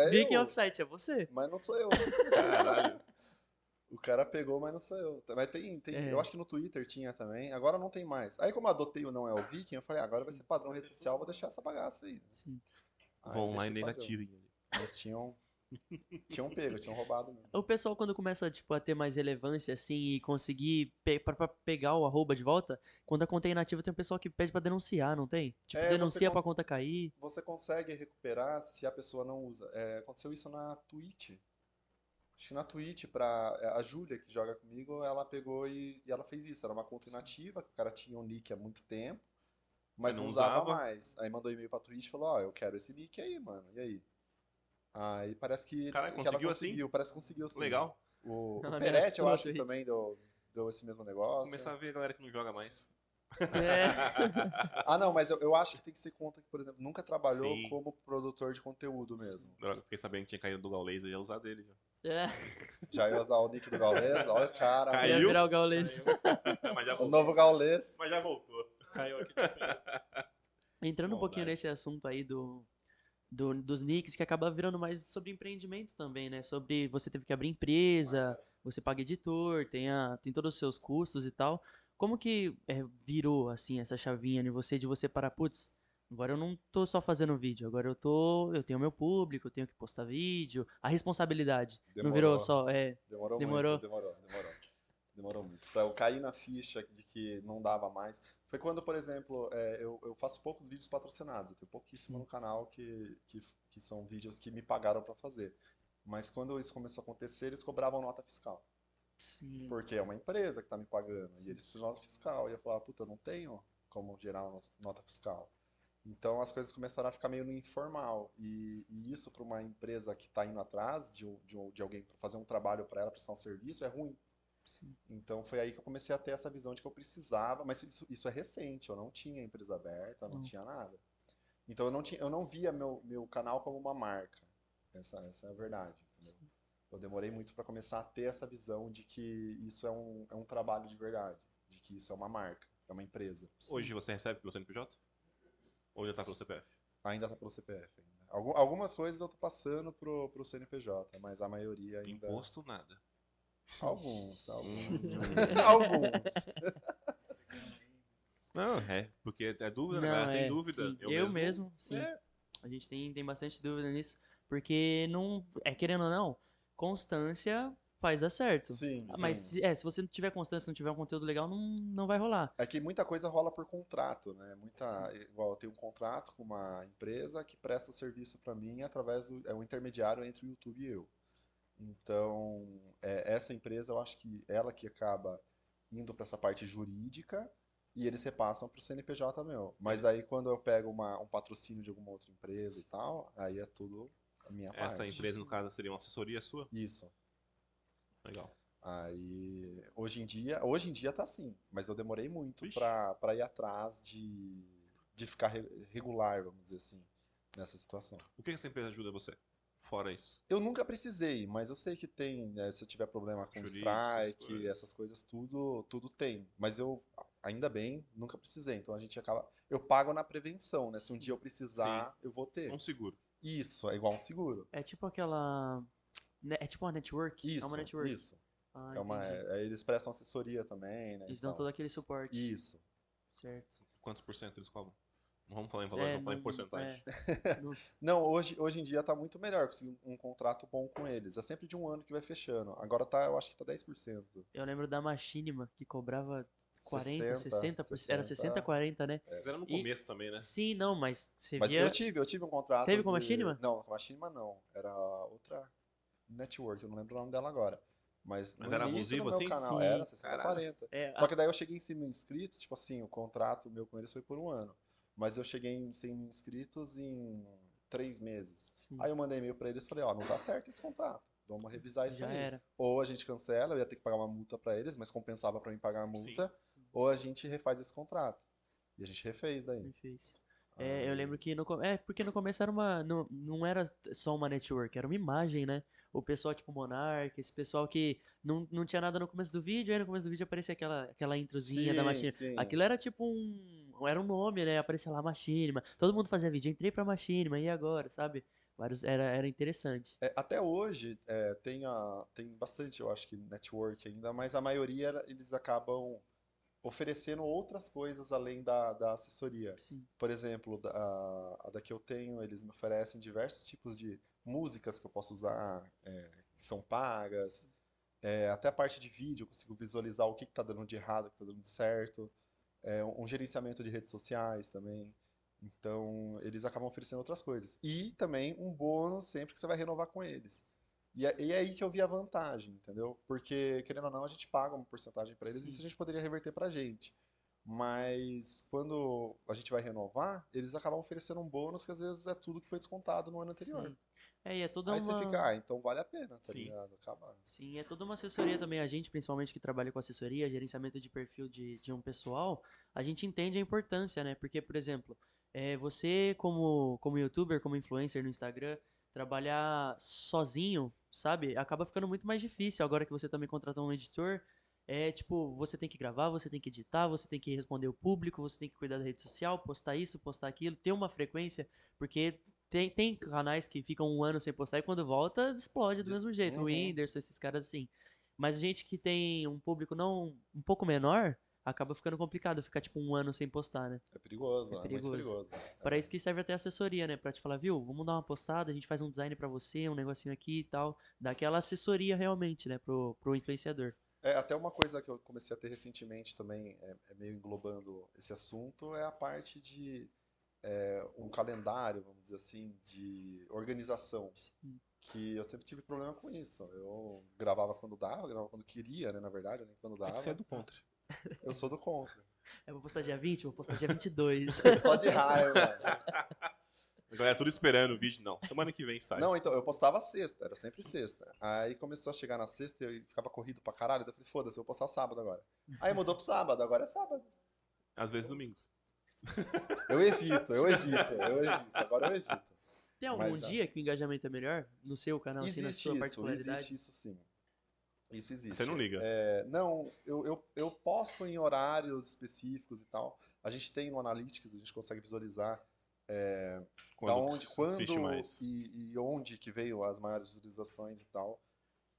C: eu, é
D: Vic
C: eu.
D: Offsite, é você.
C: Mas não sou eu.
A: Caralho.
C: O cara pegou, mas não sou eu. Mas tem, tem-
D: É.
C: eu acho que no Twitter tinha também, agora não tem mais. Aí como eu adotei o não é o Viking, eu falei, ah, agora vai ser padrão rede social, vou deixar essa bagaça aí.
D: Sim.
C: Aí
A: Vou
C: deixei
A: online e ainda
C: padrão.
A: tirem ali.
C: Mas tinham, tinham pego, tinham roubado mesmo.
D: O pessoal, quando começa tipo, a ter mais relevância assim e conseguir pe pra, pra pegar o arroba de volta, quando a conta é inativa, tem um pessoal que pede pra denunciar, não tem? Tipo,
C: É, você
D: denuncia pra
C: cons-
D: conta cair.
C: você consegue recuperar se a pessoa não usa. É, aconteceu isso na Twitch. Acho que na Twitch, pra, é, a Júlia, que joga comigo, ela pegou e, e ela fez isso. Era uma conta inativa, que o cara tinha um nick há muito tempo, mas
A: Não
C: não, usava,
A: usava.
C: mais. Aí mandou e-mail pra Twitch e falou, ó, eu quero esse nick aí, mano. E aí? Aí parece que,
A: Caralho,
C: que ela
A: conseguiu assim?
C: conseguiu, parece que conseguiu sim.
A: Legal.
C: O, o
D: Ela
C: Peretti, eu
D: ameaçou a
C: acho que
D: Twitch.
C: também deu, deu esse mesmo
A: Vou
C: negócio.
A: começar a ver a galera que não joga mais.
D: É.
C: Ah, não, mas eu, eu acho que tem que ser conta que, por exemplo, nunca trabalhou
A: Sim.
C: como produtor de conteúdo mesmo.
A: Droga, fiquei sabendo que tinha caído do Gaules e ia usar dele já.
D: <laughs> é.
C: Já ia usar o nick do Gaules, olha o cara.
A: Caiu.
D: Ia virar o Gaules.
A: <laughs>
E: Caiu,
A: Mas já
C: O
A: voltou.
C: novo Gaules.
A: Mas já voltou.
E: caiu aqui. tipo,
D: Entrando um
A: Bom,
D: pouquinho
A: né?
D: nesse assunto aí do, do- dos nicks, que acaba virando mais sobre empreendimento também, né? Sobre você teve que abrir empresa, você paga editor, tem, a, tem todos os seus custos e tal. Como que é, virou, assim, essa chavinha em você, de você parar, putz, agora eu não tô só fazendo vídeo, agora eu tô, eu tenho meu público, eu tenho que postar vídeo, a responsabilidade. Não virou
C: Demorou.
D: só, é,
C: Demorou,
D: Demorou.
C: muito, demorou, demorou. Demorou muito. Pra eu cair na ficha de que não dava mais. Foi quando, por exemplo, é, eu, eu faço poucos vídeos patrocinados. Eu tenho pouquíssimo no canal que, que, que são vídeos que me pagaram pra fazer. Mas quando isso começou a acontecer, eles cobravam nota fiscal.
D: sim,
C: Porque é uma empresa que tá me pagando. E eles precisam de nota fiscal. E eu falava, puta, eu não tenho como gerar uma nota fiscal. Então as coisas começaram a ficar meio no informal. E, e isso para uma empresa que tá indo atrás de, um- de, um- de alguém para fazer um trabalho para ela, prestar um serviço, é ruim.
D: sim.
C: Então foi aí que eu comecei a ter essa visão de que eu precisava, mas isso, isso é recente, eu não tinha empresa aberta, eu não
D: Hum.
C: tinha nada. Então eu não tinha, eu não via meu, meu canal como uma marca. Essa, essa é a verdade, entendeu? Eu demorei muito para começar a ter essa visão de que isso é um, é um trabalho de verdade, de que isso é uma marca, é uma empresa.
A: Hoje você recebe pelo CNPJ? Ou ainda tá pelo CPF?
C: Ainda tá está pelo CPF ainda. Algu- algumas coisas eu tô passando pro, pro CNPJ, mas a maioria ainda.
A: Imposto, nada.
C: Alguns, alguns.
A: Hum.
C: <laughs> Alguns.
A: <laughs> Não, é, porque é dúvida, né?
D: Não,
A: galera? Tem
D: é,
A: dúvida.
D: sim. Eu mesmo, sim.
A: É.
D: A gente tem, tem bastante dúvida nisso, porque não, é querendo ou não, constância faz dar certo.
C: Sim,
D: Ah, Mas
C: sim.
D: se, é, se você não tiver constância, não tiver um conteúdo legal, não, não vai rolar.
C: É que muita coisa rola por contrato, né? Muita, igual eu tenho um contrato com uma empresa que presta o serviço para mim através do, é um intermediário entre o YouTube e eu. Então, é, essa empresa, eu acho que ela que acaba indo para essa parte jurídica e eles repassam para o CNPJ meu. Mas aí quando eu pego uma- um patrocínio de alguma outra empresa e tal, aí é tudo a minha
A: Essa
C: parte.
A: empresa, no caso, seria uma assessoria sua?
C: Isso.
A: Legal.
C: Aí, hoje em dia, hoje em dia tá assim, mas eu demorei muito
A: Vixe.
C: pra para ir atrás de, de ficar re- regular, vamos dizer assim, nessa situação.
A: O que que essa empresa ajuda você? Fora isso.
C: Eu nunca precisei, mas eu sei que tem, né, se eu tiver problema com
A: Jurídico, essas
C: strike,
A: coisas.
C: essas coisas, tudo, tudo tem. Mas eu, ainda bem, nunca precisei. Então a gente acaba, eu pago na prevenção, né? Se um dia eu precisar, eu vou ter.
A: Um seguro.
C: Isso, é igual um seguro.
D: É tipo aquela. né, É tipo uma network? é uma
C: Isso,
D: network.
C: isso.
D: Ah,
C: É uma,
D: entendi.
C: é- eles prestam assessoria também, né, e
D: Eles dão
C: tal.
D: todo aquele suporte.
C: Isso.
D: Certo.
A: Quantos por cento eles cobram? Não vamos falar em valor,
D: É,
A: vamos falar em
D: não-
A: porcentagem.
D: é. Não sei.
C: Não, hoje, hoje em dia tá muito melhor conseguir um contrato bom com eles. É sempre de um ano que vai fechando. Agora tá, eu acho que tá 10%.
D: Eu lembro da Machinima, que cobrava 40, 60%.
C: 60,
D: era 60, 40, né?
C: É.
A: Mas era no
D: E-
A: começo também, né?
D: Sim, não, mas você
C: Mas
D: via.
C: eu tive, eu tive um contrato
D: Teve com a
C: de-
D: Machinima?
C: Não, com a Machinima não. Era outra network, eu não lembro o nome dela agora. Mas no
A: Mas era
C: início do
A: abusivo
C: meu
A: assim?
C: canal
D: Sim,
C: era 60,
A: caralho.
C: 40.
D: É,
C: Só que daí eu cheguei em 100 mil inscritos, tipo assim, o contrato meu com eles foi por um ano. Mas eu cheguei em 100 mil inscritos em três meses.
D: assim,
C: Aí eu mandei e-mail pra eles e falei, ó, não dá certo esse contrato. Vamos revisar isso
D: já
C: aí.
D: era.
C: Ou a gente cancela, eu ia ter que pagar uma multa pra eles, mas compensava pra mim pagar a multa. Ou a gente refaz esse contrato. E a gente refez daí.
D: Me fez.
C: Ah,
D: É, eu lembro que no, co- é, porque no começo era uma, não, não era t- só uma network, era uma imagem, né? O pessoal tipo Monark, esse pessoal que não, não tinha nada no começo do vídeo, aí no começo do vídeo aparecia aquela, aquela introzinha da
C: Sim,
D: Machinima.
C: sim.
D: Aquilo era tipo um, era um nome, né? Aparecia lá Machinima. Todo mundo fazia vídeo, entrei pra Machinima, e agora, sabe? Vários, era, era interessante.
C: É, até hoje é, tem, a- tem bastante, eu acho que, network ainda, mas a maioria era- eles acabam oferecendo outras coisas além da, da assessoria.
D: Sim.
C: Por exemplo, da- a, a da que eu tenho, eles me oferecem diversos tipos de músicas que eu posso usar, é, que são pagas. É, até a parte de vídeo, eu consigo visualizar o que está dando de errado, o que está dando de certo. É, um gerenciamento de redes sociais também. Então, eles acabam oferecendo outras coisas. E também um bônus sempre que você vai renovar com eles. E é, e é aí que eu vi a vantagem, entendeu? Porque, querendo ou não, a gente paga uma porcentagem para eles e
D: Sim.
C: isso a gente poderia reverter para a gente. Mas quando a gente vai renovar, eles acabam oferecendo um bônus que às vezes é tudo que foi descontado no ano anterior.
D: Sim. É, e é toda
C: Aí
D: uma...
C: você fica, ah, então vale a pena, tá
A: Sim.
C: ligado? Acaba.
D: Sim, é toda uma assessoria também. A gente, principalmente que trabalha com assessoria, gerenciamento de perfil de, de um pessoal, a gente entende a importância, né? Porque, por exemplo, é, você como, como youtuber, como influencer no Instagram, trabalhar sozinho, sabe? Acaba ficando muito mais difícil agora que você também contratou um editor. É tipo, você tem que gravar, você tem que editar, você tem que responder o público, você tem que cuidar da rede social, postar isso, postar aquilo, ter uma frequência, porque tem, tem canais que ficam um ano sem postar e quando volta explode do mesmo jeito. O Whindersson, esses caras assim. Mas gente que tem um público não um pouco menor, acaba ficando complicado ficar tipo um ano sem postar, né?
C: É perigoso,
D: É
C: é, muito
D: perigoso.
C: perigoso. É.
D: Para isso que serve até a assessoria, né? Pra te falar, viu, vamos dar uma postada, a gente faz um design pra você, um negocinho aqui e tal. Dá aquela assessoria realmente, né? Pro, pro influenciador.
C: É, até uma coisa que eu comecei a ter recentemente também, é, é meio englobando esse assunto, é a parte de é, um calendário, vamos dizer assim, de organização. Que eu sempre tive problema com isso. Eu gravava quando dava, gravava quando queria, né? Na verdade, nem quando
A: É que você é
C: dava.
A: do contra.
C: Eu sou do contra.
D: Eu vou postar dia 20, vou postar
C: <laughs>
D: dia 22.
C: Só de raiva.
A: A galera tudo esperando o vídeo. Não, semana que vem sai.
C: Não, então, eu postava sexta, era sempre sexta. Aí começou a chegar na sexta e eu ficava corrido pra caralho. Daí eu falei, foda-se, eu vou postar sábado agora. Aí mudou pro sábado, agora é sábado.
A: Às vezes domingo.
C: Eu evito, eu evito, eu evito, agora eu evito.
D: Tem algum
C: Mas já.
D: dia que o engajamento é melhor? No seu canal, assim, na
C: Existe
D: sua
C: isso,
D: particularidade?
C: existe isso sim. Isso existe.
A: Você não liga.
C: É, não, eu, eu, eu posto em horários específicos e tal. A gente tem no Analytics, a gente consegue visualizar é,
A: Quando
C: da onde,
A: assiste
C: quando
A: mais.
C: e, e onde que veio as maiores visualizações e tal.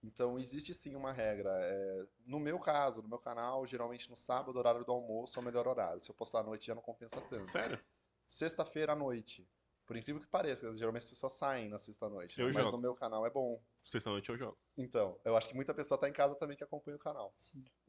C: Então existe sim uma regra. É, no meu caso, no meu canal, geralmente no sábado, horário do almoço é o melhor horário. Se eu postar à noite já não compensa tanto.
A: Sério?
C: Sexta-feira à noite. Por incrível que pareça, geralmente as pessoas saem na sexta-noite.
A: Eu
C: Mas
A: jogo.
C: no meu canal é bom.
A: Sexta-noite eu jogo.
C: Então, eu acho que muita pessoa tá em casa também que acompanha o canal.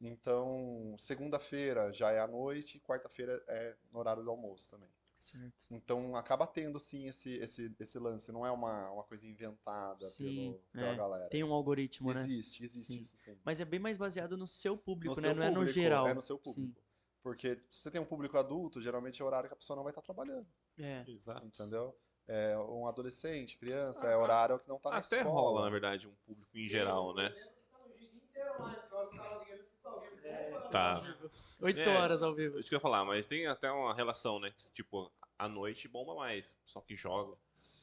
C: Então, segunda-feira já é à noite, quarta-feira é no horário do almoço também.
D: Certo.
C: Então, acaba tendo sim esse, esse, esse lance, não é uma, uma coisa inventada
D: Sim,
C: pelo, pela
D: é.
C: galera.
D: Tem um algoritmo, né?
C: Existe, existe
D: Sim.
C: isso sim.
D: Mas é bem mais baseado no seu público,
C: No
D: né?
C: seu
D: Não é no
C: público,
D: geral.
C: É no seu
D: Sim.
C: público. Porque se você tem um público adulto, geralmente é o horário que a pessoa não vai estar trabalhando,
D: É.
A: Exato.
C: entendeu? É, um adolescente, criança, é horário que não tá na
A: Até
C: escola.
A: rola, na verdade, um público em geral, né? Tá.
D: Oito
A: É.
D: horas ao vivo.
A: Isso que eu ia falar, mas tem até uma relação, né? Que, tipo, à noite bomba mais. Só que joga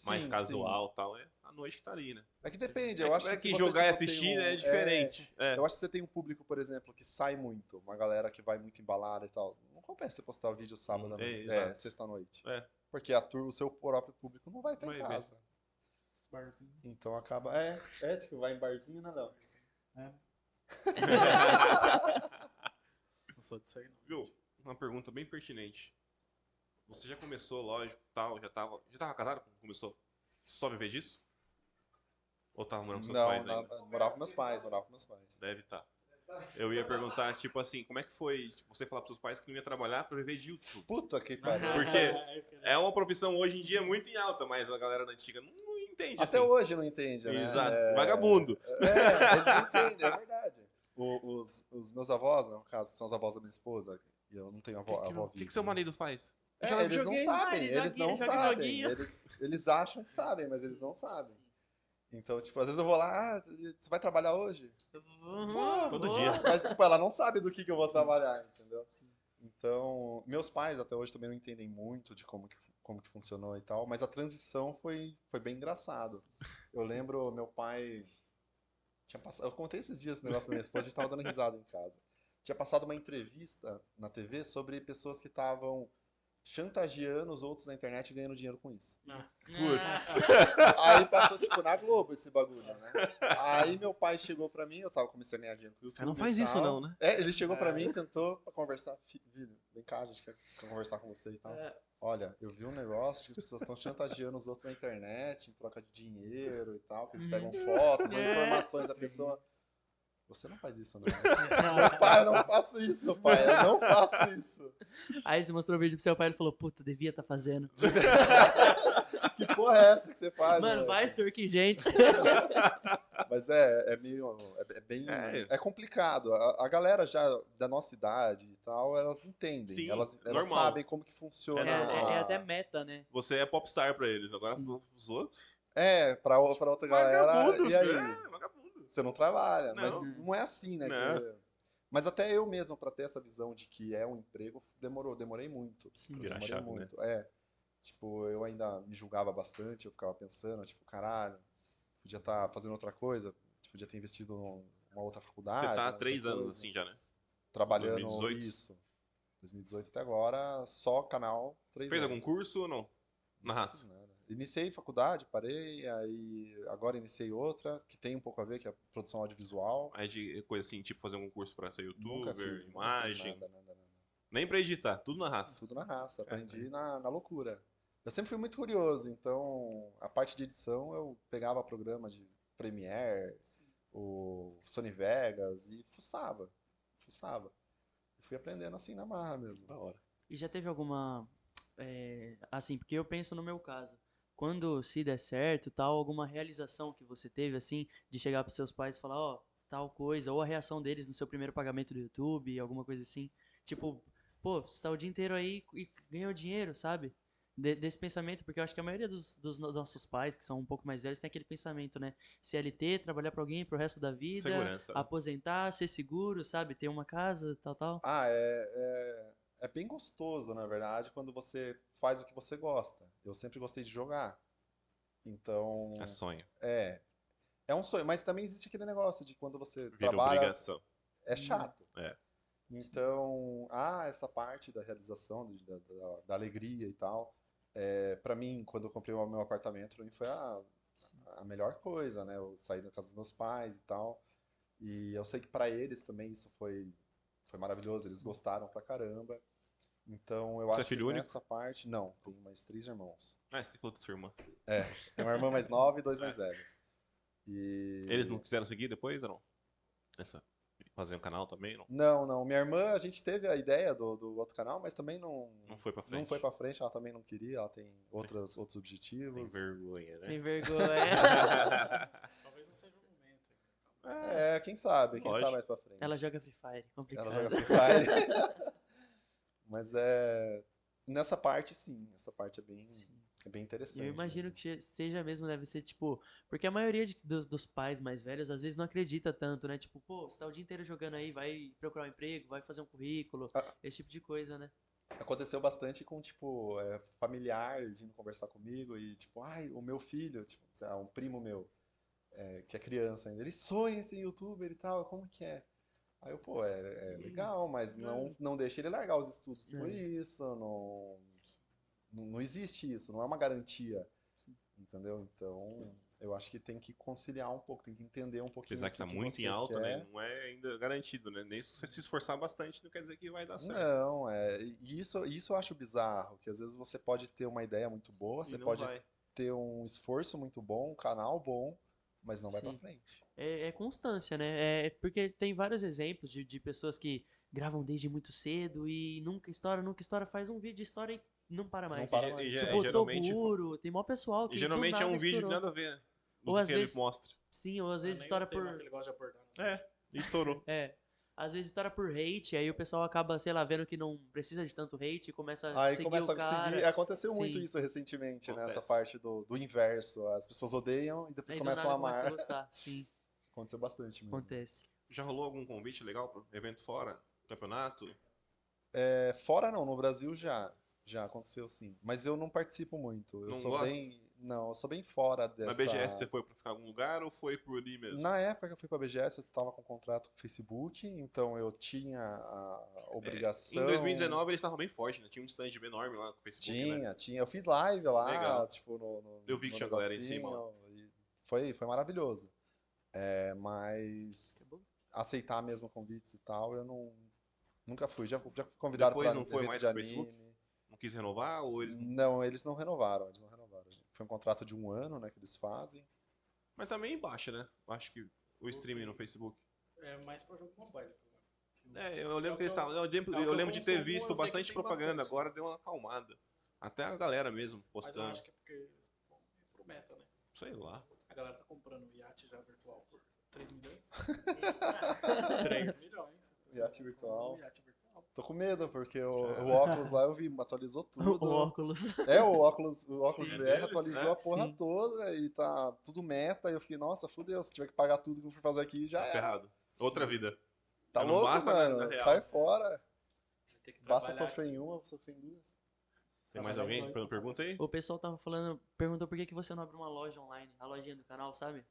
A: mais
C: Sim, sim.
A: casual e tal. É à noite que tá ali, né?
C: É que depende,
A: É-
C: eu acho
A: é
C: que
A: que,
C: se você,
A: jogar e
C: tipo, tem
A: assistir
C: um-
A: é diferente. É.
C: Eu acho que você tem um público, por exemplo, que sai muito, uma galera que vai muito embalada e tal. Não compensa você postar vídeo sábado,
A: Hum,
C: à
A: é,
C: noite,
A: exato.
C: é, sexta-noite.
A: É.
C: Porque a turma, o seu próprio público não vai estar em
A: Vai ver.
C: casa. Então acaba. É, é tipo, vai em barzinho, né, não?
E: Não sou disso aí, não.
A: Viu? Uma pergunta bem pertinente. Você já começou, lógico, tal, já tava. Já tava casado quando começou? Só viver disso? Ou tava morando com seus
C: Não,
A: pais
C: na-
A: ainda?
C: morava com meus pais, morava com meus pais.
A: Deve estar. Eu ia perguntar, tipo assim, como é que foi tipo, você falar pros seus pais que não ia trabalhar pra viver de YouTube?
C: Puta que pariu.
A: Por quê?
E: Porque
A: É uma profissão hoje em dia muito em alta, mas a galera da antiga não, não entende
C: Até
A: assim.
C: hoje não entende, né?
A: Exato.
C: É,
A: Vagabundo.
C: É, eles não entendem, é verdade. O- os, os meus avós, né, no caso, são os avós da minha esposa, e eu não tenho
A: O que,
C: avó, avó
A: que, que,
C: viva,
A: que seu
C: né?
A: marido faz?
C: É,
D: Joga
C: eles
D: videogame.
C: não
D: Ah,
C: sabem,
D: ele
C: eles
D: joguinho,
C: não
D: joga
C: sabem.
D: joguinho.
C: Eles, eles acham que sabem, mas eles não sabem. Então, tipo, às vezes eu vou lá, ah, você vai trabalhar hoje?
D: Uhum,
A: Todo
D: boa.
A: dia.
C: Mas, tipo, ela não sabe do que, que eu vou trabalhar, entendeu? Então, meus pais até hoje também não entendem muito de como que, como que funcionou e tal, mas a transição foi, foi bem engraçado. Eu lembro, meu pai tinha passado, eu contei esses dias esse negócio pra minha esposa, a gente tava dando risada em casa. Tinha passado uma entrevista na TV sobre pessoas que estavam chantageando os outros na internet e ganhando dinheiro com isso.
D: Ah.
A: Putz.
C: Aí passou, tipo, na Globo esse bagulho, né? Aí meu pai chegou pra mim, eu tava começando a ganhar dinheiro com o
A: Você não
C: YouTube
A: faz
C: e
A: isso
C: tal.
A: não, né?
C: É, ele chegou pra mim, sentou pra conversar. "Fi- Filho, vem cá, a gente quer conversar com você e tal.
D: É.
C: Olha, eu vi um negócio de que as pessoas estão chantageando os outros na internet em troca de dinheiro e tal, que eles pegam fotos ou
D: É.
C: informações da pessoa. Você não faz isso, não.
D: <laughs>
C: pai, eu não faço isso, pai, eu não faço isso.
D: Aí você mostrou o vídeo pro seu pai e ele falou, puta, devia tá fazendo.
C: Que porra é essa que você faz,
D: Mano,
C: moleque?
D: vai extorquir gente.
C: Mas é, é meio. É, é bem.
A: É.
C: É, complicado. A, a galera já da nossa idade e tal, elas entendem.
A: Sim,
C: elas elas
A: normal.
C: sabem como que
D: É,
C: funciona.
D: é- é até meta, né?
A: Você é popstar pra eles, agora
D: Sim.
A: os outros.
C: É, pra, o- pra outra galera.
A: Vagabundo,
C: E aí?
A: é, vagabundo.
C: Você não trabalha.
A: Não.
C: Mas não é assim, né?
A: Não.
C: que- mas até eu mesmo, pra ter essa visão de que é um emprego, demorou, demorei muito.
D: Sim.
A: Virar
C: demorei
A: chave, né?
C: muito. É. Tipo, eu ainda me julgava bastante, eu ficava pensando, tipo, caralho, tá podia estar fazendo outra coisa, podia ter investido numa outra
A: Você
C: faculdade.
A: tá há
C: outra
A: três anos
C: coisa.
A: assim já, né?
C: trabalhando
A: 2018?
C: isso. 2018 até agora, só canal 3
A: Fez algum curso ou não? Na raça.
C: Iniciei faculdade, parei, aí agora iniciei outra, que tem um pouco a ver, que é produção audiovisual.
A: Aí de coisa assim, tipo fazer algum curso pra ser
C: Nunca
A: youtuber,
C: fiz, nunca fiz
A: imagem.
C: nada, nada, nada.
A: Nem pra editar, tudo na raça.
C: Tudo na raça, aprendi na, na loucura. Eu sempre fui muito curioso, então a parte de edição eu pegava programa de Premiere, o Sony Vegas e fuçava, fuçava. E fui aprendendo assim na marra mesmo. Da hora.
D: E já teve alguma. é, assim, porque eu penso no meu caso. Quando se der certo, tal, alguma realização que você teve, assim, de chegar pros seus pais e falar, ó, tal coisa, ou a reação deles no seu primeiro pagamento do YouTube, alguma coisa assim. Tipo, pô, você tá o dia inteiro aí e ganhou dinheiro, sabe? De- desse pensamento, porque eu acho que a maioria dos, dos no- nossos pais, que são um pouco mais velhos, tem aquele pensamento, né? CLT, trabalhar pra alguém pro resto da vida,
A: Segurança.
D: aposentar, ser seguro, sabe? Ter uma casa, tal, tal.
C: Ah, é, é, é bem gostoso, na verdade, quando você faz o que você gosta. Eu sempre gostei de jogar. Então,
A: É sonho.
C: é, é um sonho, mas também existe aquele negócio de quando você
A: Vira
C: trabalha,
A: obrigação.
C: é chato.
A: É.
C: Então, há essa parte da realização, de- da, da- da alegria e tal. É, para mim, quando eu comprei o meu apartamento, pra mim foi a, a melhor coisa, né? Eu saí da casa dos meus pais e tal. E eu sei que para eles também isso foi, foi maravilhoso, eles gostaram pra caramba. Então, eu
A: Você é
C: acho que
A: filho único?
C: nessa parte, não, tenho mais três irmãos.
A: Ah, você falou da sua irmã.
C: Tem uma irmã mais nova e
A: <laughs>
C: dois mais velhos. E
A: É. Eles não quiseram seguir depois ou não? Essa. Fazer um canal também? Não,
C: Não, não. Minha irmã, a gente teve a ideia do, do outro canal, mas também não,
A: não foi pra frente.
C: não foi pra frente. Ela também não queria, ela tem outras, outros
A: Tem
C: objetivos.
A: vergonha, né?
D: Tem vergonha.
E: Talvez não seja o momento.
C: É, quem sabe, quem
A: Lógico.
C: sabe mais pra frente.
D: Ela joga Free Fire, é
C: Ela
D: complicado.
C: joga Free Fire. <laughs> Mas é. Nessa parte, sim. Essa parte é bem, é bem
D: Eu
C: interessante
D: imagino
C: mesmo.
D: que che- seja mesmo, deve ser tipo. Porque a maioria de- dos, dos pais mais velhos às vezes não acredita tanto, né? Tipo, pô, você tá o dia inteiro jogando aí, vai procurar um emprego, vai fazer um currículo,
C: Ah.
D: esse tipo de coisa, né?
C: Aconteceu bastante com, tipo, é, familiar vindo conversar comigo e, tipo, ai, o meu filho, tipo, sei lá, um primo meu, é, que é criança ainda, ele sonha em ser youtuber e tal, como que é? Aí eu, pô, é, é legal, mas não, não deixa ele largar os estudos por
D: É.
C: isso, não, não, não existe isso, não é uma garantia, entendeu? Então, eu acho que tem que conciliar um pouco, tem que entender um pouquinho
A: Apesar
C: o
A: que
C: que
A: tá
C: que
A: muito em
C: você
A: alta,
C: quer.
A: né? Não é ainda garantido, né? Nem se você se esforçar bastante, não quer dizer que vai dar Tá certo.
C: Não, é, e isso, isso eu acho bizarro, que às vezes você pode ter uma ideia muito boa,
A: E
C: você
A: não
C: pode
A: vai.
C: ter um esforço muito bom, um canal bom, mas não vai pra
D: Sim.
C: frente.
D: É, é constância, né? É porque tem vários exemplos de, de pessoas que gravam desde muito cedo e nunca estoura, nunca estoura, faz um vídeo de história e não para mais.
C: para
A: E ge-
C: mais.
A: e ge-
C: É,
D: Tipo,
A: geralmente,
D: Toguro, tem mó pessoal que
A: e
D: do
A: geralmente é
D: nada
A: um vídeo
D: estourou.
A: que nada Ah, a ver. Do
D: Ou
A: que
D: às
A: ele
D: vezes-
A: mostra.
D: Sim, ou às vezes estoura por.
E: Ele gosta de abordar. né?
A: É, e estourou.
D: É. Às vezes estoura por hate, aí o pessoal acaba, sei lá, vendo que não precisa de tanto hate e começa a
C: Aí
D: É, seguir
C: começa
D: o
C: a
D: cara.
C: seguir. é, Aconteceu muito
D: Sim.
C: isso recentemente, né? Essa
A: Acontece.
C: parte do, do inverso. As pessoas odeiam e depois
D: Aí do
C: começam
D: nada
C: a
D: começa
C: amar. Uhum.
D: a
C: <laughs>
D: gostar. Sim,
C: Aconteceu bastante mesmo.
D: acontece.
A: Já rolou algum convite legal para evento fora? Campeonato?
C: É, fora não, no Brasil já. Já aconteceu sim. Mas eu não participo muito. Eu
A: Não
C: sou
A: gosta?
C: bem. Não, eu sou bem fora
A: Na
C: dessa.
A: BGS você foi pra ficar em algum lugar ou foi por ali mesmo?
C: Na época que eu fui pra BGS, eu estava com contrato com o Facebook, então eu tinha a
A: É, Em
C: obrigação.
A: 2019 eles estavam bem fortes, né? Tinha um stand enorme lá com o Facebook, né?
C: Tinha, tinha. Eu fiz live lá,
A: Legal.
C: tipo, no, no-
A: Eu vi que
C: no
A: tinha galera em cima,
C: negocinho, e Foi, foi maravilhoso. É, mas aceitar mesmo convites e tal, eu não, nunca fui. Já, já fui convidado
A: Depois
C: para
A: não foi
C: evento
A: mais
C: de
A: pro Facebook?
C: anime.
A: Não quis renovar ou eles.
C: Não, eles não renovaram, eles não renovaram. Foi um contrato de um ano, né, que eles fazem.
A: Mas também baixa, né? Acho que o streaming no Facebook.
E: É mais pra jogo mobile.
A: É, eu lembro que eles estavam. Eu lembro, eu lembro de ter visto bastante propaganda, agora deu uma acalmada. Até a galera mesmo
E: Mas eu
A: postando.
E: acho que é porque. Bom, é pro meta, né?
A: Sei lá.
E: A galera tá comprando iate já virtual por 3
A: <laughs>
E: milhões. 3 milhões. Um
C: Iate virtual.
E: Iate virtual.
C: Tô com medo, porque o,
A: <laughs>
C: o óculos lá eu vi, atualizou
D: <laughs> O
C: tudo.
D: óculos.
C: É, o óculos, o óculos
A: Sim,
C: VR
A: deles,
C: atualizou
A: né?
C: a porra
D: Sim.
C: toda e tá tudo meta. E eu fiquei, nossa, fudeu, se tiver que pagar tudo que eu fui fazer aqui, já é.
A: Tá
C: era.
A: ferrado. Outra vida.
C: Tá
A: Eu não
C: louco,
A: basta,
C: mano?
A: na- na real.
C: Sai fora.
E: Vai ter que
C: Basta
E: trabalhar
C: sofrer em uma, sofrer em duas.
A: Tem Tá mais alguém fazendo pergunta aí?
D: O pessoal tava falando, perguntou por que, que você não abre uma loja online, a lojinha do canal, sabe?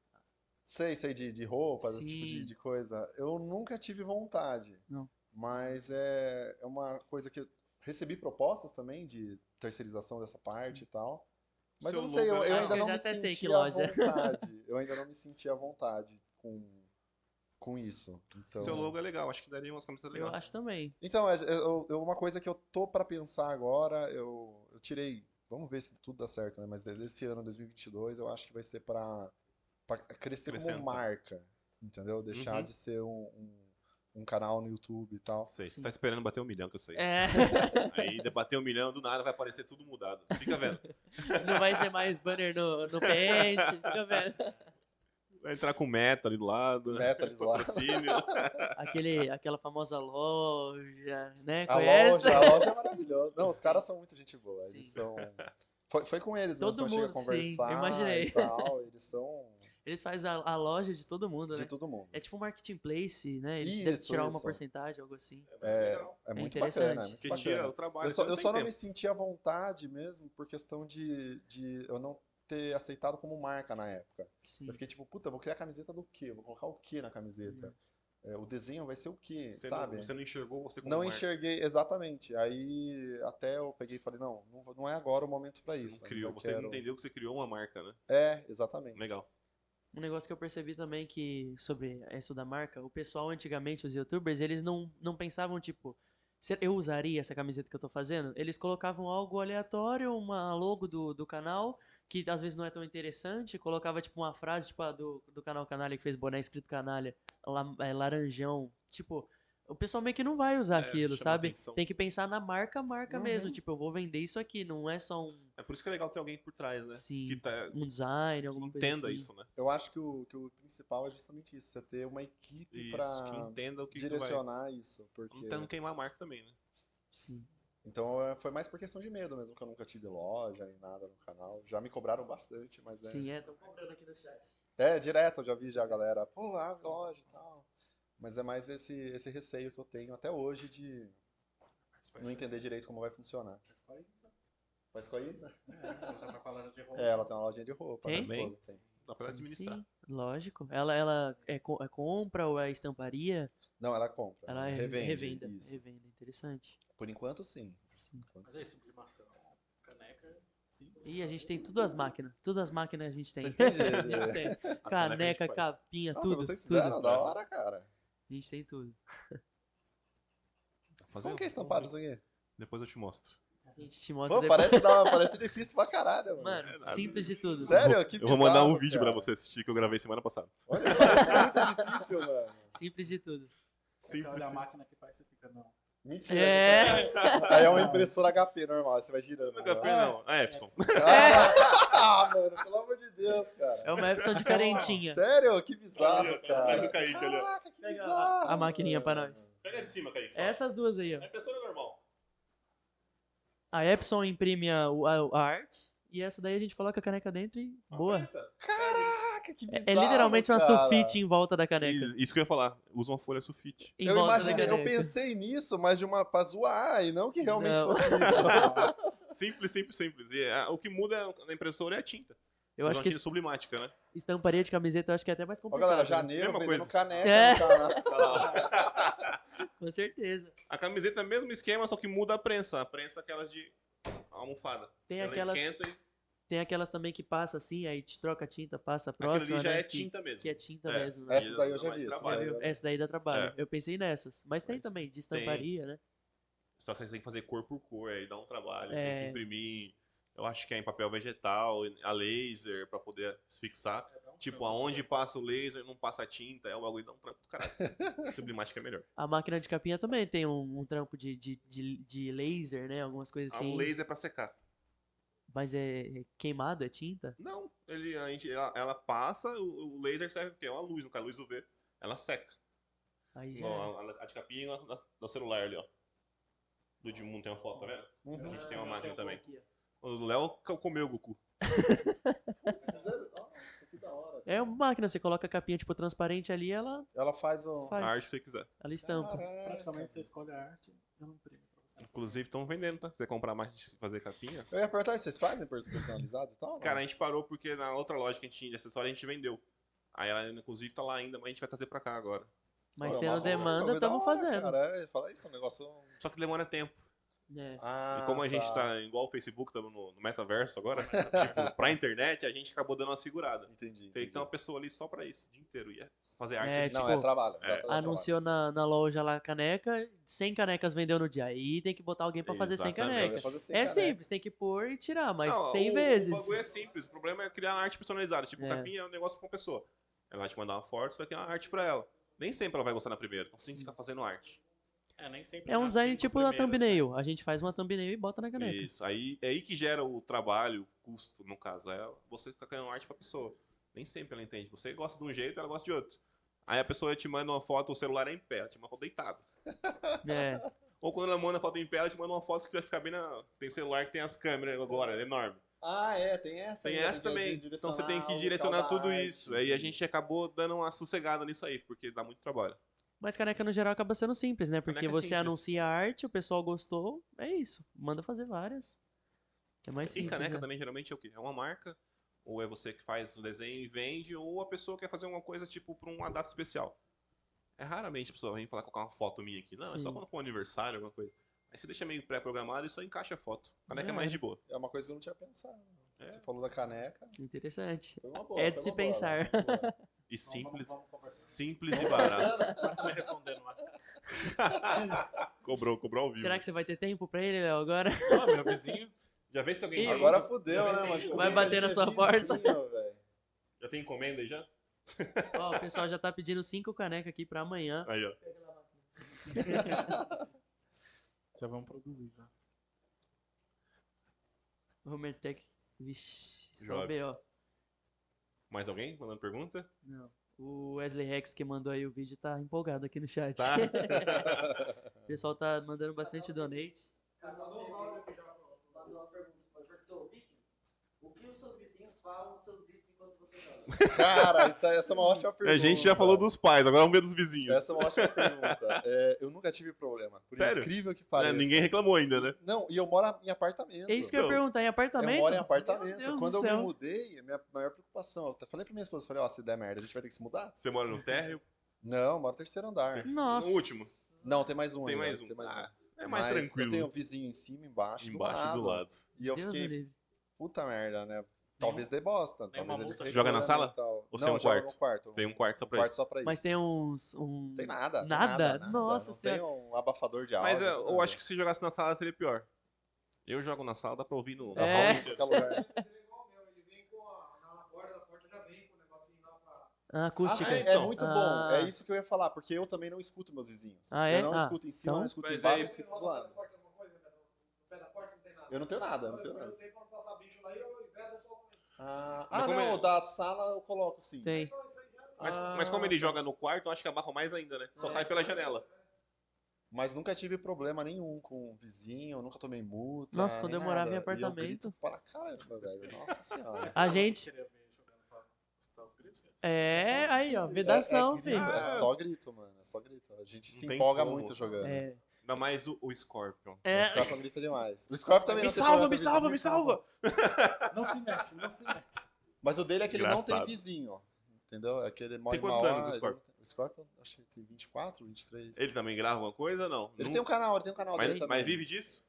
C: Sei, sei, de, de roupas, esse tipo de,
D: Sim.
C: de coisa. Eu nunca tive vontade.
D: Não.
C: Mas é, é uma coisa que eu recebi propostas também de terceirização dessa parte e tal. Mas
A: Seu
C: eu não sei, eu,
A: logo é
C: eu
A: legal.
C: ainda
D: Acho que eu
C: não
D: já
C: me
D: até sei que
C: senti à
D: loja.
C: vontade. Eu ainda não me senti à vontade com, com isso. Então,
A: Seu logo é legal, acho que daria umas camisetas
D: Eu
A: legais.
D: acho também.
C: então, é- eu- eu- uma coisa que eu tô pra pensar agora, eu, eu tirei, vamos ver se tudo dá certo, né? Mas desse ano, 2022, eu acho que vai ser pra pra crescer como
A: Crescendo.
C: marca, entendeu? Deixar
A: Uhum.
C: de ser um, um- um canal no YouTube e tal. <laughs>
A: Sei, você
D: Sim.
A: tá esperando bater um milhão que eu sei.
D: É, <laughs>
A: Aí de- bater um milhão, do nada vai aparecer tudo mudado. Fica vendo.
D: não vai ser mais banner no, no pente. Fica vendo.
A: Vai entrar com meta ali do lado.
C: Meta ali do lado. <laughs>
A: Patrocínio.
D: Aquele, aquela famosa loja, né?
C: A
D: Conhece?
C: loja, a loja é maravilhosa. Não, os caras são muito gente boa.
D: Sim.
C: Eles são. Foi, foi com eles
D: Todo
C: mesmo que eu
D: mundo,
C: cheguei a
D: sim,
C: conversar
D: eu imaginei.
C: e tal. Eles
D: <laughs>
C: são
D: Eles fazem a, a loja de todo mundo,
C: de
D: né?
C: todo mundo.
D: É tipo um marketplace, né? Eles
C: Isso,
D: devem tirar uma
C: isso.
D: porcentagem, algo assim.
C: É,
E: Legal.
C: é muito
D: interessante.
C: bacana, é muito
A: Que
C: bacana.
A: tira o trabalho.
C: Eu só,
A: você
C: eu
A: tem
C: só não me
A: tempo.
C: senti à vontade mesmo por questão de, de eu não ter aceitado como marca na época.
D: Sim.
C: Eu fiquei tipo, puta, vou criar camiseta do quê? Vou colocar o quê na camiseta? É, o desenho vai ser o quê,
A: Uhum. Você
C: sabe?
A: não, você não enxergou você como é.
C: Não
A: marca.
C: enxerguei, exatamente. Aí até eu peguei e falei, não, não, vou- não é agora o momento pra
A: Você não
C: isso.
A: criou,
C: ainda
A: você
C: quero-
A: não entendeu que você criou uma marca, né?
C: É, exatamente.
A: Legal.
D: Um negócio que eu percebi também que, sobre isso da marca, o pessoal antigamente, os youtubers, eles não, não pensavam, tipo, "Se- eu usaria essa camiseta que eu tô fazendo? Eles colocavam algo aleatório, uma logo do, do canal, que às vezes não é tão interessante, colocava, tipo, uma frase, tipo, a do, do canal Canalha, que fez boné escrito Canalha, la- é, laranjão, tipo... O pessoal meio que não vai usar
A: É,
D: aquilo,
A: chama
D: sabe?
A: atenção.
D: Tem que pensar na marca, marca
C: Uhum.
D: mesmo. Tipo, eu vou vender isso aqui, não é só um,
A: É por isso que é legal ter alguém por trás, né?
D: Sim.
A: Que tá,
D: um design,
A: que
D: alguma coisa
A: entenda
D: assim.
A: isso, né?
C: Eu acho que o, que o principal é justamente isso, você ter uma equipe
A: Isso,
C: pra
A: que entenda o que, que vai. tá-
C: direcionar isso, porque... é.
A: Tentando queimar a marca também, né?
D: Sim.
C: Então é, foi mais por questão de medo mesmo, que eu nunca tive loja nem nada no canal. Já me cobraram bastante, mas é.
D: Sim, é, tô cobrando aqui no chat.
C: É, direto, eu já vi já a galera, pô, abre loja e tal. Mas é mais esse, esse receio que eu tenho até hoje de não entender direito como vai funcionar. Faz com a Isa?
D: né?
C: É,
A: tá-
C: ela tem uma lojinha de roupa,
D: Tem?
C: né, minha esposa tem.
A: Dá pra administrar.
D: Sim, lógico. Ela, ela é, co- é compra ou é estamparia?
C: Não, ela compra,
D: Ela é re-
C: revende,
D: revenda.
C: isso.
D: Revenda, interessante.
C: Por enquanto, sim.
D: Sim.
C: Por enquanto,
E: Mas
C: sim.
E: aí, sublimação. Caneca. Sim.
D: E a gente tem tudo as máquinas. Tudo as máquinas a gente tem.
C: Vocês
D: <laughs>
C: têm
D: A
C: jeito,
D: gente
C: né?
D: tem.
A: As canecas a
D: Caneca,
A: gente faz.
D: capinha,
C: Ah, mas
D: É tudo.
C: vocês
D: tudo.
C: fizeram, da hora, cara.
D: A gente tem tudo.
A: Dá pra fazer
C: Como que é
A: um-
C: estampado isso aqui?
A: Depois eu te mostro.
D: A gente te mostra
C: Pô,
D: depois.
C: parece, da, parece difícil pra caralho, mano.
A: É
D: Mano,
A: nada.
D: simples de tudo.
C: Sério? Que
A: eu vou mandar um
C: bizarro,
A: vídeo pra
C: cara.
A: você assistir que eu gravei semana passada.
C: Olha, é muito difícil, mano.
D: Simples de tudo.
C: é
E: Você olha a
A: Simples.
E: máquina que faz, você fica, não.
C: Mentira.
D: É,
C: Aí é uma impressora HP normal, você vai girando.
A: Não é
C: né?
A: HP, não. É Epson.
C: Ah, mano, pelo amor de Deus, cara.
D: é uma Epson diferentinha.
C: Sério? Que
A: Olha,
C: bizarro,
A: Pega
C: cara.
A: o Kaique ali, ó.
C: Caraca, que
D: Pega a-
C: bizarro,
D: a maquininha pra
C: mano.
D: nós.
A: Pega de cima, Kaique. só.
D: Essas duas aí, ó.
A: É impressora normal.
D: A Epson imprime a, a- a arte e essa daí a gente coloca a caneca dentro e
A: Uma
D: boa.
A: prensa.
C: Caraca, que
D: É,
C: bizarro.
D: é literalmente uma
C: cara.
D: sulfite em volta da caneca.
A: E- Isso que eu ia falar. Usa uma folha sulfite.
D: Em
C: Eu
D: volta da
C: imaginei, eu
D: caneca.
C: pensei nisso, mas de uma pra zoar, e não que realmente
D: Não.
C: fosse
A: <laughs>
C: isso.
A: Simples, simples, simples. E ah, o que muda na impressora é a tinta.
D: Eu acho
A: uma
D: que
A: tinta sublimática, né?
D: estamparia de camiseta eu acho que é até mais
C: Ó,
D: complicado.
C: galera,
D: né?
C: janeiro
A: Mesma
C: vendendo
A: coisa.
C: caneca no
D: É.
A: <laughs>
C: canal.
A: Tá
D: Com certeza.
A: A camiseta é o mesmo esquema, só que muda a prensa. A prensa é aquelas de almofada.
D: Tem
A: Ela
D: aquelas-
A: esquenta e
D: Tem aquelas também que passa assim, aí te troca a tinta, passa a
A: aquilo
D: próxima.
A: ali já
D: né,
A: é
D: que-
A: tinta mesmo.
D: Que é tinta
A: É.
D: mesmo. né?
A: É,
C: Essa daí eu
A: Dá
C: já
A: mais
C: vi. essa
A: trabalho. É.
C: daí eu já vi.
D: Essa daí dá trabalho. Eu pensei nessas. Mas tem
A: Mas
D: também, de estamparia, né?
A: Só que você tem que fazer cor por cor, aí dá um trabalho,
D: É.
A: tem que imprimir. Eu acho que é em papel vegetal, a laser, pra poder fixar.
E: É
A: Tipo, aonde passa o laser, não passa a tinta, é o bagulho dá um trampo do caralho. <laughs> Sublimática é melhor.
D: A máquina de capinha também tem um, um trampo de, de, de, de laser, né? Algumas coisas
A: Ah,
D: assim.
A: O laser é pra secar.
D: Mas é é queimado, é tinta?
A: Não, ele, a gente, ela, ela passa, o, o laser serve porque é uma luz, no caso, a luz UV, ela seca.
D: Aí já. é. era.
A: Igual a, a de capinha e a do celular ali, ó. Do Edmundo tem uma foto, tá vendo?
C: Uhum.
A: A gente
E: Ah,
A: tem uma máquina também. O Léo co- comeu o Goku.
C: Nossa, que da hora.
D: É uma máquina, você coloca a capinha, tipo, transparente ali, ela,
C: Ela faz um.
A: A
D: Faz.
A: arte que você quiser.
D: ela estampa.
E: Praticamente
C: Caraca.
E: você escolhe a arte, eu não primo pra você.
A: Inclusive estão vendendo, tá? Se você comprar mais de fazer capinha.
C: Eu ia perguntar, vocês fazem personalizados e tal? ou não?
A: Cara, a gente parou porque na outra loja que a gente tinha de acessório a gente vendeu. Aí ela inclusive tá lá ainda, mas a gente vai trazer pra cá agora.
D: Mas
C: Pô, é uma-
D: tendo
C: é uma
D: demanda,
C: coisa da
D: estamos
C: hora,
D: fazendo.
C: Cara, é, falar isso é um negócio.
A: Só que demora tempo.
D: É.
C: Ah,
A: e como a gente
C: tá.
A: tá igual o Facebook, estamos no, no metaverso agora, tipo,
C: <laughs>
A: pra internet, a gente acabou dando uma segurada.
C: Entendi.
A: Tem que
C: entendi.
A: ter uma pessoa ali só pra isso, o dia inteiro. Ia fazer arte.
D: É,
A: ali.
D: tipo,
C: não, é trabalho.
A: é,
C: dá pra dar
D: Anunciou na, na loja lá a caneca, 100 canecas vendeu no dia. Aí tem que botar alguém pra fazer 100
A: Exatamente.
C: trabalho. Vai
D: canecas.
C: fazer assim, né? sem
D: É
C: caneca.
D: simples, tem que pôr e tirar, mas
A: Não,
D: 100
A: o,
D: vezes.
A: O bagulho é simples, o problema é criar uma arte personalizada. Tipo,
D: É.
A: o capinha é um negócio pra uma pessoa. Ela vai te mandar uma foto, você vai ter uma arte pra ela. Nem sempre ela vai gostar na primeira, então você tem que
D: Sim.
A: ficar fazendo arte.
E: É, nem sempre
D: É um
A: assim,
E: dá
D: design
E: cinco
D: tipo da
E: primeiras, né?
D: thumbnail. A gente faz uma thumbnail e bota na caneca.
A: Isso, aí, é aí que gera o trabalho, o custo, no caso. É você ficar criando arte pra pessoa. Nem sempre ela entende. Você gosta de um jeito, ela gosta de outro. Aí a pessoa te manda uma foto, o celular é em pé, ela te manda uma foto deitada.
D: É,
A: Ou quando ela manda foto em pé, ela te manda uma foto que vai ficar bem na. Tem celular que tem as câmeras agora, é enorme.
C: Ah, é, tem essa.
A: Tem
C: ainda,
A: essa
C: de-
A: também.
C: de
A: Então você tem
C: o
A: que
C: local
A: direcionar
C: da
A: tudo
C: arte,
A: isso. Aí a
C: entendi.
A: gente acabou dando uma sossegada nisso aí, porque dá muito trabalho.
D: mas caneca no geral acaba sendo simples, né? Porque
A: Caneca é
D: você
A: simples.
D: anuncia a arte, o pessoal gostou, é isso. Manda fazer várias. É mais
A: e
D: simples.
A: caneca
D: né?
A: também geralmente é o quê? É uma marca, ou é você que faz o desenho e vende, ou a pessoa quer fazer alguma coisa tipo pra uma data especial. É raramente a pessoa vem falar colocar uma foto minha aqui. Não, é só
D: Sim.
A: quando for um aniversário, alguma coisa. Aí você deixa meio pré-programado e só encaixa a foto. Caneca
D: Já
A: é mais
D: era.
A: de boa.
C: É uma coisa que eu não tinha pensado.
A: É.
C: Você falou da caneca.
D: Interessante.
C: Foi uma boa.
D: É de
A: tá
C: foi
D: se
C: uma
A: né?
C: boa,
D: pensar.
C: foi uma boa.
A: E
E: Então, vamos-
A: simples, Tá.
E: vamos conversar.
A: simples e barato.
E: Mas você vai respondendo lá.
A: cobrou, cobrou ao vivo.
D: <laughs> Será que você vai ter tempo pra ele, Léo, agora? <laughs>
E: Ó, meu vizinho.
A: Já vê se alguém
D: Ih,
C: Agora fudeu, né,
E: Vai
C: mano?
A: um
D: bater na sua porta.
C: <laughs>
A: já tem encomenda aí já?
D: Ó, o pessoal já tá pedindo cinco canecas aqui pra amanhã.
A: Aí, ó.
E: Já vamos produzir, já.
D: Homer Tech. Vixe, só
A: Jovem.
D: B.O.
A: Mais alguém mandando pergunta?
D: Não. O Wesley Rex que mandou aí o vídeo tá empolgado aqui no
C: <laughs>
D: chat.
A: Tá.
D: <laughs> o pessoal tá mandando bastante donate.
G: O que os seus vizinhos falam nos seus gritos enquanto você dorme?
C: Cara, isso aí, essa é uma ótima pergunta.
A: a gente já falou dos pais, agora vamos ver dos vizinhos. Né,
C: Essa é uma ótima
A: <laughs>
C: pergunta. É, eu nunca tive problema. Por
A: Sério?
C: incrível que
A: Né,
C: pareça.
A: Ninguém reclamou ainda, né?
C: Não, e eu moro em apartamento.
D: É isso que eu ia
A: Então,
D: perguntar, em apartamento?
C: Eu moro em
D: Meu
C: apartamento.
D: Deus
C: Quando
D: do
C: eu
D: céu.
C: me mudei, a minha maior preocupação. Eu até falei pra minha esposa, falei, ó, se der merda, a gente vai ter que se mudar?
A: Você mora no térreo?
C: Não, eu moro assim, no terceiro andar.
D: Nossa.
A: No último.
C: Não, tem mais um.
A: Tem
C: ainda,
A: mais um.
C: Tem mais
A: Ah,
C: um.
A: É mais
C: Mas
A: tranquilo.
C: Eu tenho um vizinho em cima, embaixo.
A: Embaixo do lado.
C: E eu
D: Deus me
C: fiquei,
D: livre.
C: puta merda, né? Talvez dê bosta.
E: Tem uma
C: Talvez ele
E: multa.
A: Você joga na
C: reclame
A: sala?
C: e tal.
A: Ou você
C: Não,
A: é um
C: eu jogo
A: quarto?
C: no quarto.
A: Tem um quarto só
C: Um
A: pra
C: quarto
A: isso.
C: só pra isso.
D: Mas tem uns. Um...
C: Tem nada. tem
D: Nada?
C: Nada? nada.
D: Nossa
C: não
D: Senhora.
C: Tem um abafador de áudio.
A: Mas é,
C: nada.
A: eu acho que se jogasse na sala seria pior. Eu jogo na sala, dá pra ouvir no.
C: Dá pra
D: É.
C: ouvir Tá em qualquer lugar.
B: Ele vem com a. Na borda da porta já vem com o negocinho lá pra.
D: Ah, <laughs> acústica.
C: Ah, é, é
A: então.
C: muito
D: Ah.
C: bom. É isso que eu ia falar, porque eu também não escuto meus vizinhos.
D: Ah, é?
C: Eu não
D: Ah,
C: escuto em cima,
D: então-
C: não escuto
A: Mas
C: embaixo,
A: aí-
C: eu escuto do lado.
B: pé da porta não tem nada.
C: Eu não tenho nada, eu não tenho
B: Eu
C: nada.
B: perguntei pra não passar bicho lá e eu invedo eu só.
C: Ah,
A: Mas
C: ah,
A: como
C: não,
A: é?
C: o da sala eu coloco sim.
D: Tem.
A: Mas, mas como ele joga no quarto, eu acho que abafa mais ainda, né? Só sai pela janela.
C: Mas nunca tive problema nenhum com o vizinho, nunca tomei multa.
D: Nossa, quando
C: nem
D: eu morava em
C: nada. E eu
D: apartamento-
C: grito pra caramba, velho. Nossa <laughs> senhora.
D: A gente-
E: Queria ver jogando pra escutar os gritos, velho.
D: É,
E: Só os
D: aí, ó,
E: vizinhos.
D: vedação,
C: é, é,
D: filho.
C: grito,
A: Ah.
C: é só grito, mano. É só grito. A gente
A: Não
C: se
A: tem
C: empolga
A: como.
C: muito jogando.
D: É.
A: Ainda mais o, o Scorpion.
D: É.
C: O Scorpion grita demais. O Scorpion também
A: me
C: não tem
A: salva,
C: problema
A: me
C: com vizinho,
A: salva, me salva!
E: Não se mexe, não se mexe.
C: Mas o dele é que ele não
A: Engraçado.
C: tem vizinho, ó. Entendeu? É que ele mora
A: Tem
C: em
A: quantos
C: Mauá,
A: anos o
C: ele-
A: Scorpion?
C: O Scorpion, acho que tem 24, 23.
A: Ele também grava alguma coisa? Não.
C: Ele
A: Não-
C: tem um canal, ele tem um canal dele
A: mas,
C: também.
A: mas vive disso?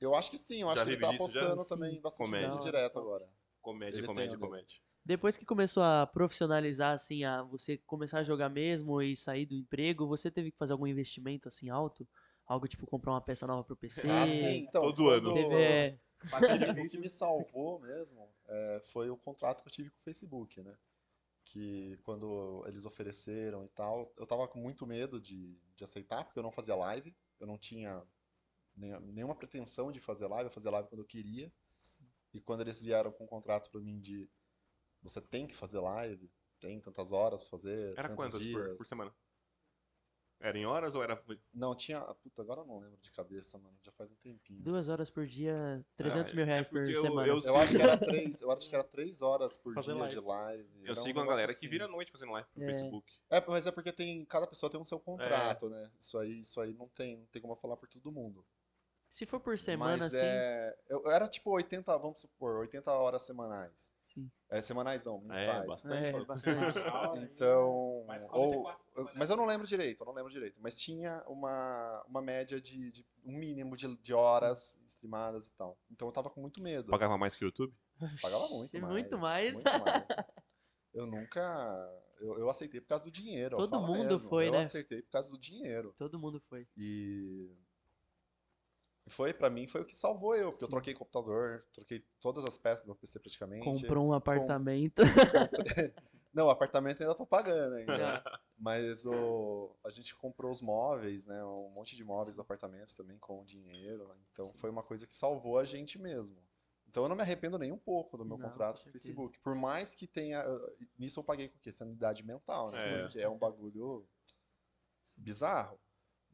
C: Eu acho que sim, eu acho
A: Já
C: que ele
A: vive
C: tá
A: disso já?
C: postando
D: Sim.
C: também bastante
A: Comédia.
C: vídeos direto agora.
A: Comédia,
C: Ele
A: comédia,
C: tem o dele.
A: comédia.
D: Depois que começou a profissionalizar, assim, a você começar a jogar mesmo e sair do emprego, você teve que fazer algum investimento, assim, alto? Algo tipo comprar uma peça nova pro PC?
A: Ah,
C: então.
A: Todo
C: quando-
A: ano.
D: Teve, é,
C: <laughs> O que me salvou mesmo é, foi o contrato que eu tive com o Facebook, né? Que quando eles ofereceram e tal, eu tava com muito medo de, de aceitar, porque eu não fazia live, eu não tinha nenhuma- nenhuma pretensão de fazer live, eu fazia live quando eu queria. E quando eles vieram com um contrato pra mim de você tem que fazer live, tem tantas horas pra fazer,
A: Era
C: tantos
A: quantas por,
C: dias.
A: por semana? Era em horas ou era.
C: Não, tinha. Puta, agora eu não lembro de cabeça, mano. Já faz um tempinho.
D: duas horas por dia, 300 mil
A: é
D: reais por
A: porque eu-
D: semana.
A: eu
C: Ah, Eu acho que era três. Eu acho que era três horas por
E: Fazer
C: dia
E: live.
C: de live.
A: Eu
C: era um
A: sigo uma
C: negócio
A: galera que
C: assim.
A: vira à noite fazendo live pro
D: É.
A: Facebook.
C: É, mas é porque tem. Cada pessoa tem um seu
A: É.
C: contrato, né? Isso aí, isso aí não tem, não tem como eu falar por todo mundo.
D: Se for por semana,
C: Mas
D: <laughs> assim,
C: é. Eu, era tipo 80, vamos supor, 80 horas semanais.
D: Sim.
C: É, semanais não,
A: É,
C: mensais.
A: bastante.
D: É,
A: olha.
D: bastante.
C: Então,
E: Mas
C: ou,
E: 44
C: eu- mas eu não lembro direito, eu não lembro direito. Mas tinha uma, uma média de, de um mínimo de, de horas streamadas e tal. Então eu tava com muito medo.
A: Pagava mais que o YouTube?
C: <laughs> Pagava muito
D: E
C: mais.
D: muito mais.
C: muito mais. Eu nunca. Eu, eu aceitei por causa do dinheiro. eu
D: Todo
C: falo
D: mundo
C: mesmo.
D: foi,
C: eu
D: né?
C: aceitei por causa do dinheiro.
D: <laughs> Todo mundo foi.
C: E. Foi, pra mim, foi o que salvou eu, porque eu
D: Sim.
C: troquei computador, troquei todas as peças do meu PC praticamente.
D: Comprou um apartamento.
C: Não, o apartamento ainda tô pagando
D: É.
C: ainda. Mas o, a gente comprou os móveis, né? Um monte de móveis do apartamento também com o dinheiro. Então foi uma coisa que salvou a gente mesmo. Então eu não me arrependo nem um pouco do meu
D: Não,
C: contrato com o
D: com certeza.
C: Facebook. Por mais que tenha. ah, Nisso eu paguei com o quê? Sanidade mental, né?
A: É.
C: Porque é um bagulho bizarro.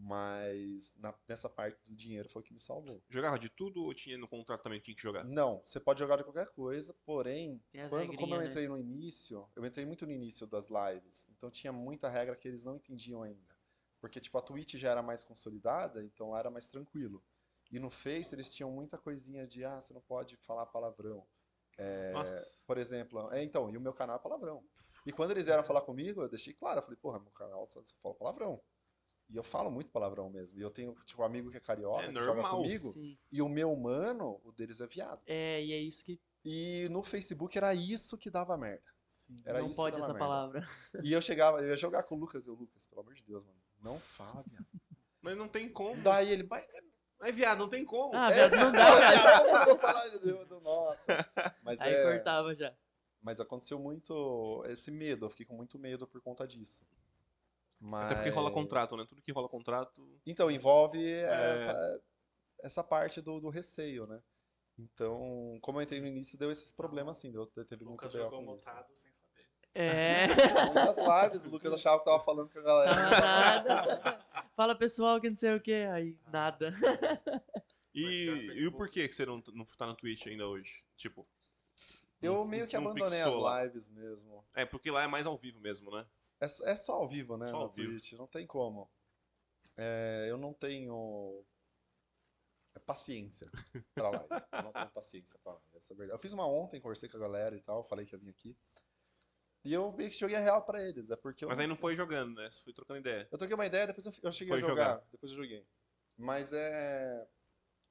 C: Mas na- nessa parte do dinheiro foi o que me salvou.
A: Jogava de tudo ou tinha no contrato também tinha que
D: É.
A: jogar?
C: Não, você pode jogar de qualquer coisa, porém,
D: <laughs> Tem as
C: quando, como eu
D: regrinhas, né?
C: entrei no início, eu entrei muito no início das lives, então tinha muita regra que eles não entendiam ainda. Porque, tipo, a Twitch já era mais consolidada, então lá era mais tranquilo. E no Face eles tinham muita coisinha de, ah, você não pode falar palavrão. É.
A: Nossa.
C: Por exemplo, é, então, e o meu canal é palavrão. E quando eles vieram falar comigo, eu deixei claro, eu falei, porra, meu canal só só fala palavrão. E eu falo muito palavrão mesmo. E eu tenho, tipo, um amigo que é carioca,
A: É
C: que joga
A: normal.
C: comigo,
D: Sim.
C: e o meu mano, o deles é viado.
D: É, e é isso que
C: E no Facebook era isso que dava merda. Era
D: não
C: isso
D: pode
C: que dava
D: essa
C: merda.
D: palavra.
C: <laughs> E eu chegava, eu ia jogar com o Lucas, eu, Lucas, pelo amor de Deus, mano, não fala, viado.
A: Mas não tem como.
C: Daí ele, mas <laughs>
A: Mas, viado, não tem como.
D: Ah, viado, não dá, viado.
C: como eu vou falar de Deus, do
D: <laughs>
C: nossa. Mas
D: Aí
C: é,
D: cortava já.
C: mas aconteceu muito esse medo, eu fiquei com muito medo por conta disso.
A: Até porque rola É.
C: Mas-
A: contrato, né? Tudo que rola contrato.
C: Então, envolve essa, essa parte do, do receio, né? Então, como eu entrei no início, deu esses problemas, assim, deu, teve
E: O
C: muito
E: Lucas
C: BO
E: jogou
C: com isso.
E: montado sem saber.
D: É,
C: <laughs> Nas lives, o Lucas achava que tava falando com a galera.
D: tava nada.
C: <laughs>
D: Fala pessoal que não sei o que, aí nada.
A: E,
E: Mas, cara,
A: e o
E: Facebook.
A: porquê que você não, não tá na Twitch ainda hoje? Tipo.
C: Eu
A: não-
C: meio que
A: não
C: abandonei as
A: fixou lá.
C: lives mesmo.
A: É, porque lá é mais ao vivo mesmo, né?
C: É, s- é só ao vivo, né?
A: Só ao
C: no
A: vivo.
C: Twitch, não tem como. É, eu não tenho é, paciência pra live. Eu
A: <laughs>
C: não tenho paciência pra live, essa é a verdade. Eu fiz uma ontem, conversei com a galera e tal, falei que eu vim aqui. E eu meio que joguei a real pra eles, é porque eu
A: Mas
C: não-
A: aí não foi jogando, né? Foi trocando ideia.
C: eu troquei uma ideia, depois eu, fi- eu cheguei
A: Foi
C: a jogar,
A: jogar.
C: Depois eu joguei. Mas é.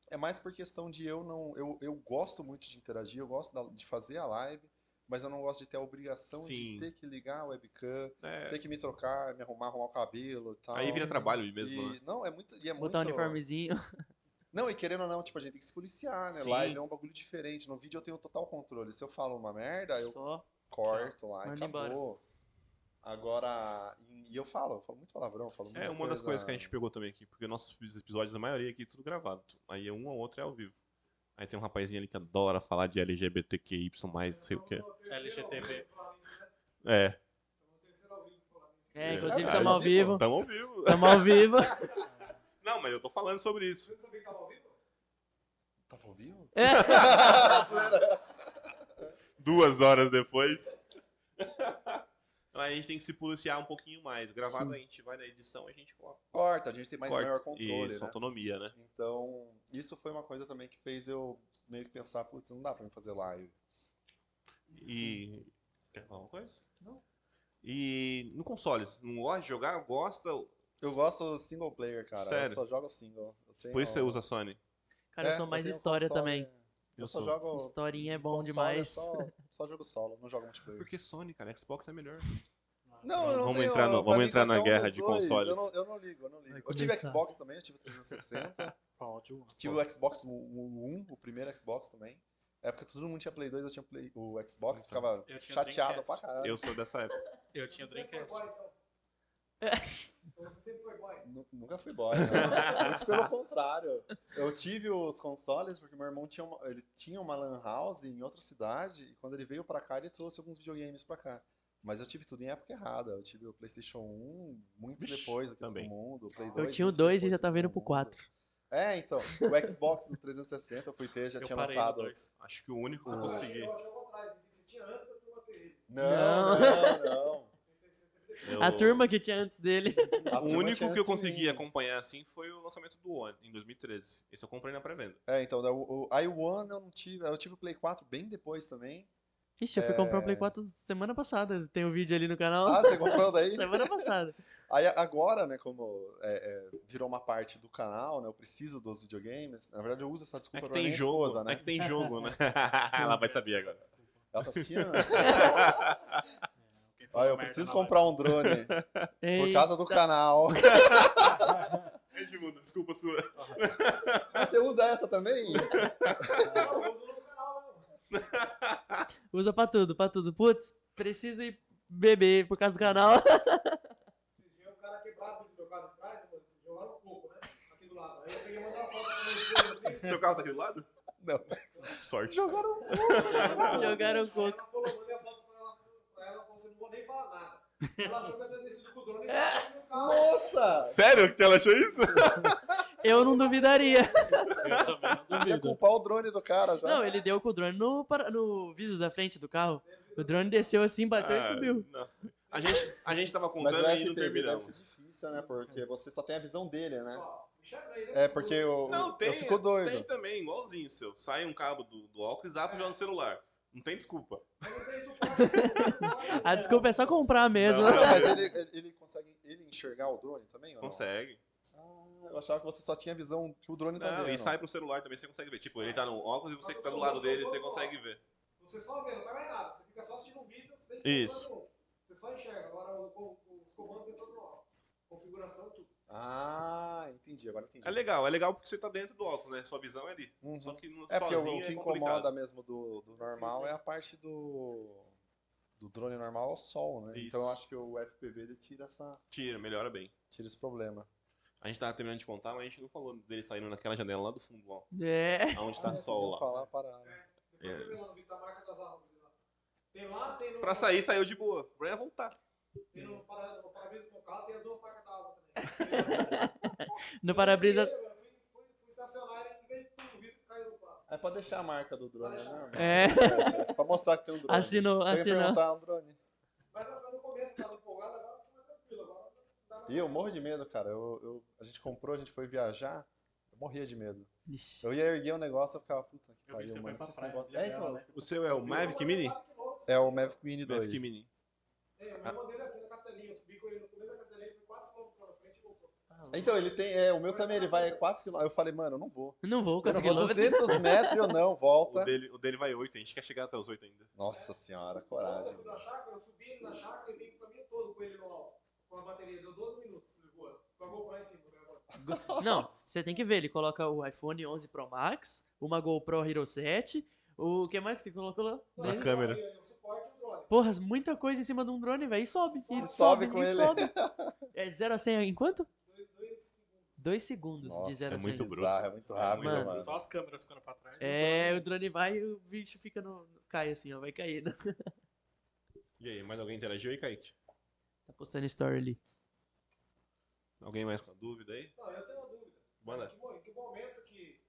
C: É mais por questão de eu não. Eu, eu gosto muito de interagir, eu gosto da- de fazer a live, mas eu não gosto de ter a obrigação
A: Sim.
C: de ter que ligar a webcam,
A: É,
C: ter que me trocar, me arrumar, arrumar o cabelo e tal.
A: aí vira trabalho mesmo,
C: E,
A: né?
C: Não, é muito. E é
D: Botar um
C: muito-
D: uniformezinho.
C: Não, e querendo ou não, tipo, a gente tem que se policiar, né?
A: Sim.
C: Live é um bagulho diferente. No vídeo eu tenho total controle. Se eu falo uma merda, eu
D: Só.
C: corto lá e
D: Manda embora.
C: acabou. Agora. E eu falo, eu falo muito palavrão, eu falo
A: É
C: muita
A: uma das coisas que a
C: coisa-
A: gente pegou também aqui, porque nossos episódios, a maioria aqui, tudo gravado. Aí é um ou outro é ao vivo. Aí tem um rapazinho ali que adora falar de LGBTQI, mais sei o que.
E: LGTB.
A: É.
D: É,
A: É,
D: inclusive
A: caralho.
D: tamo
C: <laughs>
D: ao vivo.
A: Tamo ao vivo. <laughs>
D: Tamo ao vivo.
A: Não, mas eu tô falando sobre isso.
C: Tava Tá ao vivo?
A: Duas horas depois. <laughs> Aí a gente tem que se policiar um pouquinho mais. Gravado a gente vai na edição, a gente coloca.
C: Corta, a gente tem mais
A: Corta.
C: maior controle,
A: Isso,
C: né?
A: autonomia, né?
C: Então, isso foi uma coisa também que fez eu meio que pensar, putz, não dá pra mim fazer live.
A: E. Quer falar alguma coisa? Não. E no consoles, não gosta de jogar? Gosta?
C: Eu gosto do single player, cara.
A: Sério?
C: Eu só jogo single. Eu tenho-
A: Por isso você usa Sony.
D: <laughs> Cara, eu
C: É,
D: sou mais
C: tenho
D: história
C: console- é.
D: também.
C: Eu,
A: Eu
C: só
A: sou.
C: jogo
D: Historinha é bom
C: console,
D: demais.
C: Só, só jogo solo, não jogo multiplayer.
A: Porque Sony, cara, Xbox é melhor.
C: Não, eu não
A: Vamos
C: tenho-
A: entrar no-
C: pra
A: vamos
C: mim,
A: entrar na
C: qualquer um
A: guerra
C: dos
A: de
C: dois,
A: consoles.
C: Eu não, eu não ligo, eu não ligo.
D: Vai
C: Eu tive
D: começar.
C: Xbox também, eu tive 360. tive o Xbox 1, o primeiro Xbox também. Na época todo mundo tinha Play 2, eu tinha Play, o Xbox,
A: Então.
C: ficava
E: Eu tinha
C: chateado pra
E: Dreamcast.
C: caralho.
A: Eu sou dessa época.
E: Eu tinha Dreamcast.
C: Nu- Nunca fui boy,
D: <laughs>
C: né? Muito pelo contrário. Eu tive os consoles porque meu irmão tinha uma, ele tinha uma lan house em outra cidade e quando ele veio pra cá ele trouxe alguns videogames pra cá. Mas eu tive tudo em época errada. Eu tive o PlayStation 1 muito
A: Vixe,
C: depois aqui
A: também.
C: do mundo, o Play 2
D: Eu tinha o
C: muito
D: 2 e
C: depois
D: já
C: aqui
D: tá vindo
C: do
D: pro
C: mundo.
D: 4.
C: É, então. O Xbox no 360 eu fui ter, já
E: Eu
C: tinha
E: parei no
C: lançado.
E: dois.
A: Acho que o único que eu consegui.
C: Não, não,
A: <laughs>
C: não.
A: Eu-
D: A turma que tinha antes dele. <laughs>
C: A
A: O
C: turma
A: único
C: tinha
A: que eu
C: antes de
A: consegui
C: mim.
A: acompanhar assim foi o lançamento do One em 2013. Esse eu comprei na pré-venda.
C: É, então, da- o, o, a One eu não tive, eu tive o Play 4 bem depois também.
D: Ixi, eu fui comprar o Play 4 semana passada. Tem o vídeo ali no canal.
C: Ah, você comprou daí?
D: Semana passada.
C: Aí agora, né, como é, é, virou uma parte do canal, né, eu preciso dos videogames. Na verdade, eu uso essa
A: É
C: desculpa
A: que
C: pra
A: tem
C: minha
A: jogo,
C: esposa,
A: é
C: né?
A: que tem jogo, <laughs> né? Ela vai saber agora.
C: Ela tá
A: <laughs>
C: assistindo.
E: Quem fala
C: Olha, eu
E: merda
C: preciso
E: na
C: comprar um drone <laughs> por
D: Ei,
C: causa do
A: <laughs>
C: canal.
A: Edmundo, desculpa sua.
C: Ah, Você usa essa também?
D: Usa pra tudo, pra tudo. Putz, preciso ir beber por causa do canal. <laughs>
B: Esses dias o cara quebrado do meu carro de trás, mano, jogaram um pouco, né? Aqui do lado. Aí eu peguei e mandei uma foto pra minha esposa assim.
A: Seu carro tá aqui do lado? um-
C: Não.
A: Sorte.
C: Jogaram.
D: Jogaram coco.
B: Ela falou, mandei a foto pra ela, pra ela falou assim, não vou nem falar nada. Ela achou que eu tinha descido com o drone e tava no carro.
C: Nossa!
A: Sério que ela achou isso?
D: Eu não duvidaria.
E: Eu também
C: Quer
E: não duvido.
C: culpar o drone do cara já.
D: Não, ele deu com o drone no, para- no vidro da frente do carro. O drone desceu assim, bateu
A: Ah,
D: e subiu.
A: não. A gente, a gente tava
C: Mas o
A: contando e não é
C: FTV deve
A: terminamos.
C: ser difícil, né? Porque
A: Uhum.
C: você só tem a visão dele, né?
B: Ó, enxerga aí, né?
C: É, porque eu,
A: Não, tem.
C: eu fico
A: Tem
C: doido.
A: também, igualzinho o seu. Sai um cabo do, do óculos e zap já no celular. Não tem desculpa.
B: Eu não tenho suporte.
D: A desculpa é só comprar mesmo.
A: Não.
C: Ah, mas ele, ele- ele consegue ele enxergar o drone também? Ou não?
A: Consegue.
C: Ah, eu achava que você só tinha a visão que o drone tá
A: Não,
C: vendo. É.
A: e sai pro celular também, você consegue ver. Tipo, ele tá no óculos e você que tá do lado dele, você consegue ver.
B: Você só vê, não faz mais nada. Você fica só assistindo um vídeo, sem
A: Isso.
B: controle nenhum. Você só enxerga. Agora o- o- os comandos é todo no óculos. Configuração, tudo.
C: Ah, entendi, agora entendi.
A: É legal, é legal porque você tá dentro do óculos, né? Sua visão é ali.
C: Uhum.
A: Só que no-
C: É porque o-
A: sozinho
C: o que
A: é
C: incomoda
A: complicado.
C: mesmo do, do normal é a parte do, do drone normal ao sol, né?
A: Isso.
C: Então eu acho que o FPV ele tira, essa,
A: Tira, melhora bem.
C: tira esse problema.
A: A gente tava terminando de contar, mas a gente não falou dele saindo naquela janela lá do fundo, ó.
D: É.
A: Aonde
C: Ah,
A: tá
C: é,
A: sol
C: vocês
A: lá.
C: vão falar a parada.
B: Depois
A: É.
B: você vê lá no vídeo da marca das armas. né? Tem lá, tem no,
A: Pra sair, saiu de boa. O Brian ia voltar.
B: tem no para- no para-brisa do carro, tem as duas marcas das armas
A: <laughs>
B: também.
D: No para-brisa.
B: Eu fui, fui, fui estacionar e fiquei tudo o vidro caiu no carro.
C: É pra deixar a marca do drone,
B: Pra
C: né?
D: É.
C: É, Pra mostrar que tem um drone.
D: Assinou,
C: Eu ia
D: assinou.
C: perguntar um drone.
B: Mas eu- no começo eu tava empolgado, agora tá mais tranquilo. Agora dá pra-
C: E eu morro de medo, cara. Eu, eu- a gente comprou, a gente foi viajar. Eu morria de medo.
D: Ixi.
C: Eu ia erguer um negócio, eu ficava, puta que
E: Eu vi que
C: pariu,
E: você
C: mano.
E: foi pra
C: esses
E: praia.
C: negócios-
E: de
C: É,
E: vela,
C: então,
E: né?
A: O seu é o Mavic Mini?
C: é o Mavic Mini 2.
A: Mavic Mini.
B: É, o meu modelo aqui na Castelinha. Eu subi com ele no começo da Castelinha, fui 4 km pra frente e voltou.
C: Então, ele tem. É, o meu também, ele vai 4km. Eu falei, mano, eu não vou.
D: Não vou,
C: Eu
D: 4
C: não vou
D: quilômetros.
C: 200 metros, eu não, volta.
A: O dele, o dele vai 8, a gente quer chegar até os 8 ainda.
C: Nossa senhora,
B: Quando eu
C: coragem.
B: fui na chácara, eu subi na chácara e vim o caminho todo com ele no alto. Com a bateria, deu 12 minutos, ligou. Com a GoPro em cima, né, agora.
D: Não, você tem que ver. Ele coloca o iPhone 11 Pro Max, uma GoPro Hero 7. O que mais que colocou lá?
A: Na
D: Dele?
A: câmera.
B: O suporte e o drone.
D: Porra, muita coisa em cima de um drone, velho. E sobe. E
C: Sobe
D: sobe,
C: com
D: e
C: ele.
D: sobe. É 0 a 100 em quanto?
B: Dois, dois, cinco.
D: 2 segundos
C: Nossa,
D: de 0 a
A: é
D: 100.
A: muito bruto.
C: Bizarro, é muito rápido,
D: Mano.
C: mano.
E: Só as câmeras ficando pra trás.
D: É, o drone vai e o bicho fica no. Cai assim, ó, vai cair. né?
A: E aí, mais alguém interagiu aí, Kaique?
D: Tá postando story ali.
A: Alguém mais com a dúvida aí?
B: Não, eu tenho uma dúvida.
A: Manda.
B: Em que, mo- em que momento que,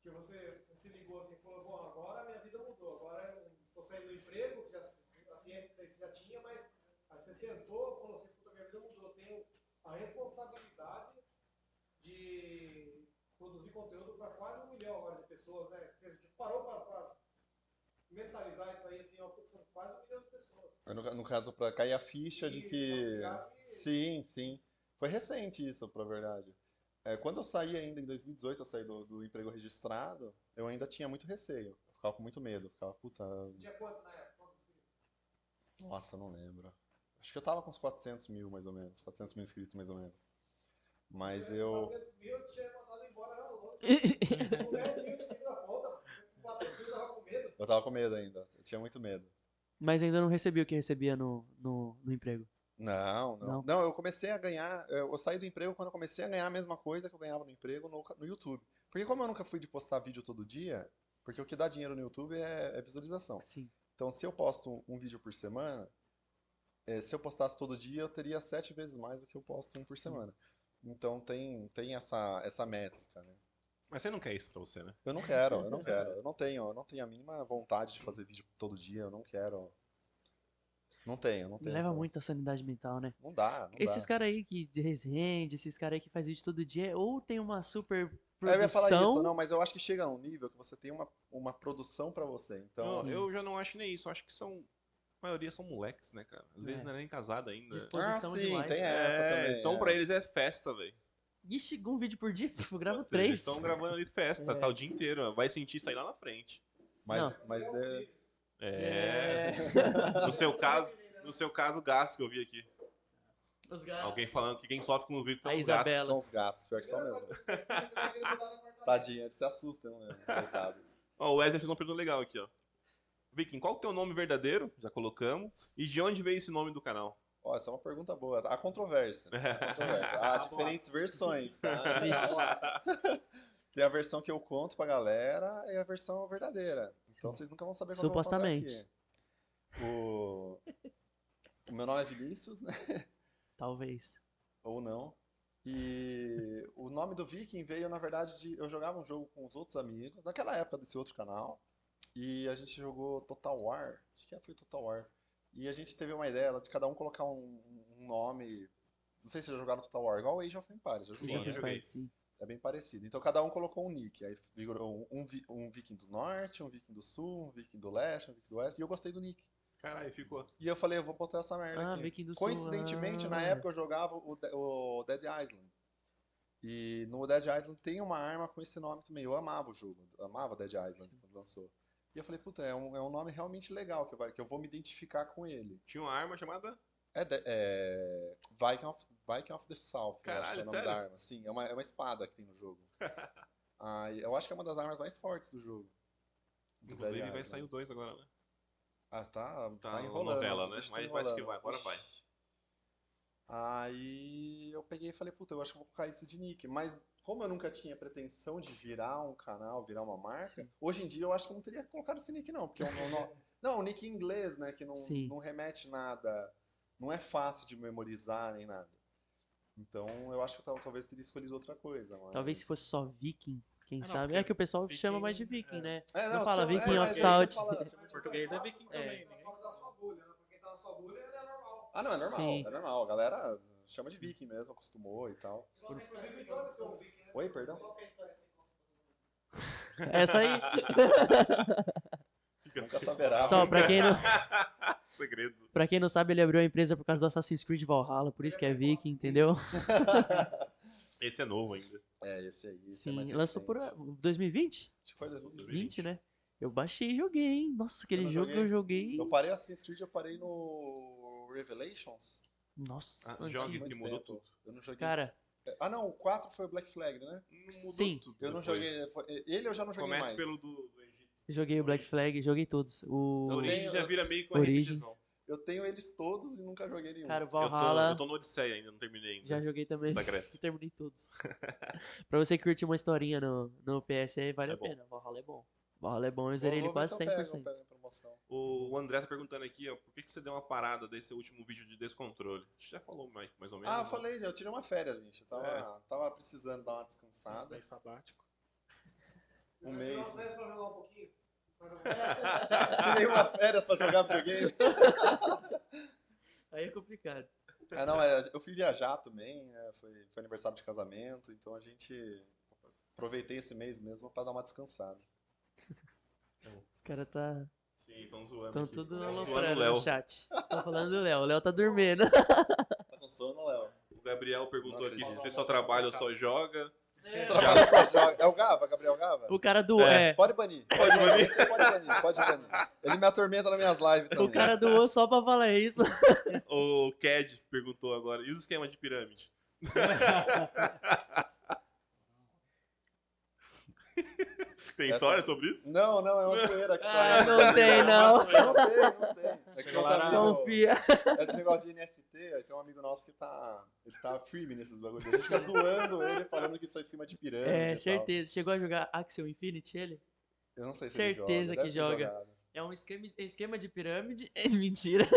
B: que você, você se ligou assim e falou, bom, agora a minha vida mudou, agora eu tô saindo do emprego, você já, a ciência que você já tinha, mas aí você sentou e falou assim, puta, minha vida mudou, eu tenho a responsabilidade de produzir conteúdo para quase um milhão agora de pessoas, né? Você tipo, parou para mentalizar isso aí assim, ó, putz, são quase um milhão de pessoas.
C: No, no caso, pra cair a ficha de
B: E
C: que.
B: possibilidade-
C: Sim, sim. Foi recente isso, pra verdade. É, quando eu saí ainda em 2018, eu saí do, do emprego registrado, eu ainda tinha muito receio. Eu ficava com muito medo. Eu ficava, puta,
B: Você tinha quantos né? na época? Quantos inscritos?
C: Nossa, não lembro. Acho que eu tava com uns 400 mil, mais ou menos. 400 mil inscritos, mais ou menos. Mas
B: Tinha
C: eu.
B: 400 mil, eu tinha mandado embora já longe.
C: Uhum.
B: Com 10 mil de filho da puta, mano. Com 400 mil tava com medo.
C: Eu tava com medo ainda. Eu tinha muito medo.
D: <laughs> Mas ainda não recebi o que recebia no, no, no emprego.
C: Não, não.
D: Não.
C: Não, eu comecei a ganhar. Eu eu saí do emprego quando eu comecei a ganhar a mesma coisa que eu ganhava no emprego no, ca- no YouTube. Porque como eu nunca fui de postar vídeo todo dia, porque o que dá dinheiro no YouTube é, é visualização.
D: Sim.
C: Então, se eu posto um, um vídeo por semana, eh, se eu postasse todo dia, eu teria sete vezes mais do que eu posto um por semana. Então tem, tem essa, essa métrica, né?
A: Mas você não quer isso pra você, né?
C: Eu não quero, eu não
D: <laughs>
C: quero. Eu não tenho, eu não tenho a mínima vontade de fazer vídeo todo dia, eu não quero. Não tenho, não tenho
D: Leva
C: essa-
D: muito a sanidade mental, né?
C: Não dá, não dá.
D: Esses caras aí que de resende, esses caras aí que faz vídeo todo dia, ou tem uma super
C: Eu ia falar isso,
D: produção.
C: não, mas eu acho que chega a um nível que você tem uma, uma produção pra você. Então,
A: Não, eu já não acho nem isso. Eu acho que são. A maioria são moleques, né, cara? Às vezes
D: É.
A: não é nem casado ainda.
D: Dispo- Posição
C: ah, sim,
D: demais.
C: tem essa
A: É,
C: também.
A: então
C: é.
A: pra eles é festa, velho.
C: né?
D: Ixi, um vídeo por dia,
C: <laughs>
D: eu gravo
A: Eles
D: três.
A: estão gravando ali festa,
D: É.
A: tá o dia inteiro. ó. Vai sentir isso aí lá na frente.
C: Mas, mas é-
A: É. No seu caso, no seu caso, gatos que eu vi aqui.
D: Os gatos.
A: Alguém falando que quem sofre com o vídeo
D: A
A: são os
D: Isabela.
A: gatos.
D: Ela-
C: são os gatos, pior que são mesmo. Tadinha, eles se assustam né, mesmo, coitados.
A: Ó, o Wesley fez uma pergunta legal aqui, ó. Viking, qual que é o teu nome verdadeiro? Já colocamos. E de onde veio esse nome do canal? <laughs>
C: Ó, essa é uma pergunta boa. Há controvérsia. Há, controvérsia. Há diferentes versões, tá? Tem a versão que eu conto pra galera e a versão verdadeira. Então vocês nunca vão saber qual que eu vou contar
D: Supostamente.
C: aqui. O... o meu nome é Vinícius, né?
D: Talvez.
C: Ou não. E o nome do Viking veio, na verdade, de... eu jogava um jogo com os outros amigos, naquela época desse outro canal, e a gente jogou Total War. Acho que é, foi Total War. E a gente teve uma ideia de cada um colocar um, um nome. Não sei se já jogaram Total War, igual o Age of Empires. já
A: Sim,
C: jogaram,
A: eu
C: né?
D: Já foi
A: joguei.
D: parte, sim.
C: É bem parecido. Então cada um colocou um nick. Aí figurou um, vi- um viking do norte, um viking do sul, um viking do leste, um viking do oeste. E eu gostei do nick.
A: Caralho, ficou.
C: E eu falei, eu vou botar essa merda
D: Ah,
C: aqui.
D: Viking do Sul.
C: Coincidentemente,
D: ah.
C: na época eu jogava o, De- o Dead Island. E no Dead Island tem uma arma com esse nome também. Eu amava o jogo. Eu amava Dead Island quando lançou. E eu falei, puta, é um, é um nome realmente legal, que, vai, que eu vou me identificar com ele.
A: Tinha uma arma chamada.
C: É, de- é Viking, of, Viking of the South, eu acho que
A: Caralho,
C: é o nome da
A: sério?
C: arma. Sim, é uma, é uma espada que tem
A: <laughs>
C: no jogo. Ah, e eu acho que é uma das armas mais fortes do jogo. Do Dead
A: Inclusive vai
C: Island.
A: sair o 2 agora, né?
C: Ah, tá, tá
A: na
C: enrolando,
A: novela,
C: os
A: né?
C: bichos tão
A: Mas parece que
C: enrolando.
A: vai, agora vai.
C: Ixi. Aí eu peguei e falei, puta, eu acho que eu vou colocar isso de nick. Mas como eu nunca tinha pretensão de virar um canal, virar uma marca, hoje em dia eu acho que eu não teria colocado esse nick, não. Porque é um,
D: <laughs>
C: no- não, um nick em inglês, né? Que não,
D: Sim.
C: não remete nada, não é fácil de memorizar nem nada. Então eu acho que eu tal- talvez teria escolhido outra coisa,
D: Talvez
C: mas-
D: se fosse só Viking, quem
E: Ah, não,
D: sabe.
E: porque
D: É que o pessoal
E: Viking,
D: chama mais de Viking,
E: é.
D: né?
E: <laughs>
C: É,
D: não
C: só-
D: fala
C: é,
D: Viking of
C: mas é isso que eu ia
D: South.
C: falar,
E: Em português é viking também. Ninguém...
B: Fora da sua bolha, né? Pra quem tá na sua bolha, é normal.
C: Ah, não, é normal,
D: Sim.
C: é normal. A galera chama de viking mesmo, acostumou e tal.
B: Inclusive, o Jonathan é um viking, né?
C: Oi, perdão?
D: Essa É aí.
E: Ah,
D: <laughs>
A: Fica <laughs>
C: Nunca saberá.
D: Só
E: é.
D: pra quem, não,
A: segredo.
D: pra quem não sabe, ele abriu a empresa por causa do Assassin's Creed Valhalla, por isso que é Viking, entendeu?
A: Esse é novo ainda.
C: É, esse aí. esse é
D: Sim,
C: mais
D: lançou por
C: recente.
D: 2020?
C: Acho que foi
A: 2020.
C: 2020.
D: 20, né? Eu baixei e joguei, hein? Nossa, aquele
C: não Então,
D: jogo que eu joguei.
C: Eu parei Assassin's Creed, eu parei no Revelations.
D: Nossa,
A: Ah,
D: antigo.
A: jogue. que mudou
C: tudo. Eu não joguei.
D: Cara,
C: Ah, não, o 4 foi o Black Flag, né?
A: Não mudou
D: Sim.
A: tudo
C: Eu não
A: depois.
C: joguei. foi- Ele eu já não joguei
A: Comece
C: mais.
A: pelo do, do Egito.
D: joguei o Black Flag, joguei todos. O.
A: O Origem
C: tenho-
A: já
C: eu-
A: vira meio um com
D: Origem.
A: RPGzão.
C: Eu tenho eles todos e nunca joguei nenhum.
D: Cara, o
A: Eu tô,
D: Valhalla,
A: eu tô no Odisseia ainda, não terminei ainda.
D: já joguei também.
A: Da Grécia.
D: Terminei
A: <laughs>
D: todos. pra você que curte uma historinha no, no PS aí, vale
A: É
D: a
A: bom.
D: pena. Valhalla é bom. Valhalla é bom, eu
C: Vou-
D: zerei ele
C: vou ver
D: quase
C: se eu pego,
D: 100%.
C: eu pego a promoção.
A: O André tá perguntando aqui, ó, por que, que você deu uma parada desse último vídeo de descontrole? Você já falou mais, mais ou menos.
C: Ah, eu
A: né?
C: falei, eu tirei uma férias, gente. Eu tava,
A: É.
C: tava precisando dar uma descansada.
E: Bem sabático.
C: Um mês. <laughs>
B: Não, se pra jogar um pouquinho. Mas não-
C: Tirei umas férias pra jogar videogame.
D: Aí é complicado.
C: Ah, não, é, eu fui viajar também, né? Foi, foi aniversário de casamento, então a gente aproveitei esse mês mesmo pra dar uma descansada.
D: Os caras tá,
A: Sim, tão zoando.
D: tão
A: aqui.
D: tudo
A: Tão zoando o
C: né,
D: aloprando
A: Tá Léo.
D: no chat. Tão falando do Léo, o Léo tá dormindo. <laughs>
C: Tá com sono, Léo?
A: O Gabriel perguntou
C: Nossa,
A: aqui se
C: eles-
A: você só trabalha ou só joga.
C: Trabalha só joga. É o Gava, Gabriel Gava?
D: O cara do.
A: É.
D: é,
C: Pode banir. Pode banir? Pode banir, pode banir. Ele me atormenta nas minhas lives também.
D: é, o cara doou só pra falar isso.
A: O Cad perguntou agora, e os esquemas de
C: <laughs>
A: pirâmide? Tem
C: Essa-
A: história sobre isso?
C: Não, não, é uma zoeira que tá
D: Ah,
C: aí.
D: não tem, não.
C: Não tem, não tem. É que
E: Sei
C: nosso
E: lá,
C: amigo-
D: Confia.
C: Esse negócio de NFT, tem um amigo nosso que tá. Ele tá firme nesses bagulhos. A gente fica zoando ele, falando que isso é em cima de pirâmide. e
D: É,
C: tal.
D: certeza. Chegou a jogar Axel Infinity ele?
C: Eu não sei se ele joga.
D: Certeza
C: deve
D: que
C: ter
D: joga.
C: jogado.
D: É um esquema, esquema de pirâmide. <laughs> É mentira.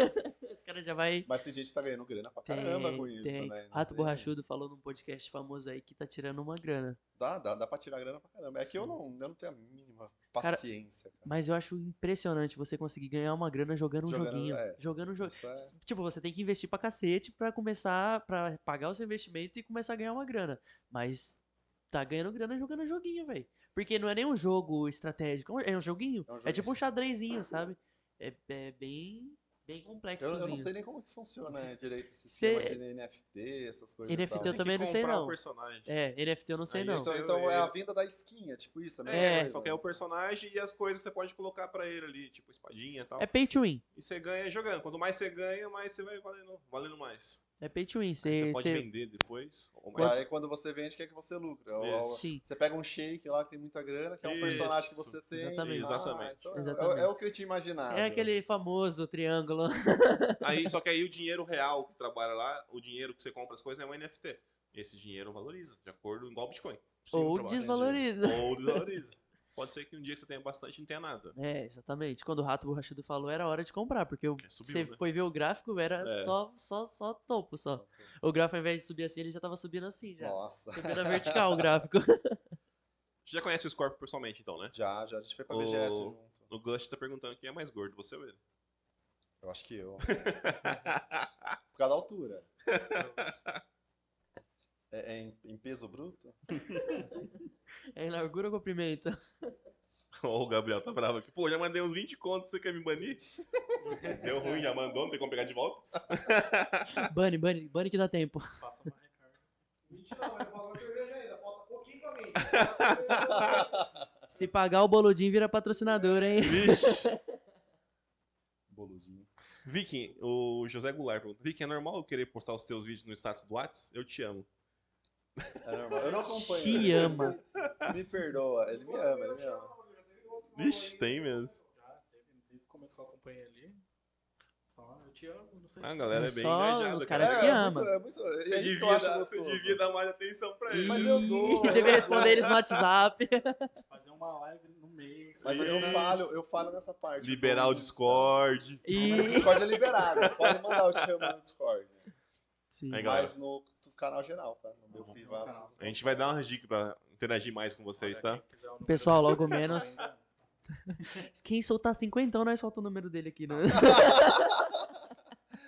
D: Esse cara já vai.
C: Mas tem gente que tá ganhando grana pra caramba com isso,
D: tem.
C: né? Não
D: Rato
C: tem-
D: Borrachudo falou num podcast famoso aí que tá tirando uma grana.
C: Dá, dá, dá pra tirar grana pra caramba. É que eu
D: Sim.
C: não, eu não tenho a mínima
D: Cara,
C: paciência. cara.
D: Mas eu acho impressionante você conseguir ganhar uma grana jogando um
C: Jogando,
D: joguinho.
C: é.
D: Jogando um jogo.
C: Isso é-
D: Tipo, você tem que investir pra cacete pra começar, pra pagar o seu investimento e começar a ganhar uma grana. Mas tá ganhando grana jogando joguinho, velho. Porque não é nem um jogo estratégico, é um joguinho.
C: É
D: É,
C: um joguinho.
D: tipo um xadrezinho, sabe? É, é bem, bem
C: Eu, eu
D: complexozinho.
C: não sei nem como que funciona né, direito esse sistema
D: Cê-
C: de NFT, essas coisas
D: NFT
C: e
D: Então
A: Tem
C: tal.
D: eu também
A: que
D: não sei,
A: comprar
D: não.
A: O personagem.
D: É, NFT eu não sei
A: Aí
D: não.
A: isso
C: Então,
A: eu-
C: então é
A: eu-
C: a venda da skin, é tipo isso, né?
A: É,
D: É.
A: só que é o personagem e as coisas que você pode colocar pra ele ali, tipo espadinha e tal.
D: É pay to win.
A: E você ganha jogando. Quanto mais você ganha, mais você vai valendo, valendo mais.
D: É pay to win.
A: Aí
D: Você,
A: você pode vender depois. Ou mais.
D: um.
C: Aí quando você vende, o que é que você lucra? Ou-
A: Isso.
C: ou-
D: Sim.
C: Você pega um shake lá que tem muita grana, que é um
A: Isso,
C: personagem que você tem. Ah,
D: exatamente.
A: Exatamente.
C: então é-
D: Exatamente.
C: É, o que eu tinha imaginado.
D: É aquele famoso triângulo.
A: <laughs> Aí, só que aí o dinheiro real que trabalha lá, o dinheiro que você compra as coisas é um NFT. Esse dinheiro valoriza, de acordo igual o Bitcoin. Sim, um
D: Ou
A: trabalha.
D: desvaloriza.
A: Ou desvaloriza. Pode ser que um dia que você tenha bastante e não tenha nada.
D: É, exatamente. Quando o Rato Borrachudo falou, era hora de comprar, porque o-
A: É, subiu,
D: você
A: né?
D: foi ver o gráfico, era
A: É.
D: só, só, só topo, só. O gráfico, ao invés de subir assim, ele já tava subindo assim, já.
C: Nossa.
D: Subiu na vertical
A: <laughs>
D: o gráfico.
A: Você já conhece o Scorpio pessoalmente, então, né?
C: Já, já. A gente foi pra
A: O-
C: BGS junto.
A: O Gush tá perguntando quem é mais gordo, você ou ele?
C: Eu acho que eu.
A: <laughs>
C: Por causa da altura. É, é em, em peso bruto?
D: É, largura ou comprimento?
A: Ó, o Gabriel tá bravo aqui. Pô, já mandei uns 20 contos, você quer me
C: <laughs>
A: banir? Deu ruim, já mandou, não tem como pegar de volta.
D: Bunny, Bunny, Bunny que dá tempo.
E: Faça uma recarga.
B: Mentira, não, eu pago a cerveja ainda. Falta pouquinho pra mim. Tá
D: Se pagar o boludinho, vira patrocinador, hein?
A: Vixe.
C: Boludinho.
A: Viking, o José Goulart pergunta: Viking, é normal eu querer postar os teus vídeos no status do Whats? Eu te amo.
C: É normal. Eu não acompanho.
D: Te
C: ele.
D: ama.
C: Me perdoa. Ele me ama, ele me ama.
A: Vixe, tem mesmo.
E: Já teve desde o começo que eu acompanhei ali. Só eu te amo, não sei
A: Ah,
E: se-
A: a galera é bem
D: Só
A: engajada.
D: os
A: cara.
D: caras te
C: é,
D: amam.
C: Muito, é muito, e
A: Você
C: é isso que eu acho
A: dar-
C: gostoso.
A: Você devia dar mais atenção pra eles.
C: Mas eu
D: <laughs>
C: dou. eu
D: Deve
C: dou.
A: <laughs>
D: responder eles no WhatsApp.
E: Fazer uma live no mês.
C: Mas eu falho, eu falho nessa parte.
A: Liberar o Discord.
C: O
D: E...
C: Discord é liberado. Pode mandar o te chamar no Discord.
D: Sim.
A: Aí, galera,
C: Mas no canal geral, tá? No meu privado.
A: a gente vai dar umas dicas pra interagir mais com vocês, tá?
D: Pessoal, logo menos. Quem soltar 50, nós solta o número dele aqui, né? <laughs>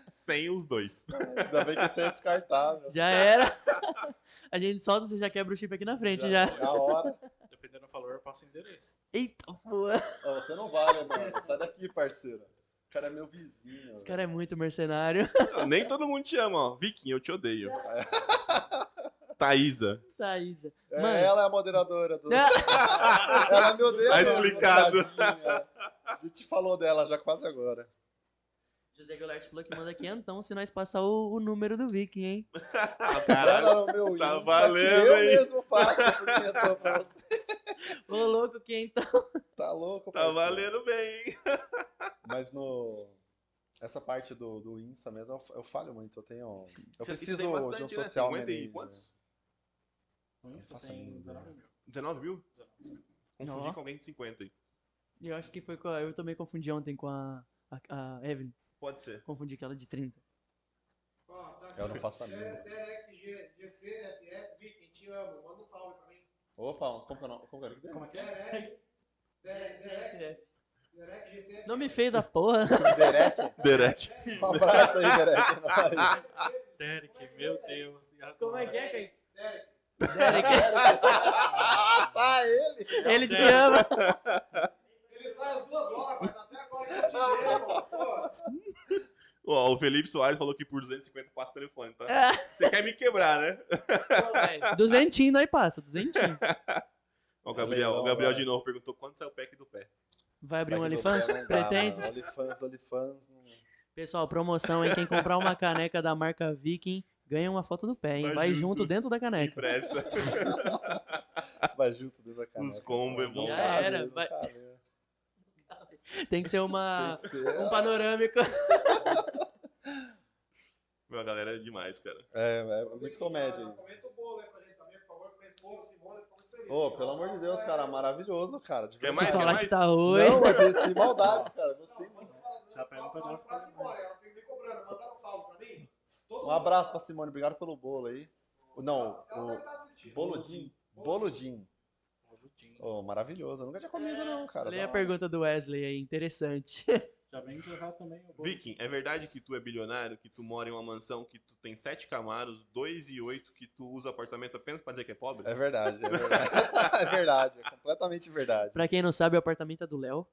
A: Sem os dois.
C: Ainda bem que isso é descartável.
D: Já
A: <laughs>
D: era. A gente solta, você já quebra o chip aqui na frente, já.
C: Na hora.
E: Dependendo do valor, eu passo o endereço.
D: Eita, pô.
C: Ó, você não vale, mano. Sai daqui, parceiro. O cara é meu vizinho.
D: Esse cara é muito mercenário. <laughs>
A: Nem todo mundo te ama, ó. Viking, eu te
C: <laughs>
A: odeio. Thaísa.
D: Thaísa.
C: É,
D: Mano.
C: Ela é a moderadora do.
D: Não.
C: ela me odeia.
A: Tá
C: mano,
A: explicado.
C: tadinha. A gente falou dela já quase agora.
D: José Goulart falou que manda quentão se nós passar o, o número do Viking, hein?
A: Ah,
C: Ela
A: caralho.
C: no meu
A: Tá
C: Insta, que
A: valendo,
C: Eu
A: hein?
C: mesmo passo porque eu tô pra você.
D: Ô, louco, quentão.
C: Tá louco,
A: Tá
C: parceiro.
A: valendo bem, hein?
C: Mas no. Essa parte do, do Insta mesmo, eu, eu falho muito. Eu tenho. Eu
A: Isso- isso
C: preciso
A: tem
C: de um
A: bastante, né?
C: social
A: 50 e
C: manager.
A: quantos?
E: No Insta
C: faço a
E: tem
C: mínima ideia.
E: 19 mil.
A: 19 mil? Confundi
D: Ó.
A: com alguém de 50. aí.
D: Eu acho que foi com a... Eu também confundi ontem com a, a, a Evelyn.
A: Pode ser.
D: Confundi com ela de 30.
C: Eu não faço a mínima.
B: tá Derek, G- GCFF, Viking, te amo. Manda um salve pra mim.
C: Opa, como que é o nome? Como que é o nome dele?
E: Como é que é?
B: Derek, Derek, Derek, Derek, GCFF.
D: Nome feio da porra.
C: Derek?
A: Derek.
C: Um abraço aí,
A: <laughs>
C: Derek. é nóis.
E: Derek, meu Deus.
D: Como é que é,
E: Derek?
D: Caio? Derek.
C: Ah, tá, ele.
D: <laughs> Ele te ama.
B: Ele sai às duas horas, mas até agora que eu te amo. Pô,
A: Ó, o Felipe Soares falou que por 250 passa o telefone, tá?
C: É.
D: Ah.
A: Você quer me quebrar, né?
D: Duzentinho nós passa, duzentinho.
A: Ó, o Gabriel,
C: Leilão,
A: o Gabriel
C: Tá vai.
A: de novo perguntou quanto é o pack do pé.
D: Vai abrir um
C: Back do
D: OnlyFans?
C: pé não dá,
D: Pretende?
C: mano. OnlyFans, OnlyFans. não-
D: Pessoal, promoção, hein? Quem comprar uma caneca da marca Viking ganha uma foto do pé, hein?
A: Vai
D: Vai
A: junto.
D: junto dentro da caneca.
A: Impressa.
C: Vai junto dentro da caneca.
A: Os combos é
C: Não
A: bom.
D: Já
C: cabe,
D: era,
C: não
D: vai-
C: cabe.
D: Tem que ser uma
C: Tem que ser.
D: um panorâmico.
A: <laughs> Meu, a galera é demais, cara.
C: É, é muito comédia isso.
B: Comenta o bolo aí pra gente também, por favor. Com a esposa, Simone, ficou muito feliz.
C: Ô, pelo amor de Deus, cara, maravilhoso, cara. de
A: Quer
D: Se
A: mais?
C: verdade.
D: falar
A: mais?
D: que tá ruim.
C: é Não, mas sem maldade, cara. Gostei
B: Não,
C: muito.
B: manda um
E: Já pega um
B: salve
E: pedaço
B: pra
E: pra
B: Simone. Ela fica me cobrando. Mandaram um salve pra mim. Todo
C: Um
B: mundo.
C: abraço pra Simone, obrigado pelo bolo aí. Não,
B: Ela deve
C: o
B: estar
D: Tipo,
B: assistindo.
C: Bolodim. Bolodim.
E: Rodinho.
D: É,
C: Ô, maravilhoso. Eu nunca tinha comido, não, cara.
D: Leia a
C: Não.
D: pergunta do Wesley aí, interessante. <laughs>
E: Já vem encerrar também. eu vou-
A: Viking, é verdade que tu é bilionário, que tu mora em uma mansão, que tu tem sete camaros, dois e oito, que tu usa apartamento apenas pra dizer que é pobre?
C: É verdade, <laughs> é verdade. é verdade, é completamente verdade.
D: Pra quem não sabe, o apartamento é do Léo.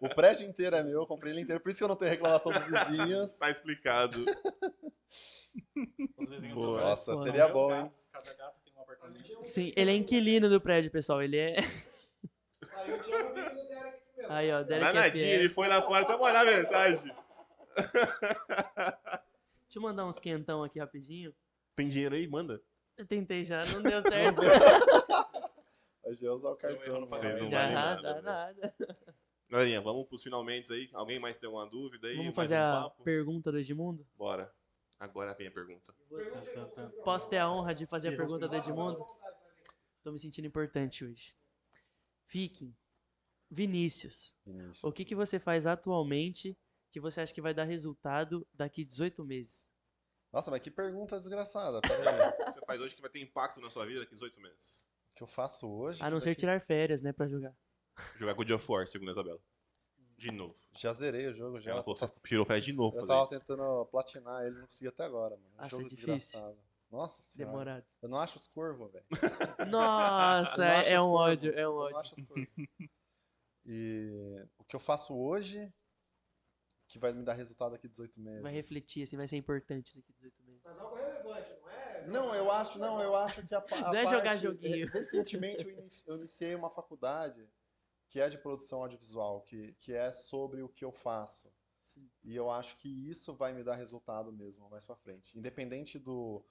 C: O prédio inteiro é meu, eu comprei ele inteiro, por isso que eu não tenho reclamação dos
D: <laughs>
C: vizinhos.
A: Tá explicado.
E: Os vizinhos
A: Boa.
E: sociais.
C: Nossa,
D: Boa,
C: seria
E: Meus
C: bom, hein?
E: gatos, Cada gato tem um apartamento.
D: Sim, ele é inquilino do prédio, pessoal. Ele é. <laughs>
B: Saiu o Thiago Vini e o Derek aqui mesmo.
D: Aí, ó, Derek
A: Danadinho,
D: FF.
A: ele foi lá fora só mandar mensagem.
D: Deixa eu mandar uns quentão aqui rapidinho.
A: Tem dinheiro aí? Manda.
D: Eu tentei já,
A: <laughs>
D: não deu certo.
C: Hoje eu ia usar o
D: Então é
E: erro
C: cartão.
E: no
C: mas-
A: papel. Não
D: já
A: vale nada,
D: dá
A: né?
D: nada.
A: Galerinha, vamos pros finalmente aí. Alguém mais tem alguma dúvida aí?
D: Vamos
A: mais
D: fazer
A: um
D: a
A: papo?
D: pergunta do Edmundo?
A: Bora. Agora vem a pergunta.
D: <laughs> Posso ter a honra de fazer a
E: Ih,
D: pergunta do
E: vamos
D: Edmundo? Tô me sentindo importante hoje. Fiquem. Vinícius, o que, que você faz atualmente que você acha que vai dar resultado daqui 18 meses?
C: Nossa, mas que pergunta desgraçada. Pera
D: É.
C: aí.
A: Você faz hoje que vai ter impacto na sua vida daqui a 18 meses.
C: O que eu faço hoje?
D: A não ser
C: Daqui-
D: tirar férias, né, pra jogar.
A: Jogar God of War, segundo a tabela. De novo.
C: Já zerei o jogo, já.
A: Ela falou, "Você tirou férias de novo
C: Eu
A: pra
C: tava
A: fazer isso.
C: tentando platinar ele, não consegui até agora, mano. Um
D: Ah, isso é
C: jogo
D: difícil.
C: desgraçado. Nossa senhora.
D: Demorado.
C: Eu não acho os corvos, velho.
D: Nossa,
C: Eu não
D: é,
C: acho
D: é
C: os
D: um
C: corvos.
D: ódio, é um
C: Eu não
D: ódio.
C: acho as coisas. <laughs> E o que eu faço hoje, que vai me dar resultado daqui 18 meses.
D: Vai refletir, assim, vai ser importante daqui 18
B: Mas
D: meses.
B: algo relevante, não é?
C: Não, eu acho, não, eu acho que a, pa- a
D: Não é jogar
C: parte-
D: joguinho.
C: eh, Recentemente eu ini- eu iniciei uma faculdade que é de produção audiovisual, que, que é sobre o que eu faço.
D: Sim.
C: E eu acho que isso vai me dar resultado mesmo mais pra frente. Independente do,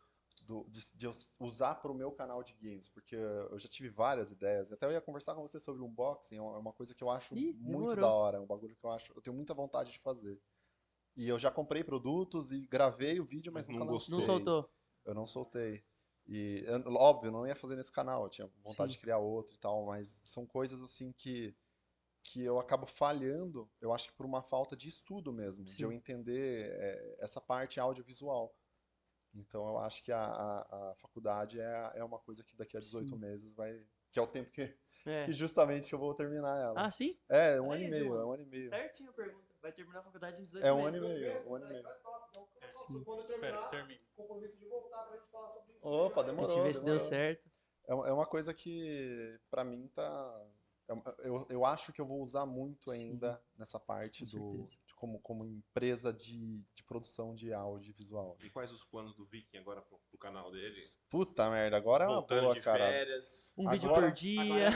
C: do- de, de eu s- usar pro meu canal de games, porque eu já tive várias ideias. Até eu ia conversar com você sobre o unboxing, é uma é uma coisa que eu acho
D: Ih,
C: muito da
D: demorou.
C: hora, é um bagulho que eu acho, eu tenho muita vontade de fazer. E eu já comprei produtos e gravei o vídeo, mas
A: Mas não
C: nunca
A: gostou.
D: Não
C: lancei.
D: soltou.
C: Eu não soltei. E, eu- óbvio, eu não ia fazer nesse canal, eu tinha vontade
D: Sim.
C: de criar outro e tal, mas são coisas assim que, que eu acabo falhando, eu acho que por uma falta de estudo mesmo, de
D: Sim.
C: eu entender é, essa parte audiovisual. Então eu acho que a, a, a faculdade é, é uma coisa que daqui a 18
D: Sim.
C: meses vai. Que é o tempo que,
D: É.
C: que justamente que eu vou terminar ela.
D: Ah, sim?
C: É, um
D: Aí,
C: ano e meio,
D: Edmundo,
C: é um ano e meio.
D: Certinho a pergunta. Vai terminar a faculdade em 18
C: É um
D: meses.
C: ano e meio, um ano e meio.
E: É, Sim.
B: Quando eu
E: Espera,
B: terminar,
E: termina.
B: compromisso de voltar pra gente falar sobre isso.
C: Opa,
B: né?
D: Deixa
C: demorou.
D: eu ver se deu
C: demorou.
D: certo.
C: É uma é uma coisa que, pra mim, tá. é uma- Eu, eu acho que eu vou usar muito
D: Sim,
C: ainda nessa parte
D: com
C: do,
D: certeza.
C: de como, como empresa de, de produção de audiovisual.
A: E quais os planos do Viking agora pro, pro canal dele?
C: Puta merda, agora é uma
A: Voltando
C: boa,
A: de
C: cara.
A: férias.
D: Um vídeo
C: Agora-
D: por dia.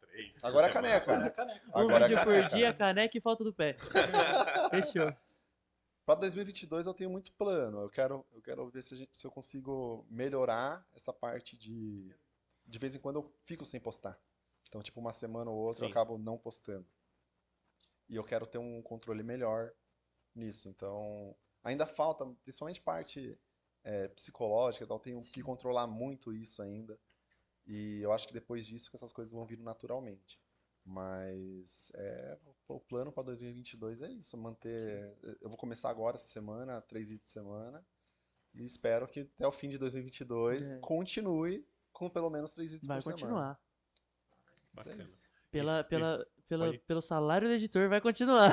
A: Três.
C: Agora é
A: por semana.
C: caneca.
E: é Agora é caneca.
D: Um
C: Agora é
D: vídeo por
C: caneca.
D: dia, caneca e falta do pé. Fechou.
C: Pra 2022 eu tenho muito plano. Eu quero, eu quero ver se, a gente- se eu consigo melhorar essa parte de. De vez em quando eu fico sem postar. Então, tipo, uma semana ou outra eu
A: Sim.
C: acabo não postando. E eu quero ter um controle melhor nisso. Então, ainda falta, principalmente parte é, psicológica, e tal, tenho que controlar muito isso ainda. E eu acho que depois disso que essas coisas vão vir naturalmente. Mas é, o o plano para 2022 é isso, manter. é, Eu vou começar agora essa semana, três dias de semana, e espero que até o fim de 2022
D: É.
C: continue com pelo menos três vídeos
D: Vai
C: por semana.
D: continuar.
C: Isso é
A: Bacana.
C: isso.
D: Pela,
A: Isso,
D: pela, pela,
A: Pode ir.
D: pelo salário do editor, vai continuar.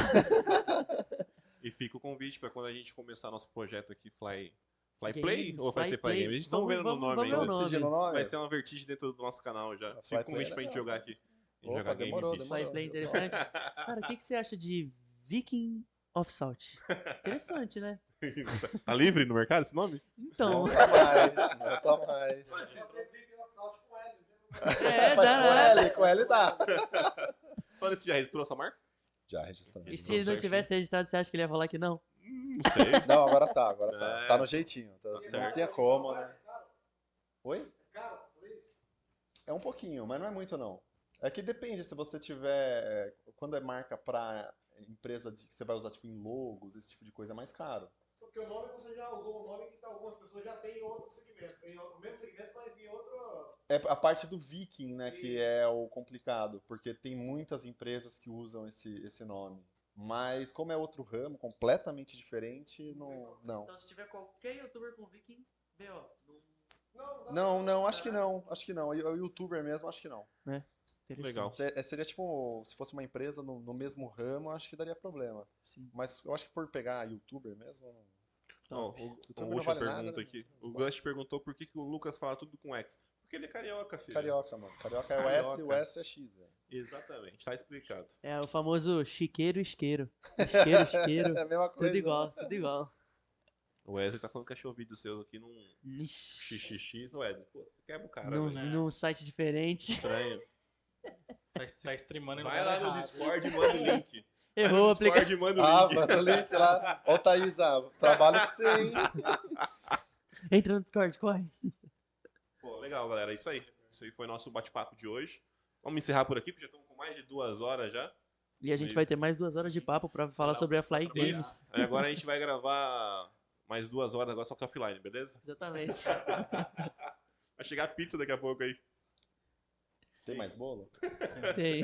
A: E fica o convite pra quando a gente começar nosso projeto aqui, Fly, Fly
D: Games,
A: Play? Ou vai
D: Fly
A: ser Fly
D: Play.
A: Games? A gente tá
D: Vamos-
A: vendo no
D: vamos-
A: nome
D: vamos
A: ainda.
D: ao nome.
C: Decidindo o nome?
A: Vai ser uma vertigem dentro do nosso canal já.
C: Fly
A: Fica o
C: Play
A: convite
C: é
A: pra gente
C: legal,
A: jogar
C: cara.
A: aqui. A gente
C: Opa,
A: jogar Game
C: demorou,
A: Beats.
C: demorou.
D: Vai play interessante. Cara, o que, que você acha de Viking of Salt? Interessante, né?
A: tá livre no mercado esse nome?
D: Então,
C: Não tá mais, não tá mais.
B: Fazer Big Up Salt com L, né?
D: <laughs> é,
C: Mas
D: dá nada.
C: com L, com L dá.
A: Só isso já registrou essa marca?
C: Já registramos.
D: E se ele não tivesse
C: né?
D: editado, você acha que ele ia falar que não?
A: Hum, Não sei.
C: Não, agora tá, agora tá.
A: É.
C: Tá no jeitinho.
A: Tá
C: tá- não
A: certo.
C: tinha como, né? Oi?
B: Cara, fazer isso.
C: É um pouquinho, mas não é muito não. É que depende se você tiver. é, Quando é marca pra empresa de- que você vai usar tipo em logos, esse tipo de coisa é mais caro.
B: Porque o nome você já usou um nome que tá- algumas pessoas já têm em outro segmento, em outro, mesmo segmento, mas em outro.
C: É a parte do Viking, né, que é o complicado, porque tem muitas empresas que usam esse, esse nome. Mas como é outro ramo, completamente diferente, não. Não,
D: Então, se tiver qualquer youtuber com Viking, B.O.
B: Não, não.
C: não, não acho que não. Acho que não. E O youtuber mesmo, acho que não.
D: Interessante.
A: Legal.
C: Se- é, seria tipo, se fosse uma empresa no, no mesmo ramo, eu acho que daria problema.
D: Sim.
C: Mas eu acho que por pegar youtuber mesmo, não-
A: Ó, o,
C: YouTube
A: o
C: não
A: Gush
C: vale nada,
A: pergunta
C: né?
A: aqui.
C: Mas
A: O
C: bora.
A: Gush perguntou por que, que o Lucas fala tudo com X. Porque ele é carioca, filho.
C: carioca, mano. Carioca é o
A: Carioca.
C: S, o S é X, velho.
A: Exatamente, tá explicado.
D: É o famoso chiqueiro isqueiro. Isqueiro, isqueiro. <laughs>
C: É a mesma coisa.
D: tudo
C: né?
D: igual, tudo igual.
A: O Wesley tá falando que achou vídeos seus aqui num
D: Ixi,
A: xxx, Wesley. Pô, você quebra o cara,
D: num,
A: velho.
E: né?
D: num site diferente.
A: Estranho.
E: Tá, tá streamando em
A: Vai
E: lugar
A: lá no
E: errado.
A: Discord e manda o link. Vai
D: Errou o
A: no
D: aplicativo.
A: Discord e manda o
C: Ah,
A: link.
C: mano, o link lá. Ó, o Thaís, ah, trabalho com você, hein?
D: Entra no Discord, corre.
A: Pô, legal, galera. É isso aí. Isso aí foi nosso bate-papo de hoje. Vamos encerrar por aqui, porque já estamos com mais de duas horas já.
D: E a gente vai ter mais duas horas de papo pra falar
E: Não,
D: sobre a Fly
E: trabalhar.
D: Games.
A: Aí agora a gente vai gravar mais duas horas agora, só que offline, beleza?
C: <laughs>
D: Exatamente.
A: Vai chegar pizza daqui a pouco aí.
C: Tem mais bolo?
D: Tem.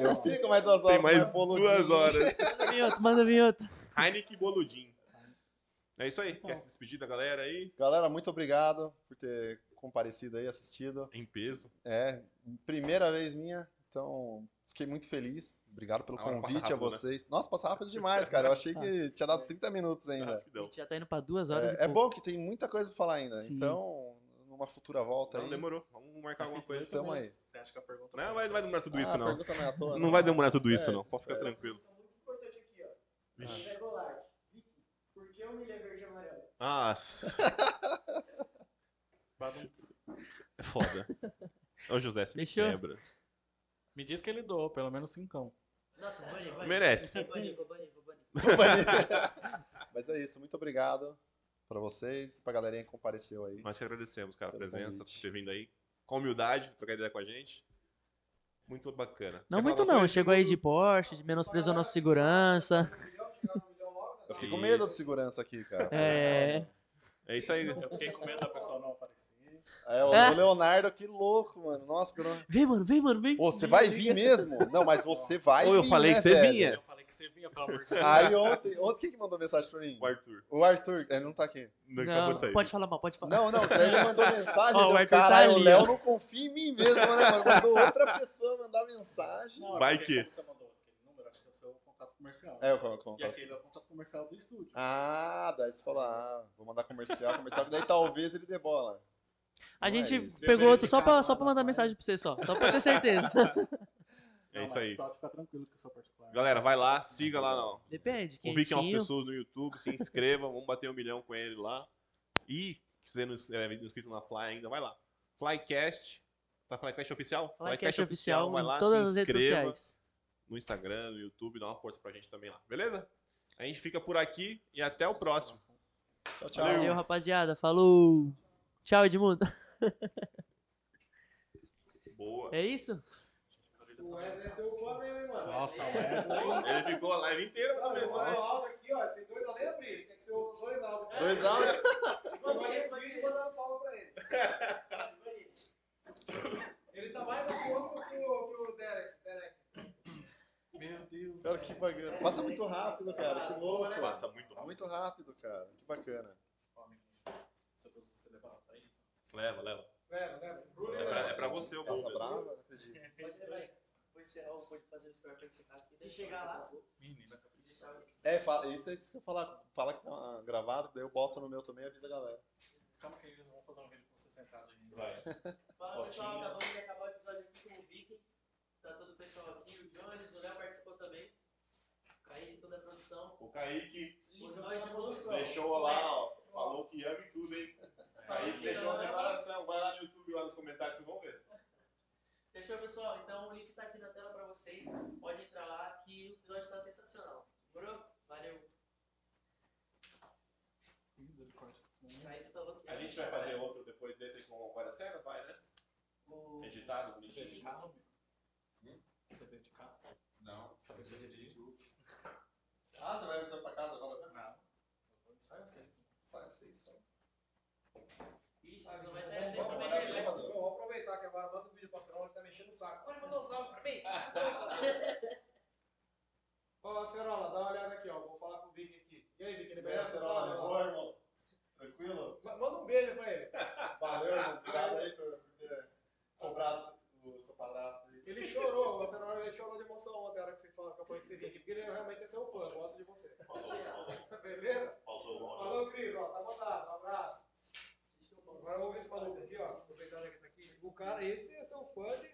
C: Eu fico mais duas horas.
A: Tem mais
C: bolo
A: duas
C: de- <laughs>
A: horas.
D: Manda vinheta, manda vinheta.
A: Heineken e Boludim. É isso
C: Tá
A: aí. Quer se despedir da galera aí?
C: Galera, muito obrigado por ter comparecido aí, assistido.
A: Em peso.
C: É, primeira vez minha, então fiquei muito feliz. Obrigado pelo
A: A hora passa
C: convite a
A: rápido, né?
C: vocês. Nossa, passa rápido demais, cara. Eu achei
D: Passa.
C: que tinha dado 30 minutos ainda.
D: A
A: Rapidão.
D: gente já tá indo pra duas horas
C: É, é
D: e pouco.
C: bom que tem muita coisa pra falar ainda.
D: Sim.
C: Então, numa futura volta
A: Não,
C: aí.
A: Então demorou. Vamos marcar alguma coisa.
C: Tamo aí.
E: Você acha que a pergunta
A: Não, mas não vai demorar tudo
C: Ah,
A: isso, não.
C: pergunta não é à toa,
A: Não
C: né?
A: vai demorar tudo isso,
C: É,
A: não. Pode ficar
C: certo.
A: tranquilo.
G: Muito importante aqui, ó.
A: Vixe.
G: André Goulart. Vicky, por que o milho é verde e amarelo?
A: Ah,
C: <laughs>
A: é foda. Ô, José, se me
D: Fechou?
A: quebra.
E: Me diz que ele doou, pelo menos cincão.
D: Nossa, vou banir, vou banir.
A: Merece.
D: Vou banir, vou banir, vou banir.
C: Mas é isso, muito obrigado pra vocês e pra galerinha que compareceu aí.
A: Nós te agradecemos, cara, a
C: Pelo
A: presença, por
C: convite.
A: ter vindo aí. Com humildade, trocar ideia com a gente. Muito bacana.
D: Não
A: Quer
D: muito
A: falar
D: não,
A: alguma
D: chegou aí de Porsche, de menosprezou nossa segurança.
C: Eu fiquei com medo
A: é Isso.
C: de segurança aqui, cara.
D: É.
A: coisa? É isso aí.
E: Eu fiquei com medo da pessoa não aparecer.
C: É, o
D: É.
C: Leonardo, que louco, mano. Nossa, pelo...
D: Vem, mano, vem, mano, vem.
C: Ô, você vai vir mesmo? Não, mas você vai
A: Ô, eu
C: vir,
A: falei
C: né,
A: que você
C: velho?
A: vinha. É.
E: Eu falei que você vinha, pelo amor de Deus.
C: Aí ontem, ontem quem que mandou mensagem pra mim?
A: O Arthur.
C: O Arthur, ele não tá aqui.
A: Não, acabou
D: Não,
A: de sair.
D: pode falar mal, pode falar.
C: Não, não, daí ele
D: <laughs>
C: mandou mensagem,
D: Ó, o
C: deu,
D: Arthur tá
C: caralho,
D: ali,
C: o Léo
D: ó."
C: não confia em mim mesmo, né, mano? Mandou outra pessoa mandar mensagem.
E: Não, é
A: Vai
E: porque
A: que-
E: como Você mandou aquele número, acho que é o seu contato comercial.
C: É, eu coloco.
E: E aquele é o contato comercial do estúdio.
C: Ah, daí você falou, ah, vou mandar comercial, comercial, que daí talvez ele dê bola.
D: A
C: Não é
D: gente
C: isso.
D: pegou outro só pra,
E: Verificado
D: só pra mandar
E: lá na
D: mensagem pra você só. Só pra ter certeza.
A: <laughs> É isso
E: mas
A: aí.
E: Pode ficar tranquilo que eu sou particular.
A: Galera, vai lá, siga lá no
D: Depende,
A: o Viking é of the
D: quentinho.
A: Souls no YouTube, se inscreva, vamos bater um milhão com ele lá. E, se você não é não é inscrito na Fly ainda, vai lá. Flycast, tá Flycast oficial?
D: Flycast é oficial
A: vai
D: em
A: lá,
D: todas as
A: se
D: redes
A: inscreva
D: sociais.
A: no Instagram, no YouTube, dá uma força pra gente também lá, beleza? A gente fica por aqui e até o próximo.
C: Tchau, tchau.
A: Valeu.
D: Valeu, rapaziada. Falou. Tchau, Edmundo.
A: Boa.
D: É isso?
B: O Wesley é seu fã mesmo, hein, mano? Tá
E: Nossa, o <laughs> Wesley.
A: Ele ficou a live inteira pra né?
B: Olha,
A: mensagem.
B: o áudio aqui, ó. Tem dois além abrir. Quer que você ouça os dois áudios?
C: Dois áudios.
B: Você vai abrir e mandar um salve pra ele. Ele tá mais a fogo que o que o Derek. Derek.
E: Meu Deus.
C: Cara, que bacana. Passa muito rápido, cara. Que louco.
A: Boa, Passa muito rápido.
C: Muito rápido, cara. Que bacana.
E: Se você levar pra isso.
A: Leva, leva.
B: Leva, leva. Bruno
A: É pra, é pra você o
C: Ela
A: gol.
C: tá
A: mesmo.
C: brava? Não acredito.
G: Vou encerrar ou pode fazer o score pra encerrar aqui. Se chegar lá,
E: Menina, acabei de deixar.
C: É, fala, isso é isso que eu falar. Fala que tá gravado, daí eu boto no meu também e avisa a galera.
E: Calma que eles vão fazer um vídeo com você sentado aí.
A: Vai.
G: fala pessoal,
E: Fotinha.
G: acabamos de acabar o episódio aqui com o Viking. Tá todo o pessoal aqui, o Jones, o Léo participou também. Kaique, toda a produção.
A: O Kaique
G: Lindóis de produção.
A: deixou lá, ó. Falou que ama e tudo, hein?
C: É.
A: Kaique deixou uma
G: Não,
E: É.
G: não, não.
A: declaração. Vai lá no YouTube, lá nos comentários, vocês vão ver.
G: Fechou, pessoal? Então o link tá aqui na tela pra vocês. Pode entrar lá que o episódio tá sensacional. Demorou? Valeu.
E: Misericórdia.
G: Kaique tá louco.
A: A gente vai fazer outro depois desse aí com várias cenas, vai, né?
G: O-
A: Editado,
E: Um Você veio de
A: bonitinho.
E: carro? amigo? Você veio de carro?
C: Não.
E: Você veio dirigir?
C: Ah, você vai você pra casa agora?
E: Não. Eu vou ensaiar às seis.
C: Sai, sai, sai.
G: Ixi,
D: é,
G: mas não vai sair assim
C: Vamos,
G: também,
C: vai,
G: né?
C: vai,
G: Mas-
C: vai.
B: Bom, vou aproveitar que agora manda um vídeo pra Cerola que tá mexendo o saco. Pode mandar um salve pra mim? Ó, Cerola, dá uma olhada aqui, ó. Vou falar com o Vicky aqui. E aí, Vicky, ele
C: É,
B: merece um
C: Cerola,
B: salve?
C: de boa, irmão? Tranquilo?
B: Ma- Manda um beijo pra ele.
C: Valeu, irmão. Obrigado aí por por ter cobrado o seu padrasto aí.
B: Ele chorou. é tá um tá cara, esse é seu fã de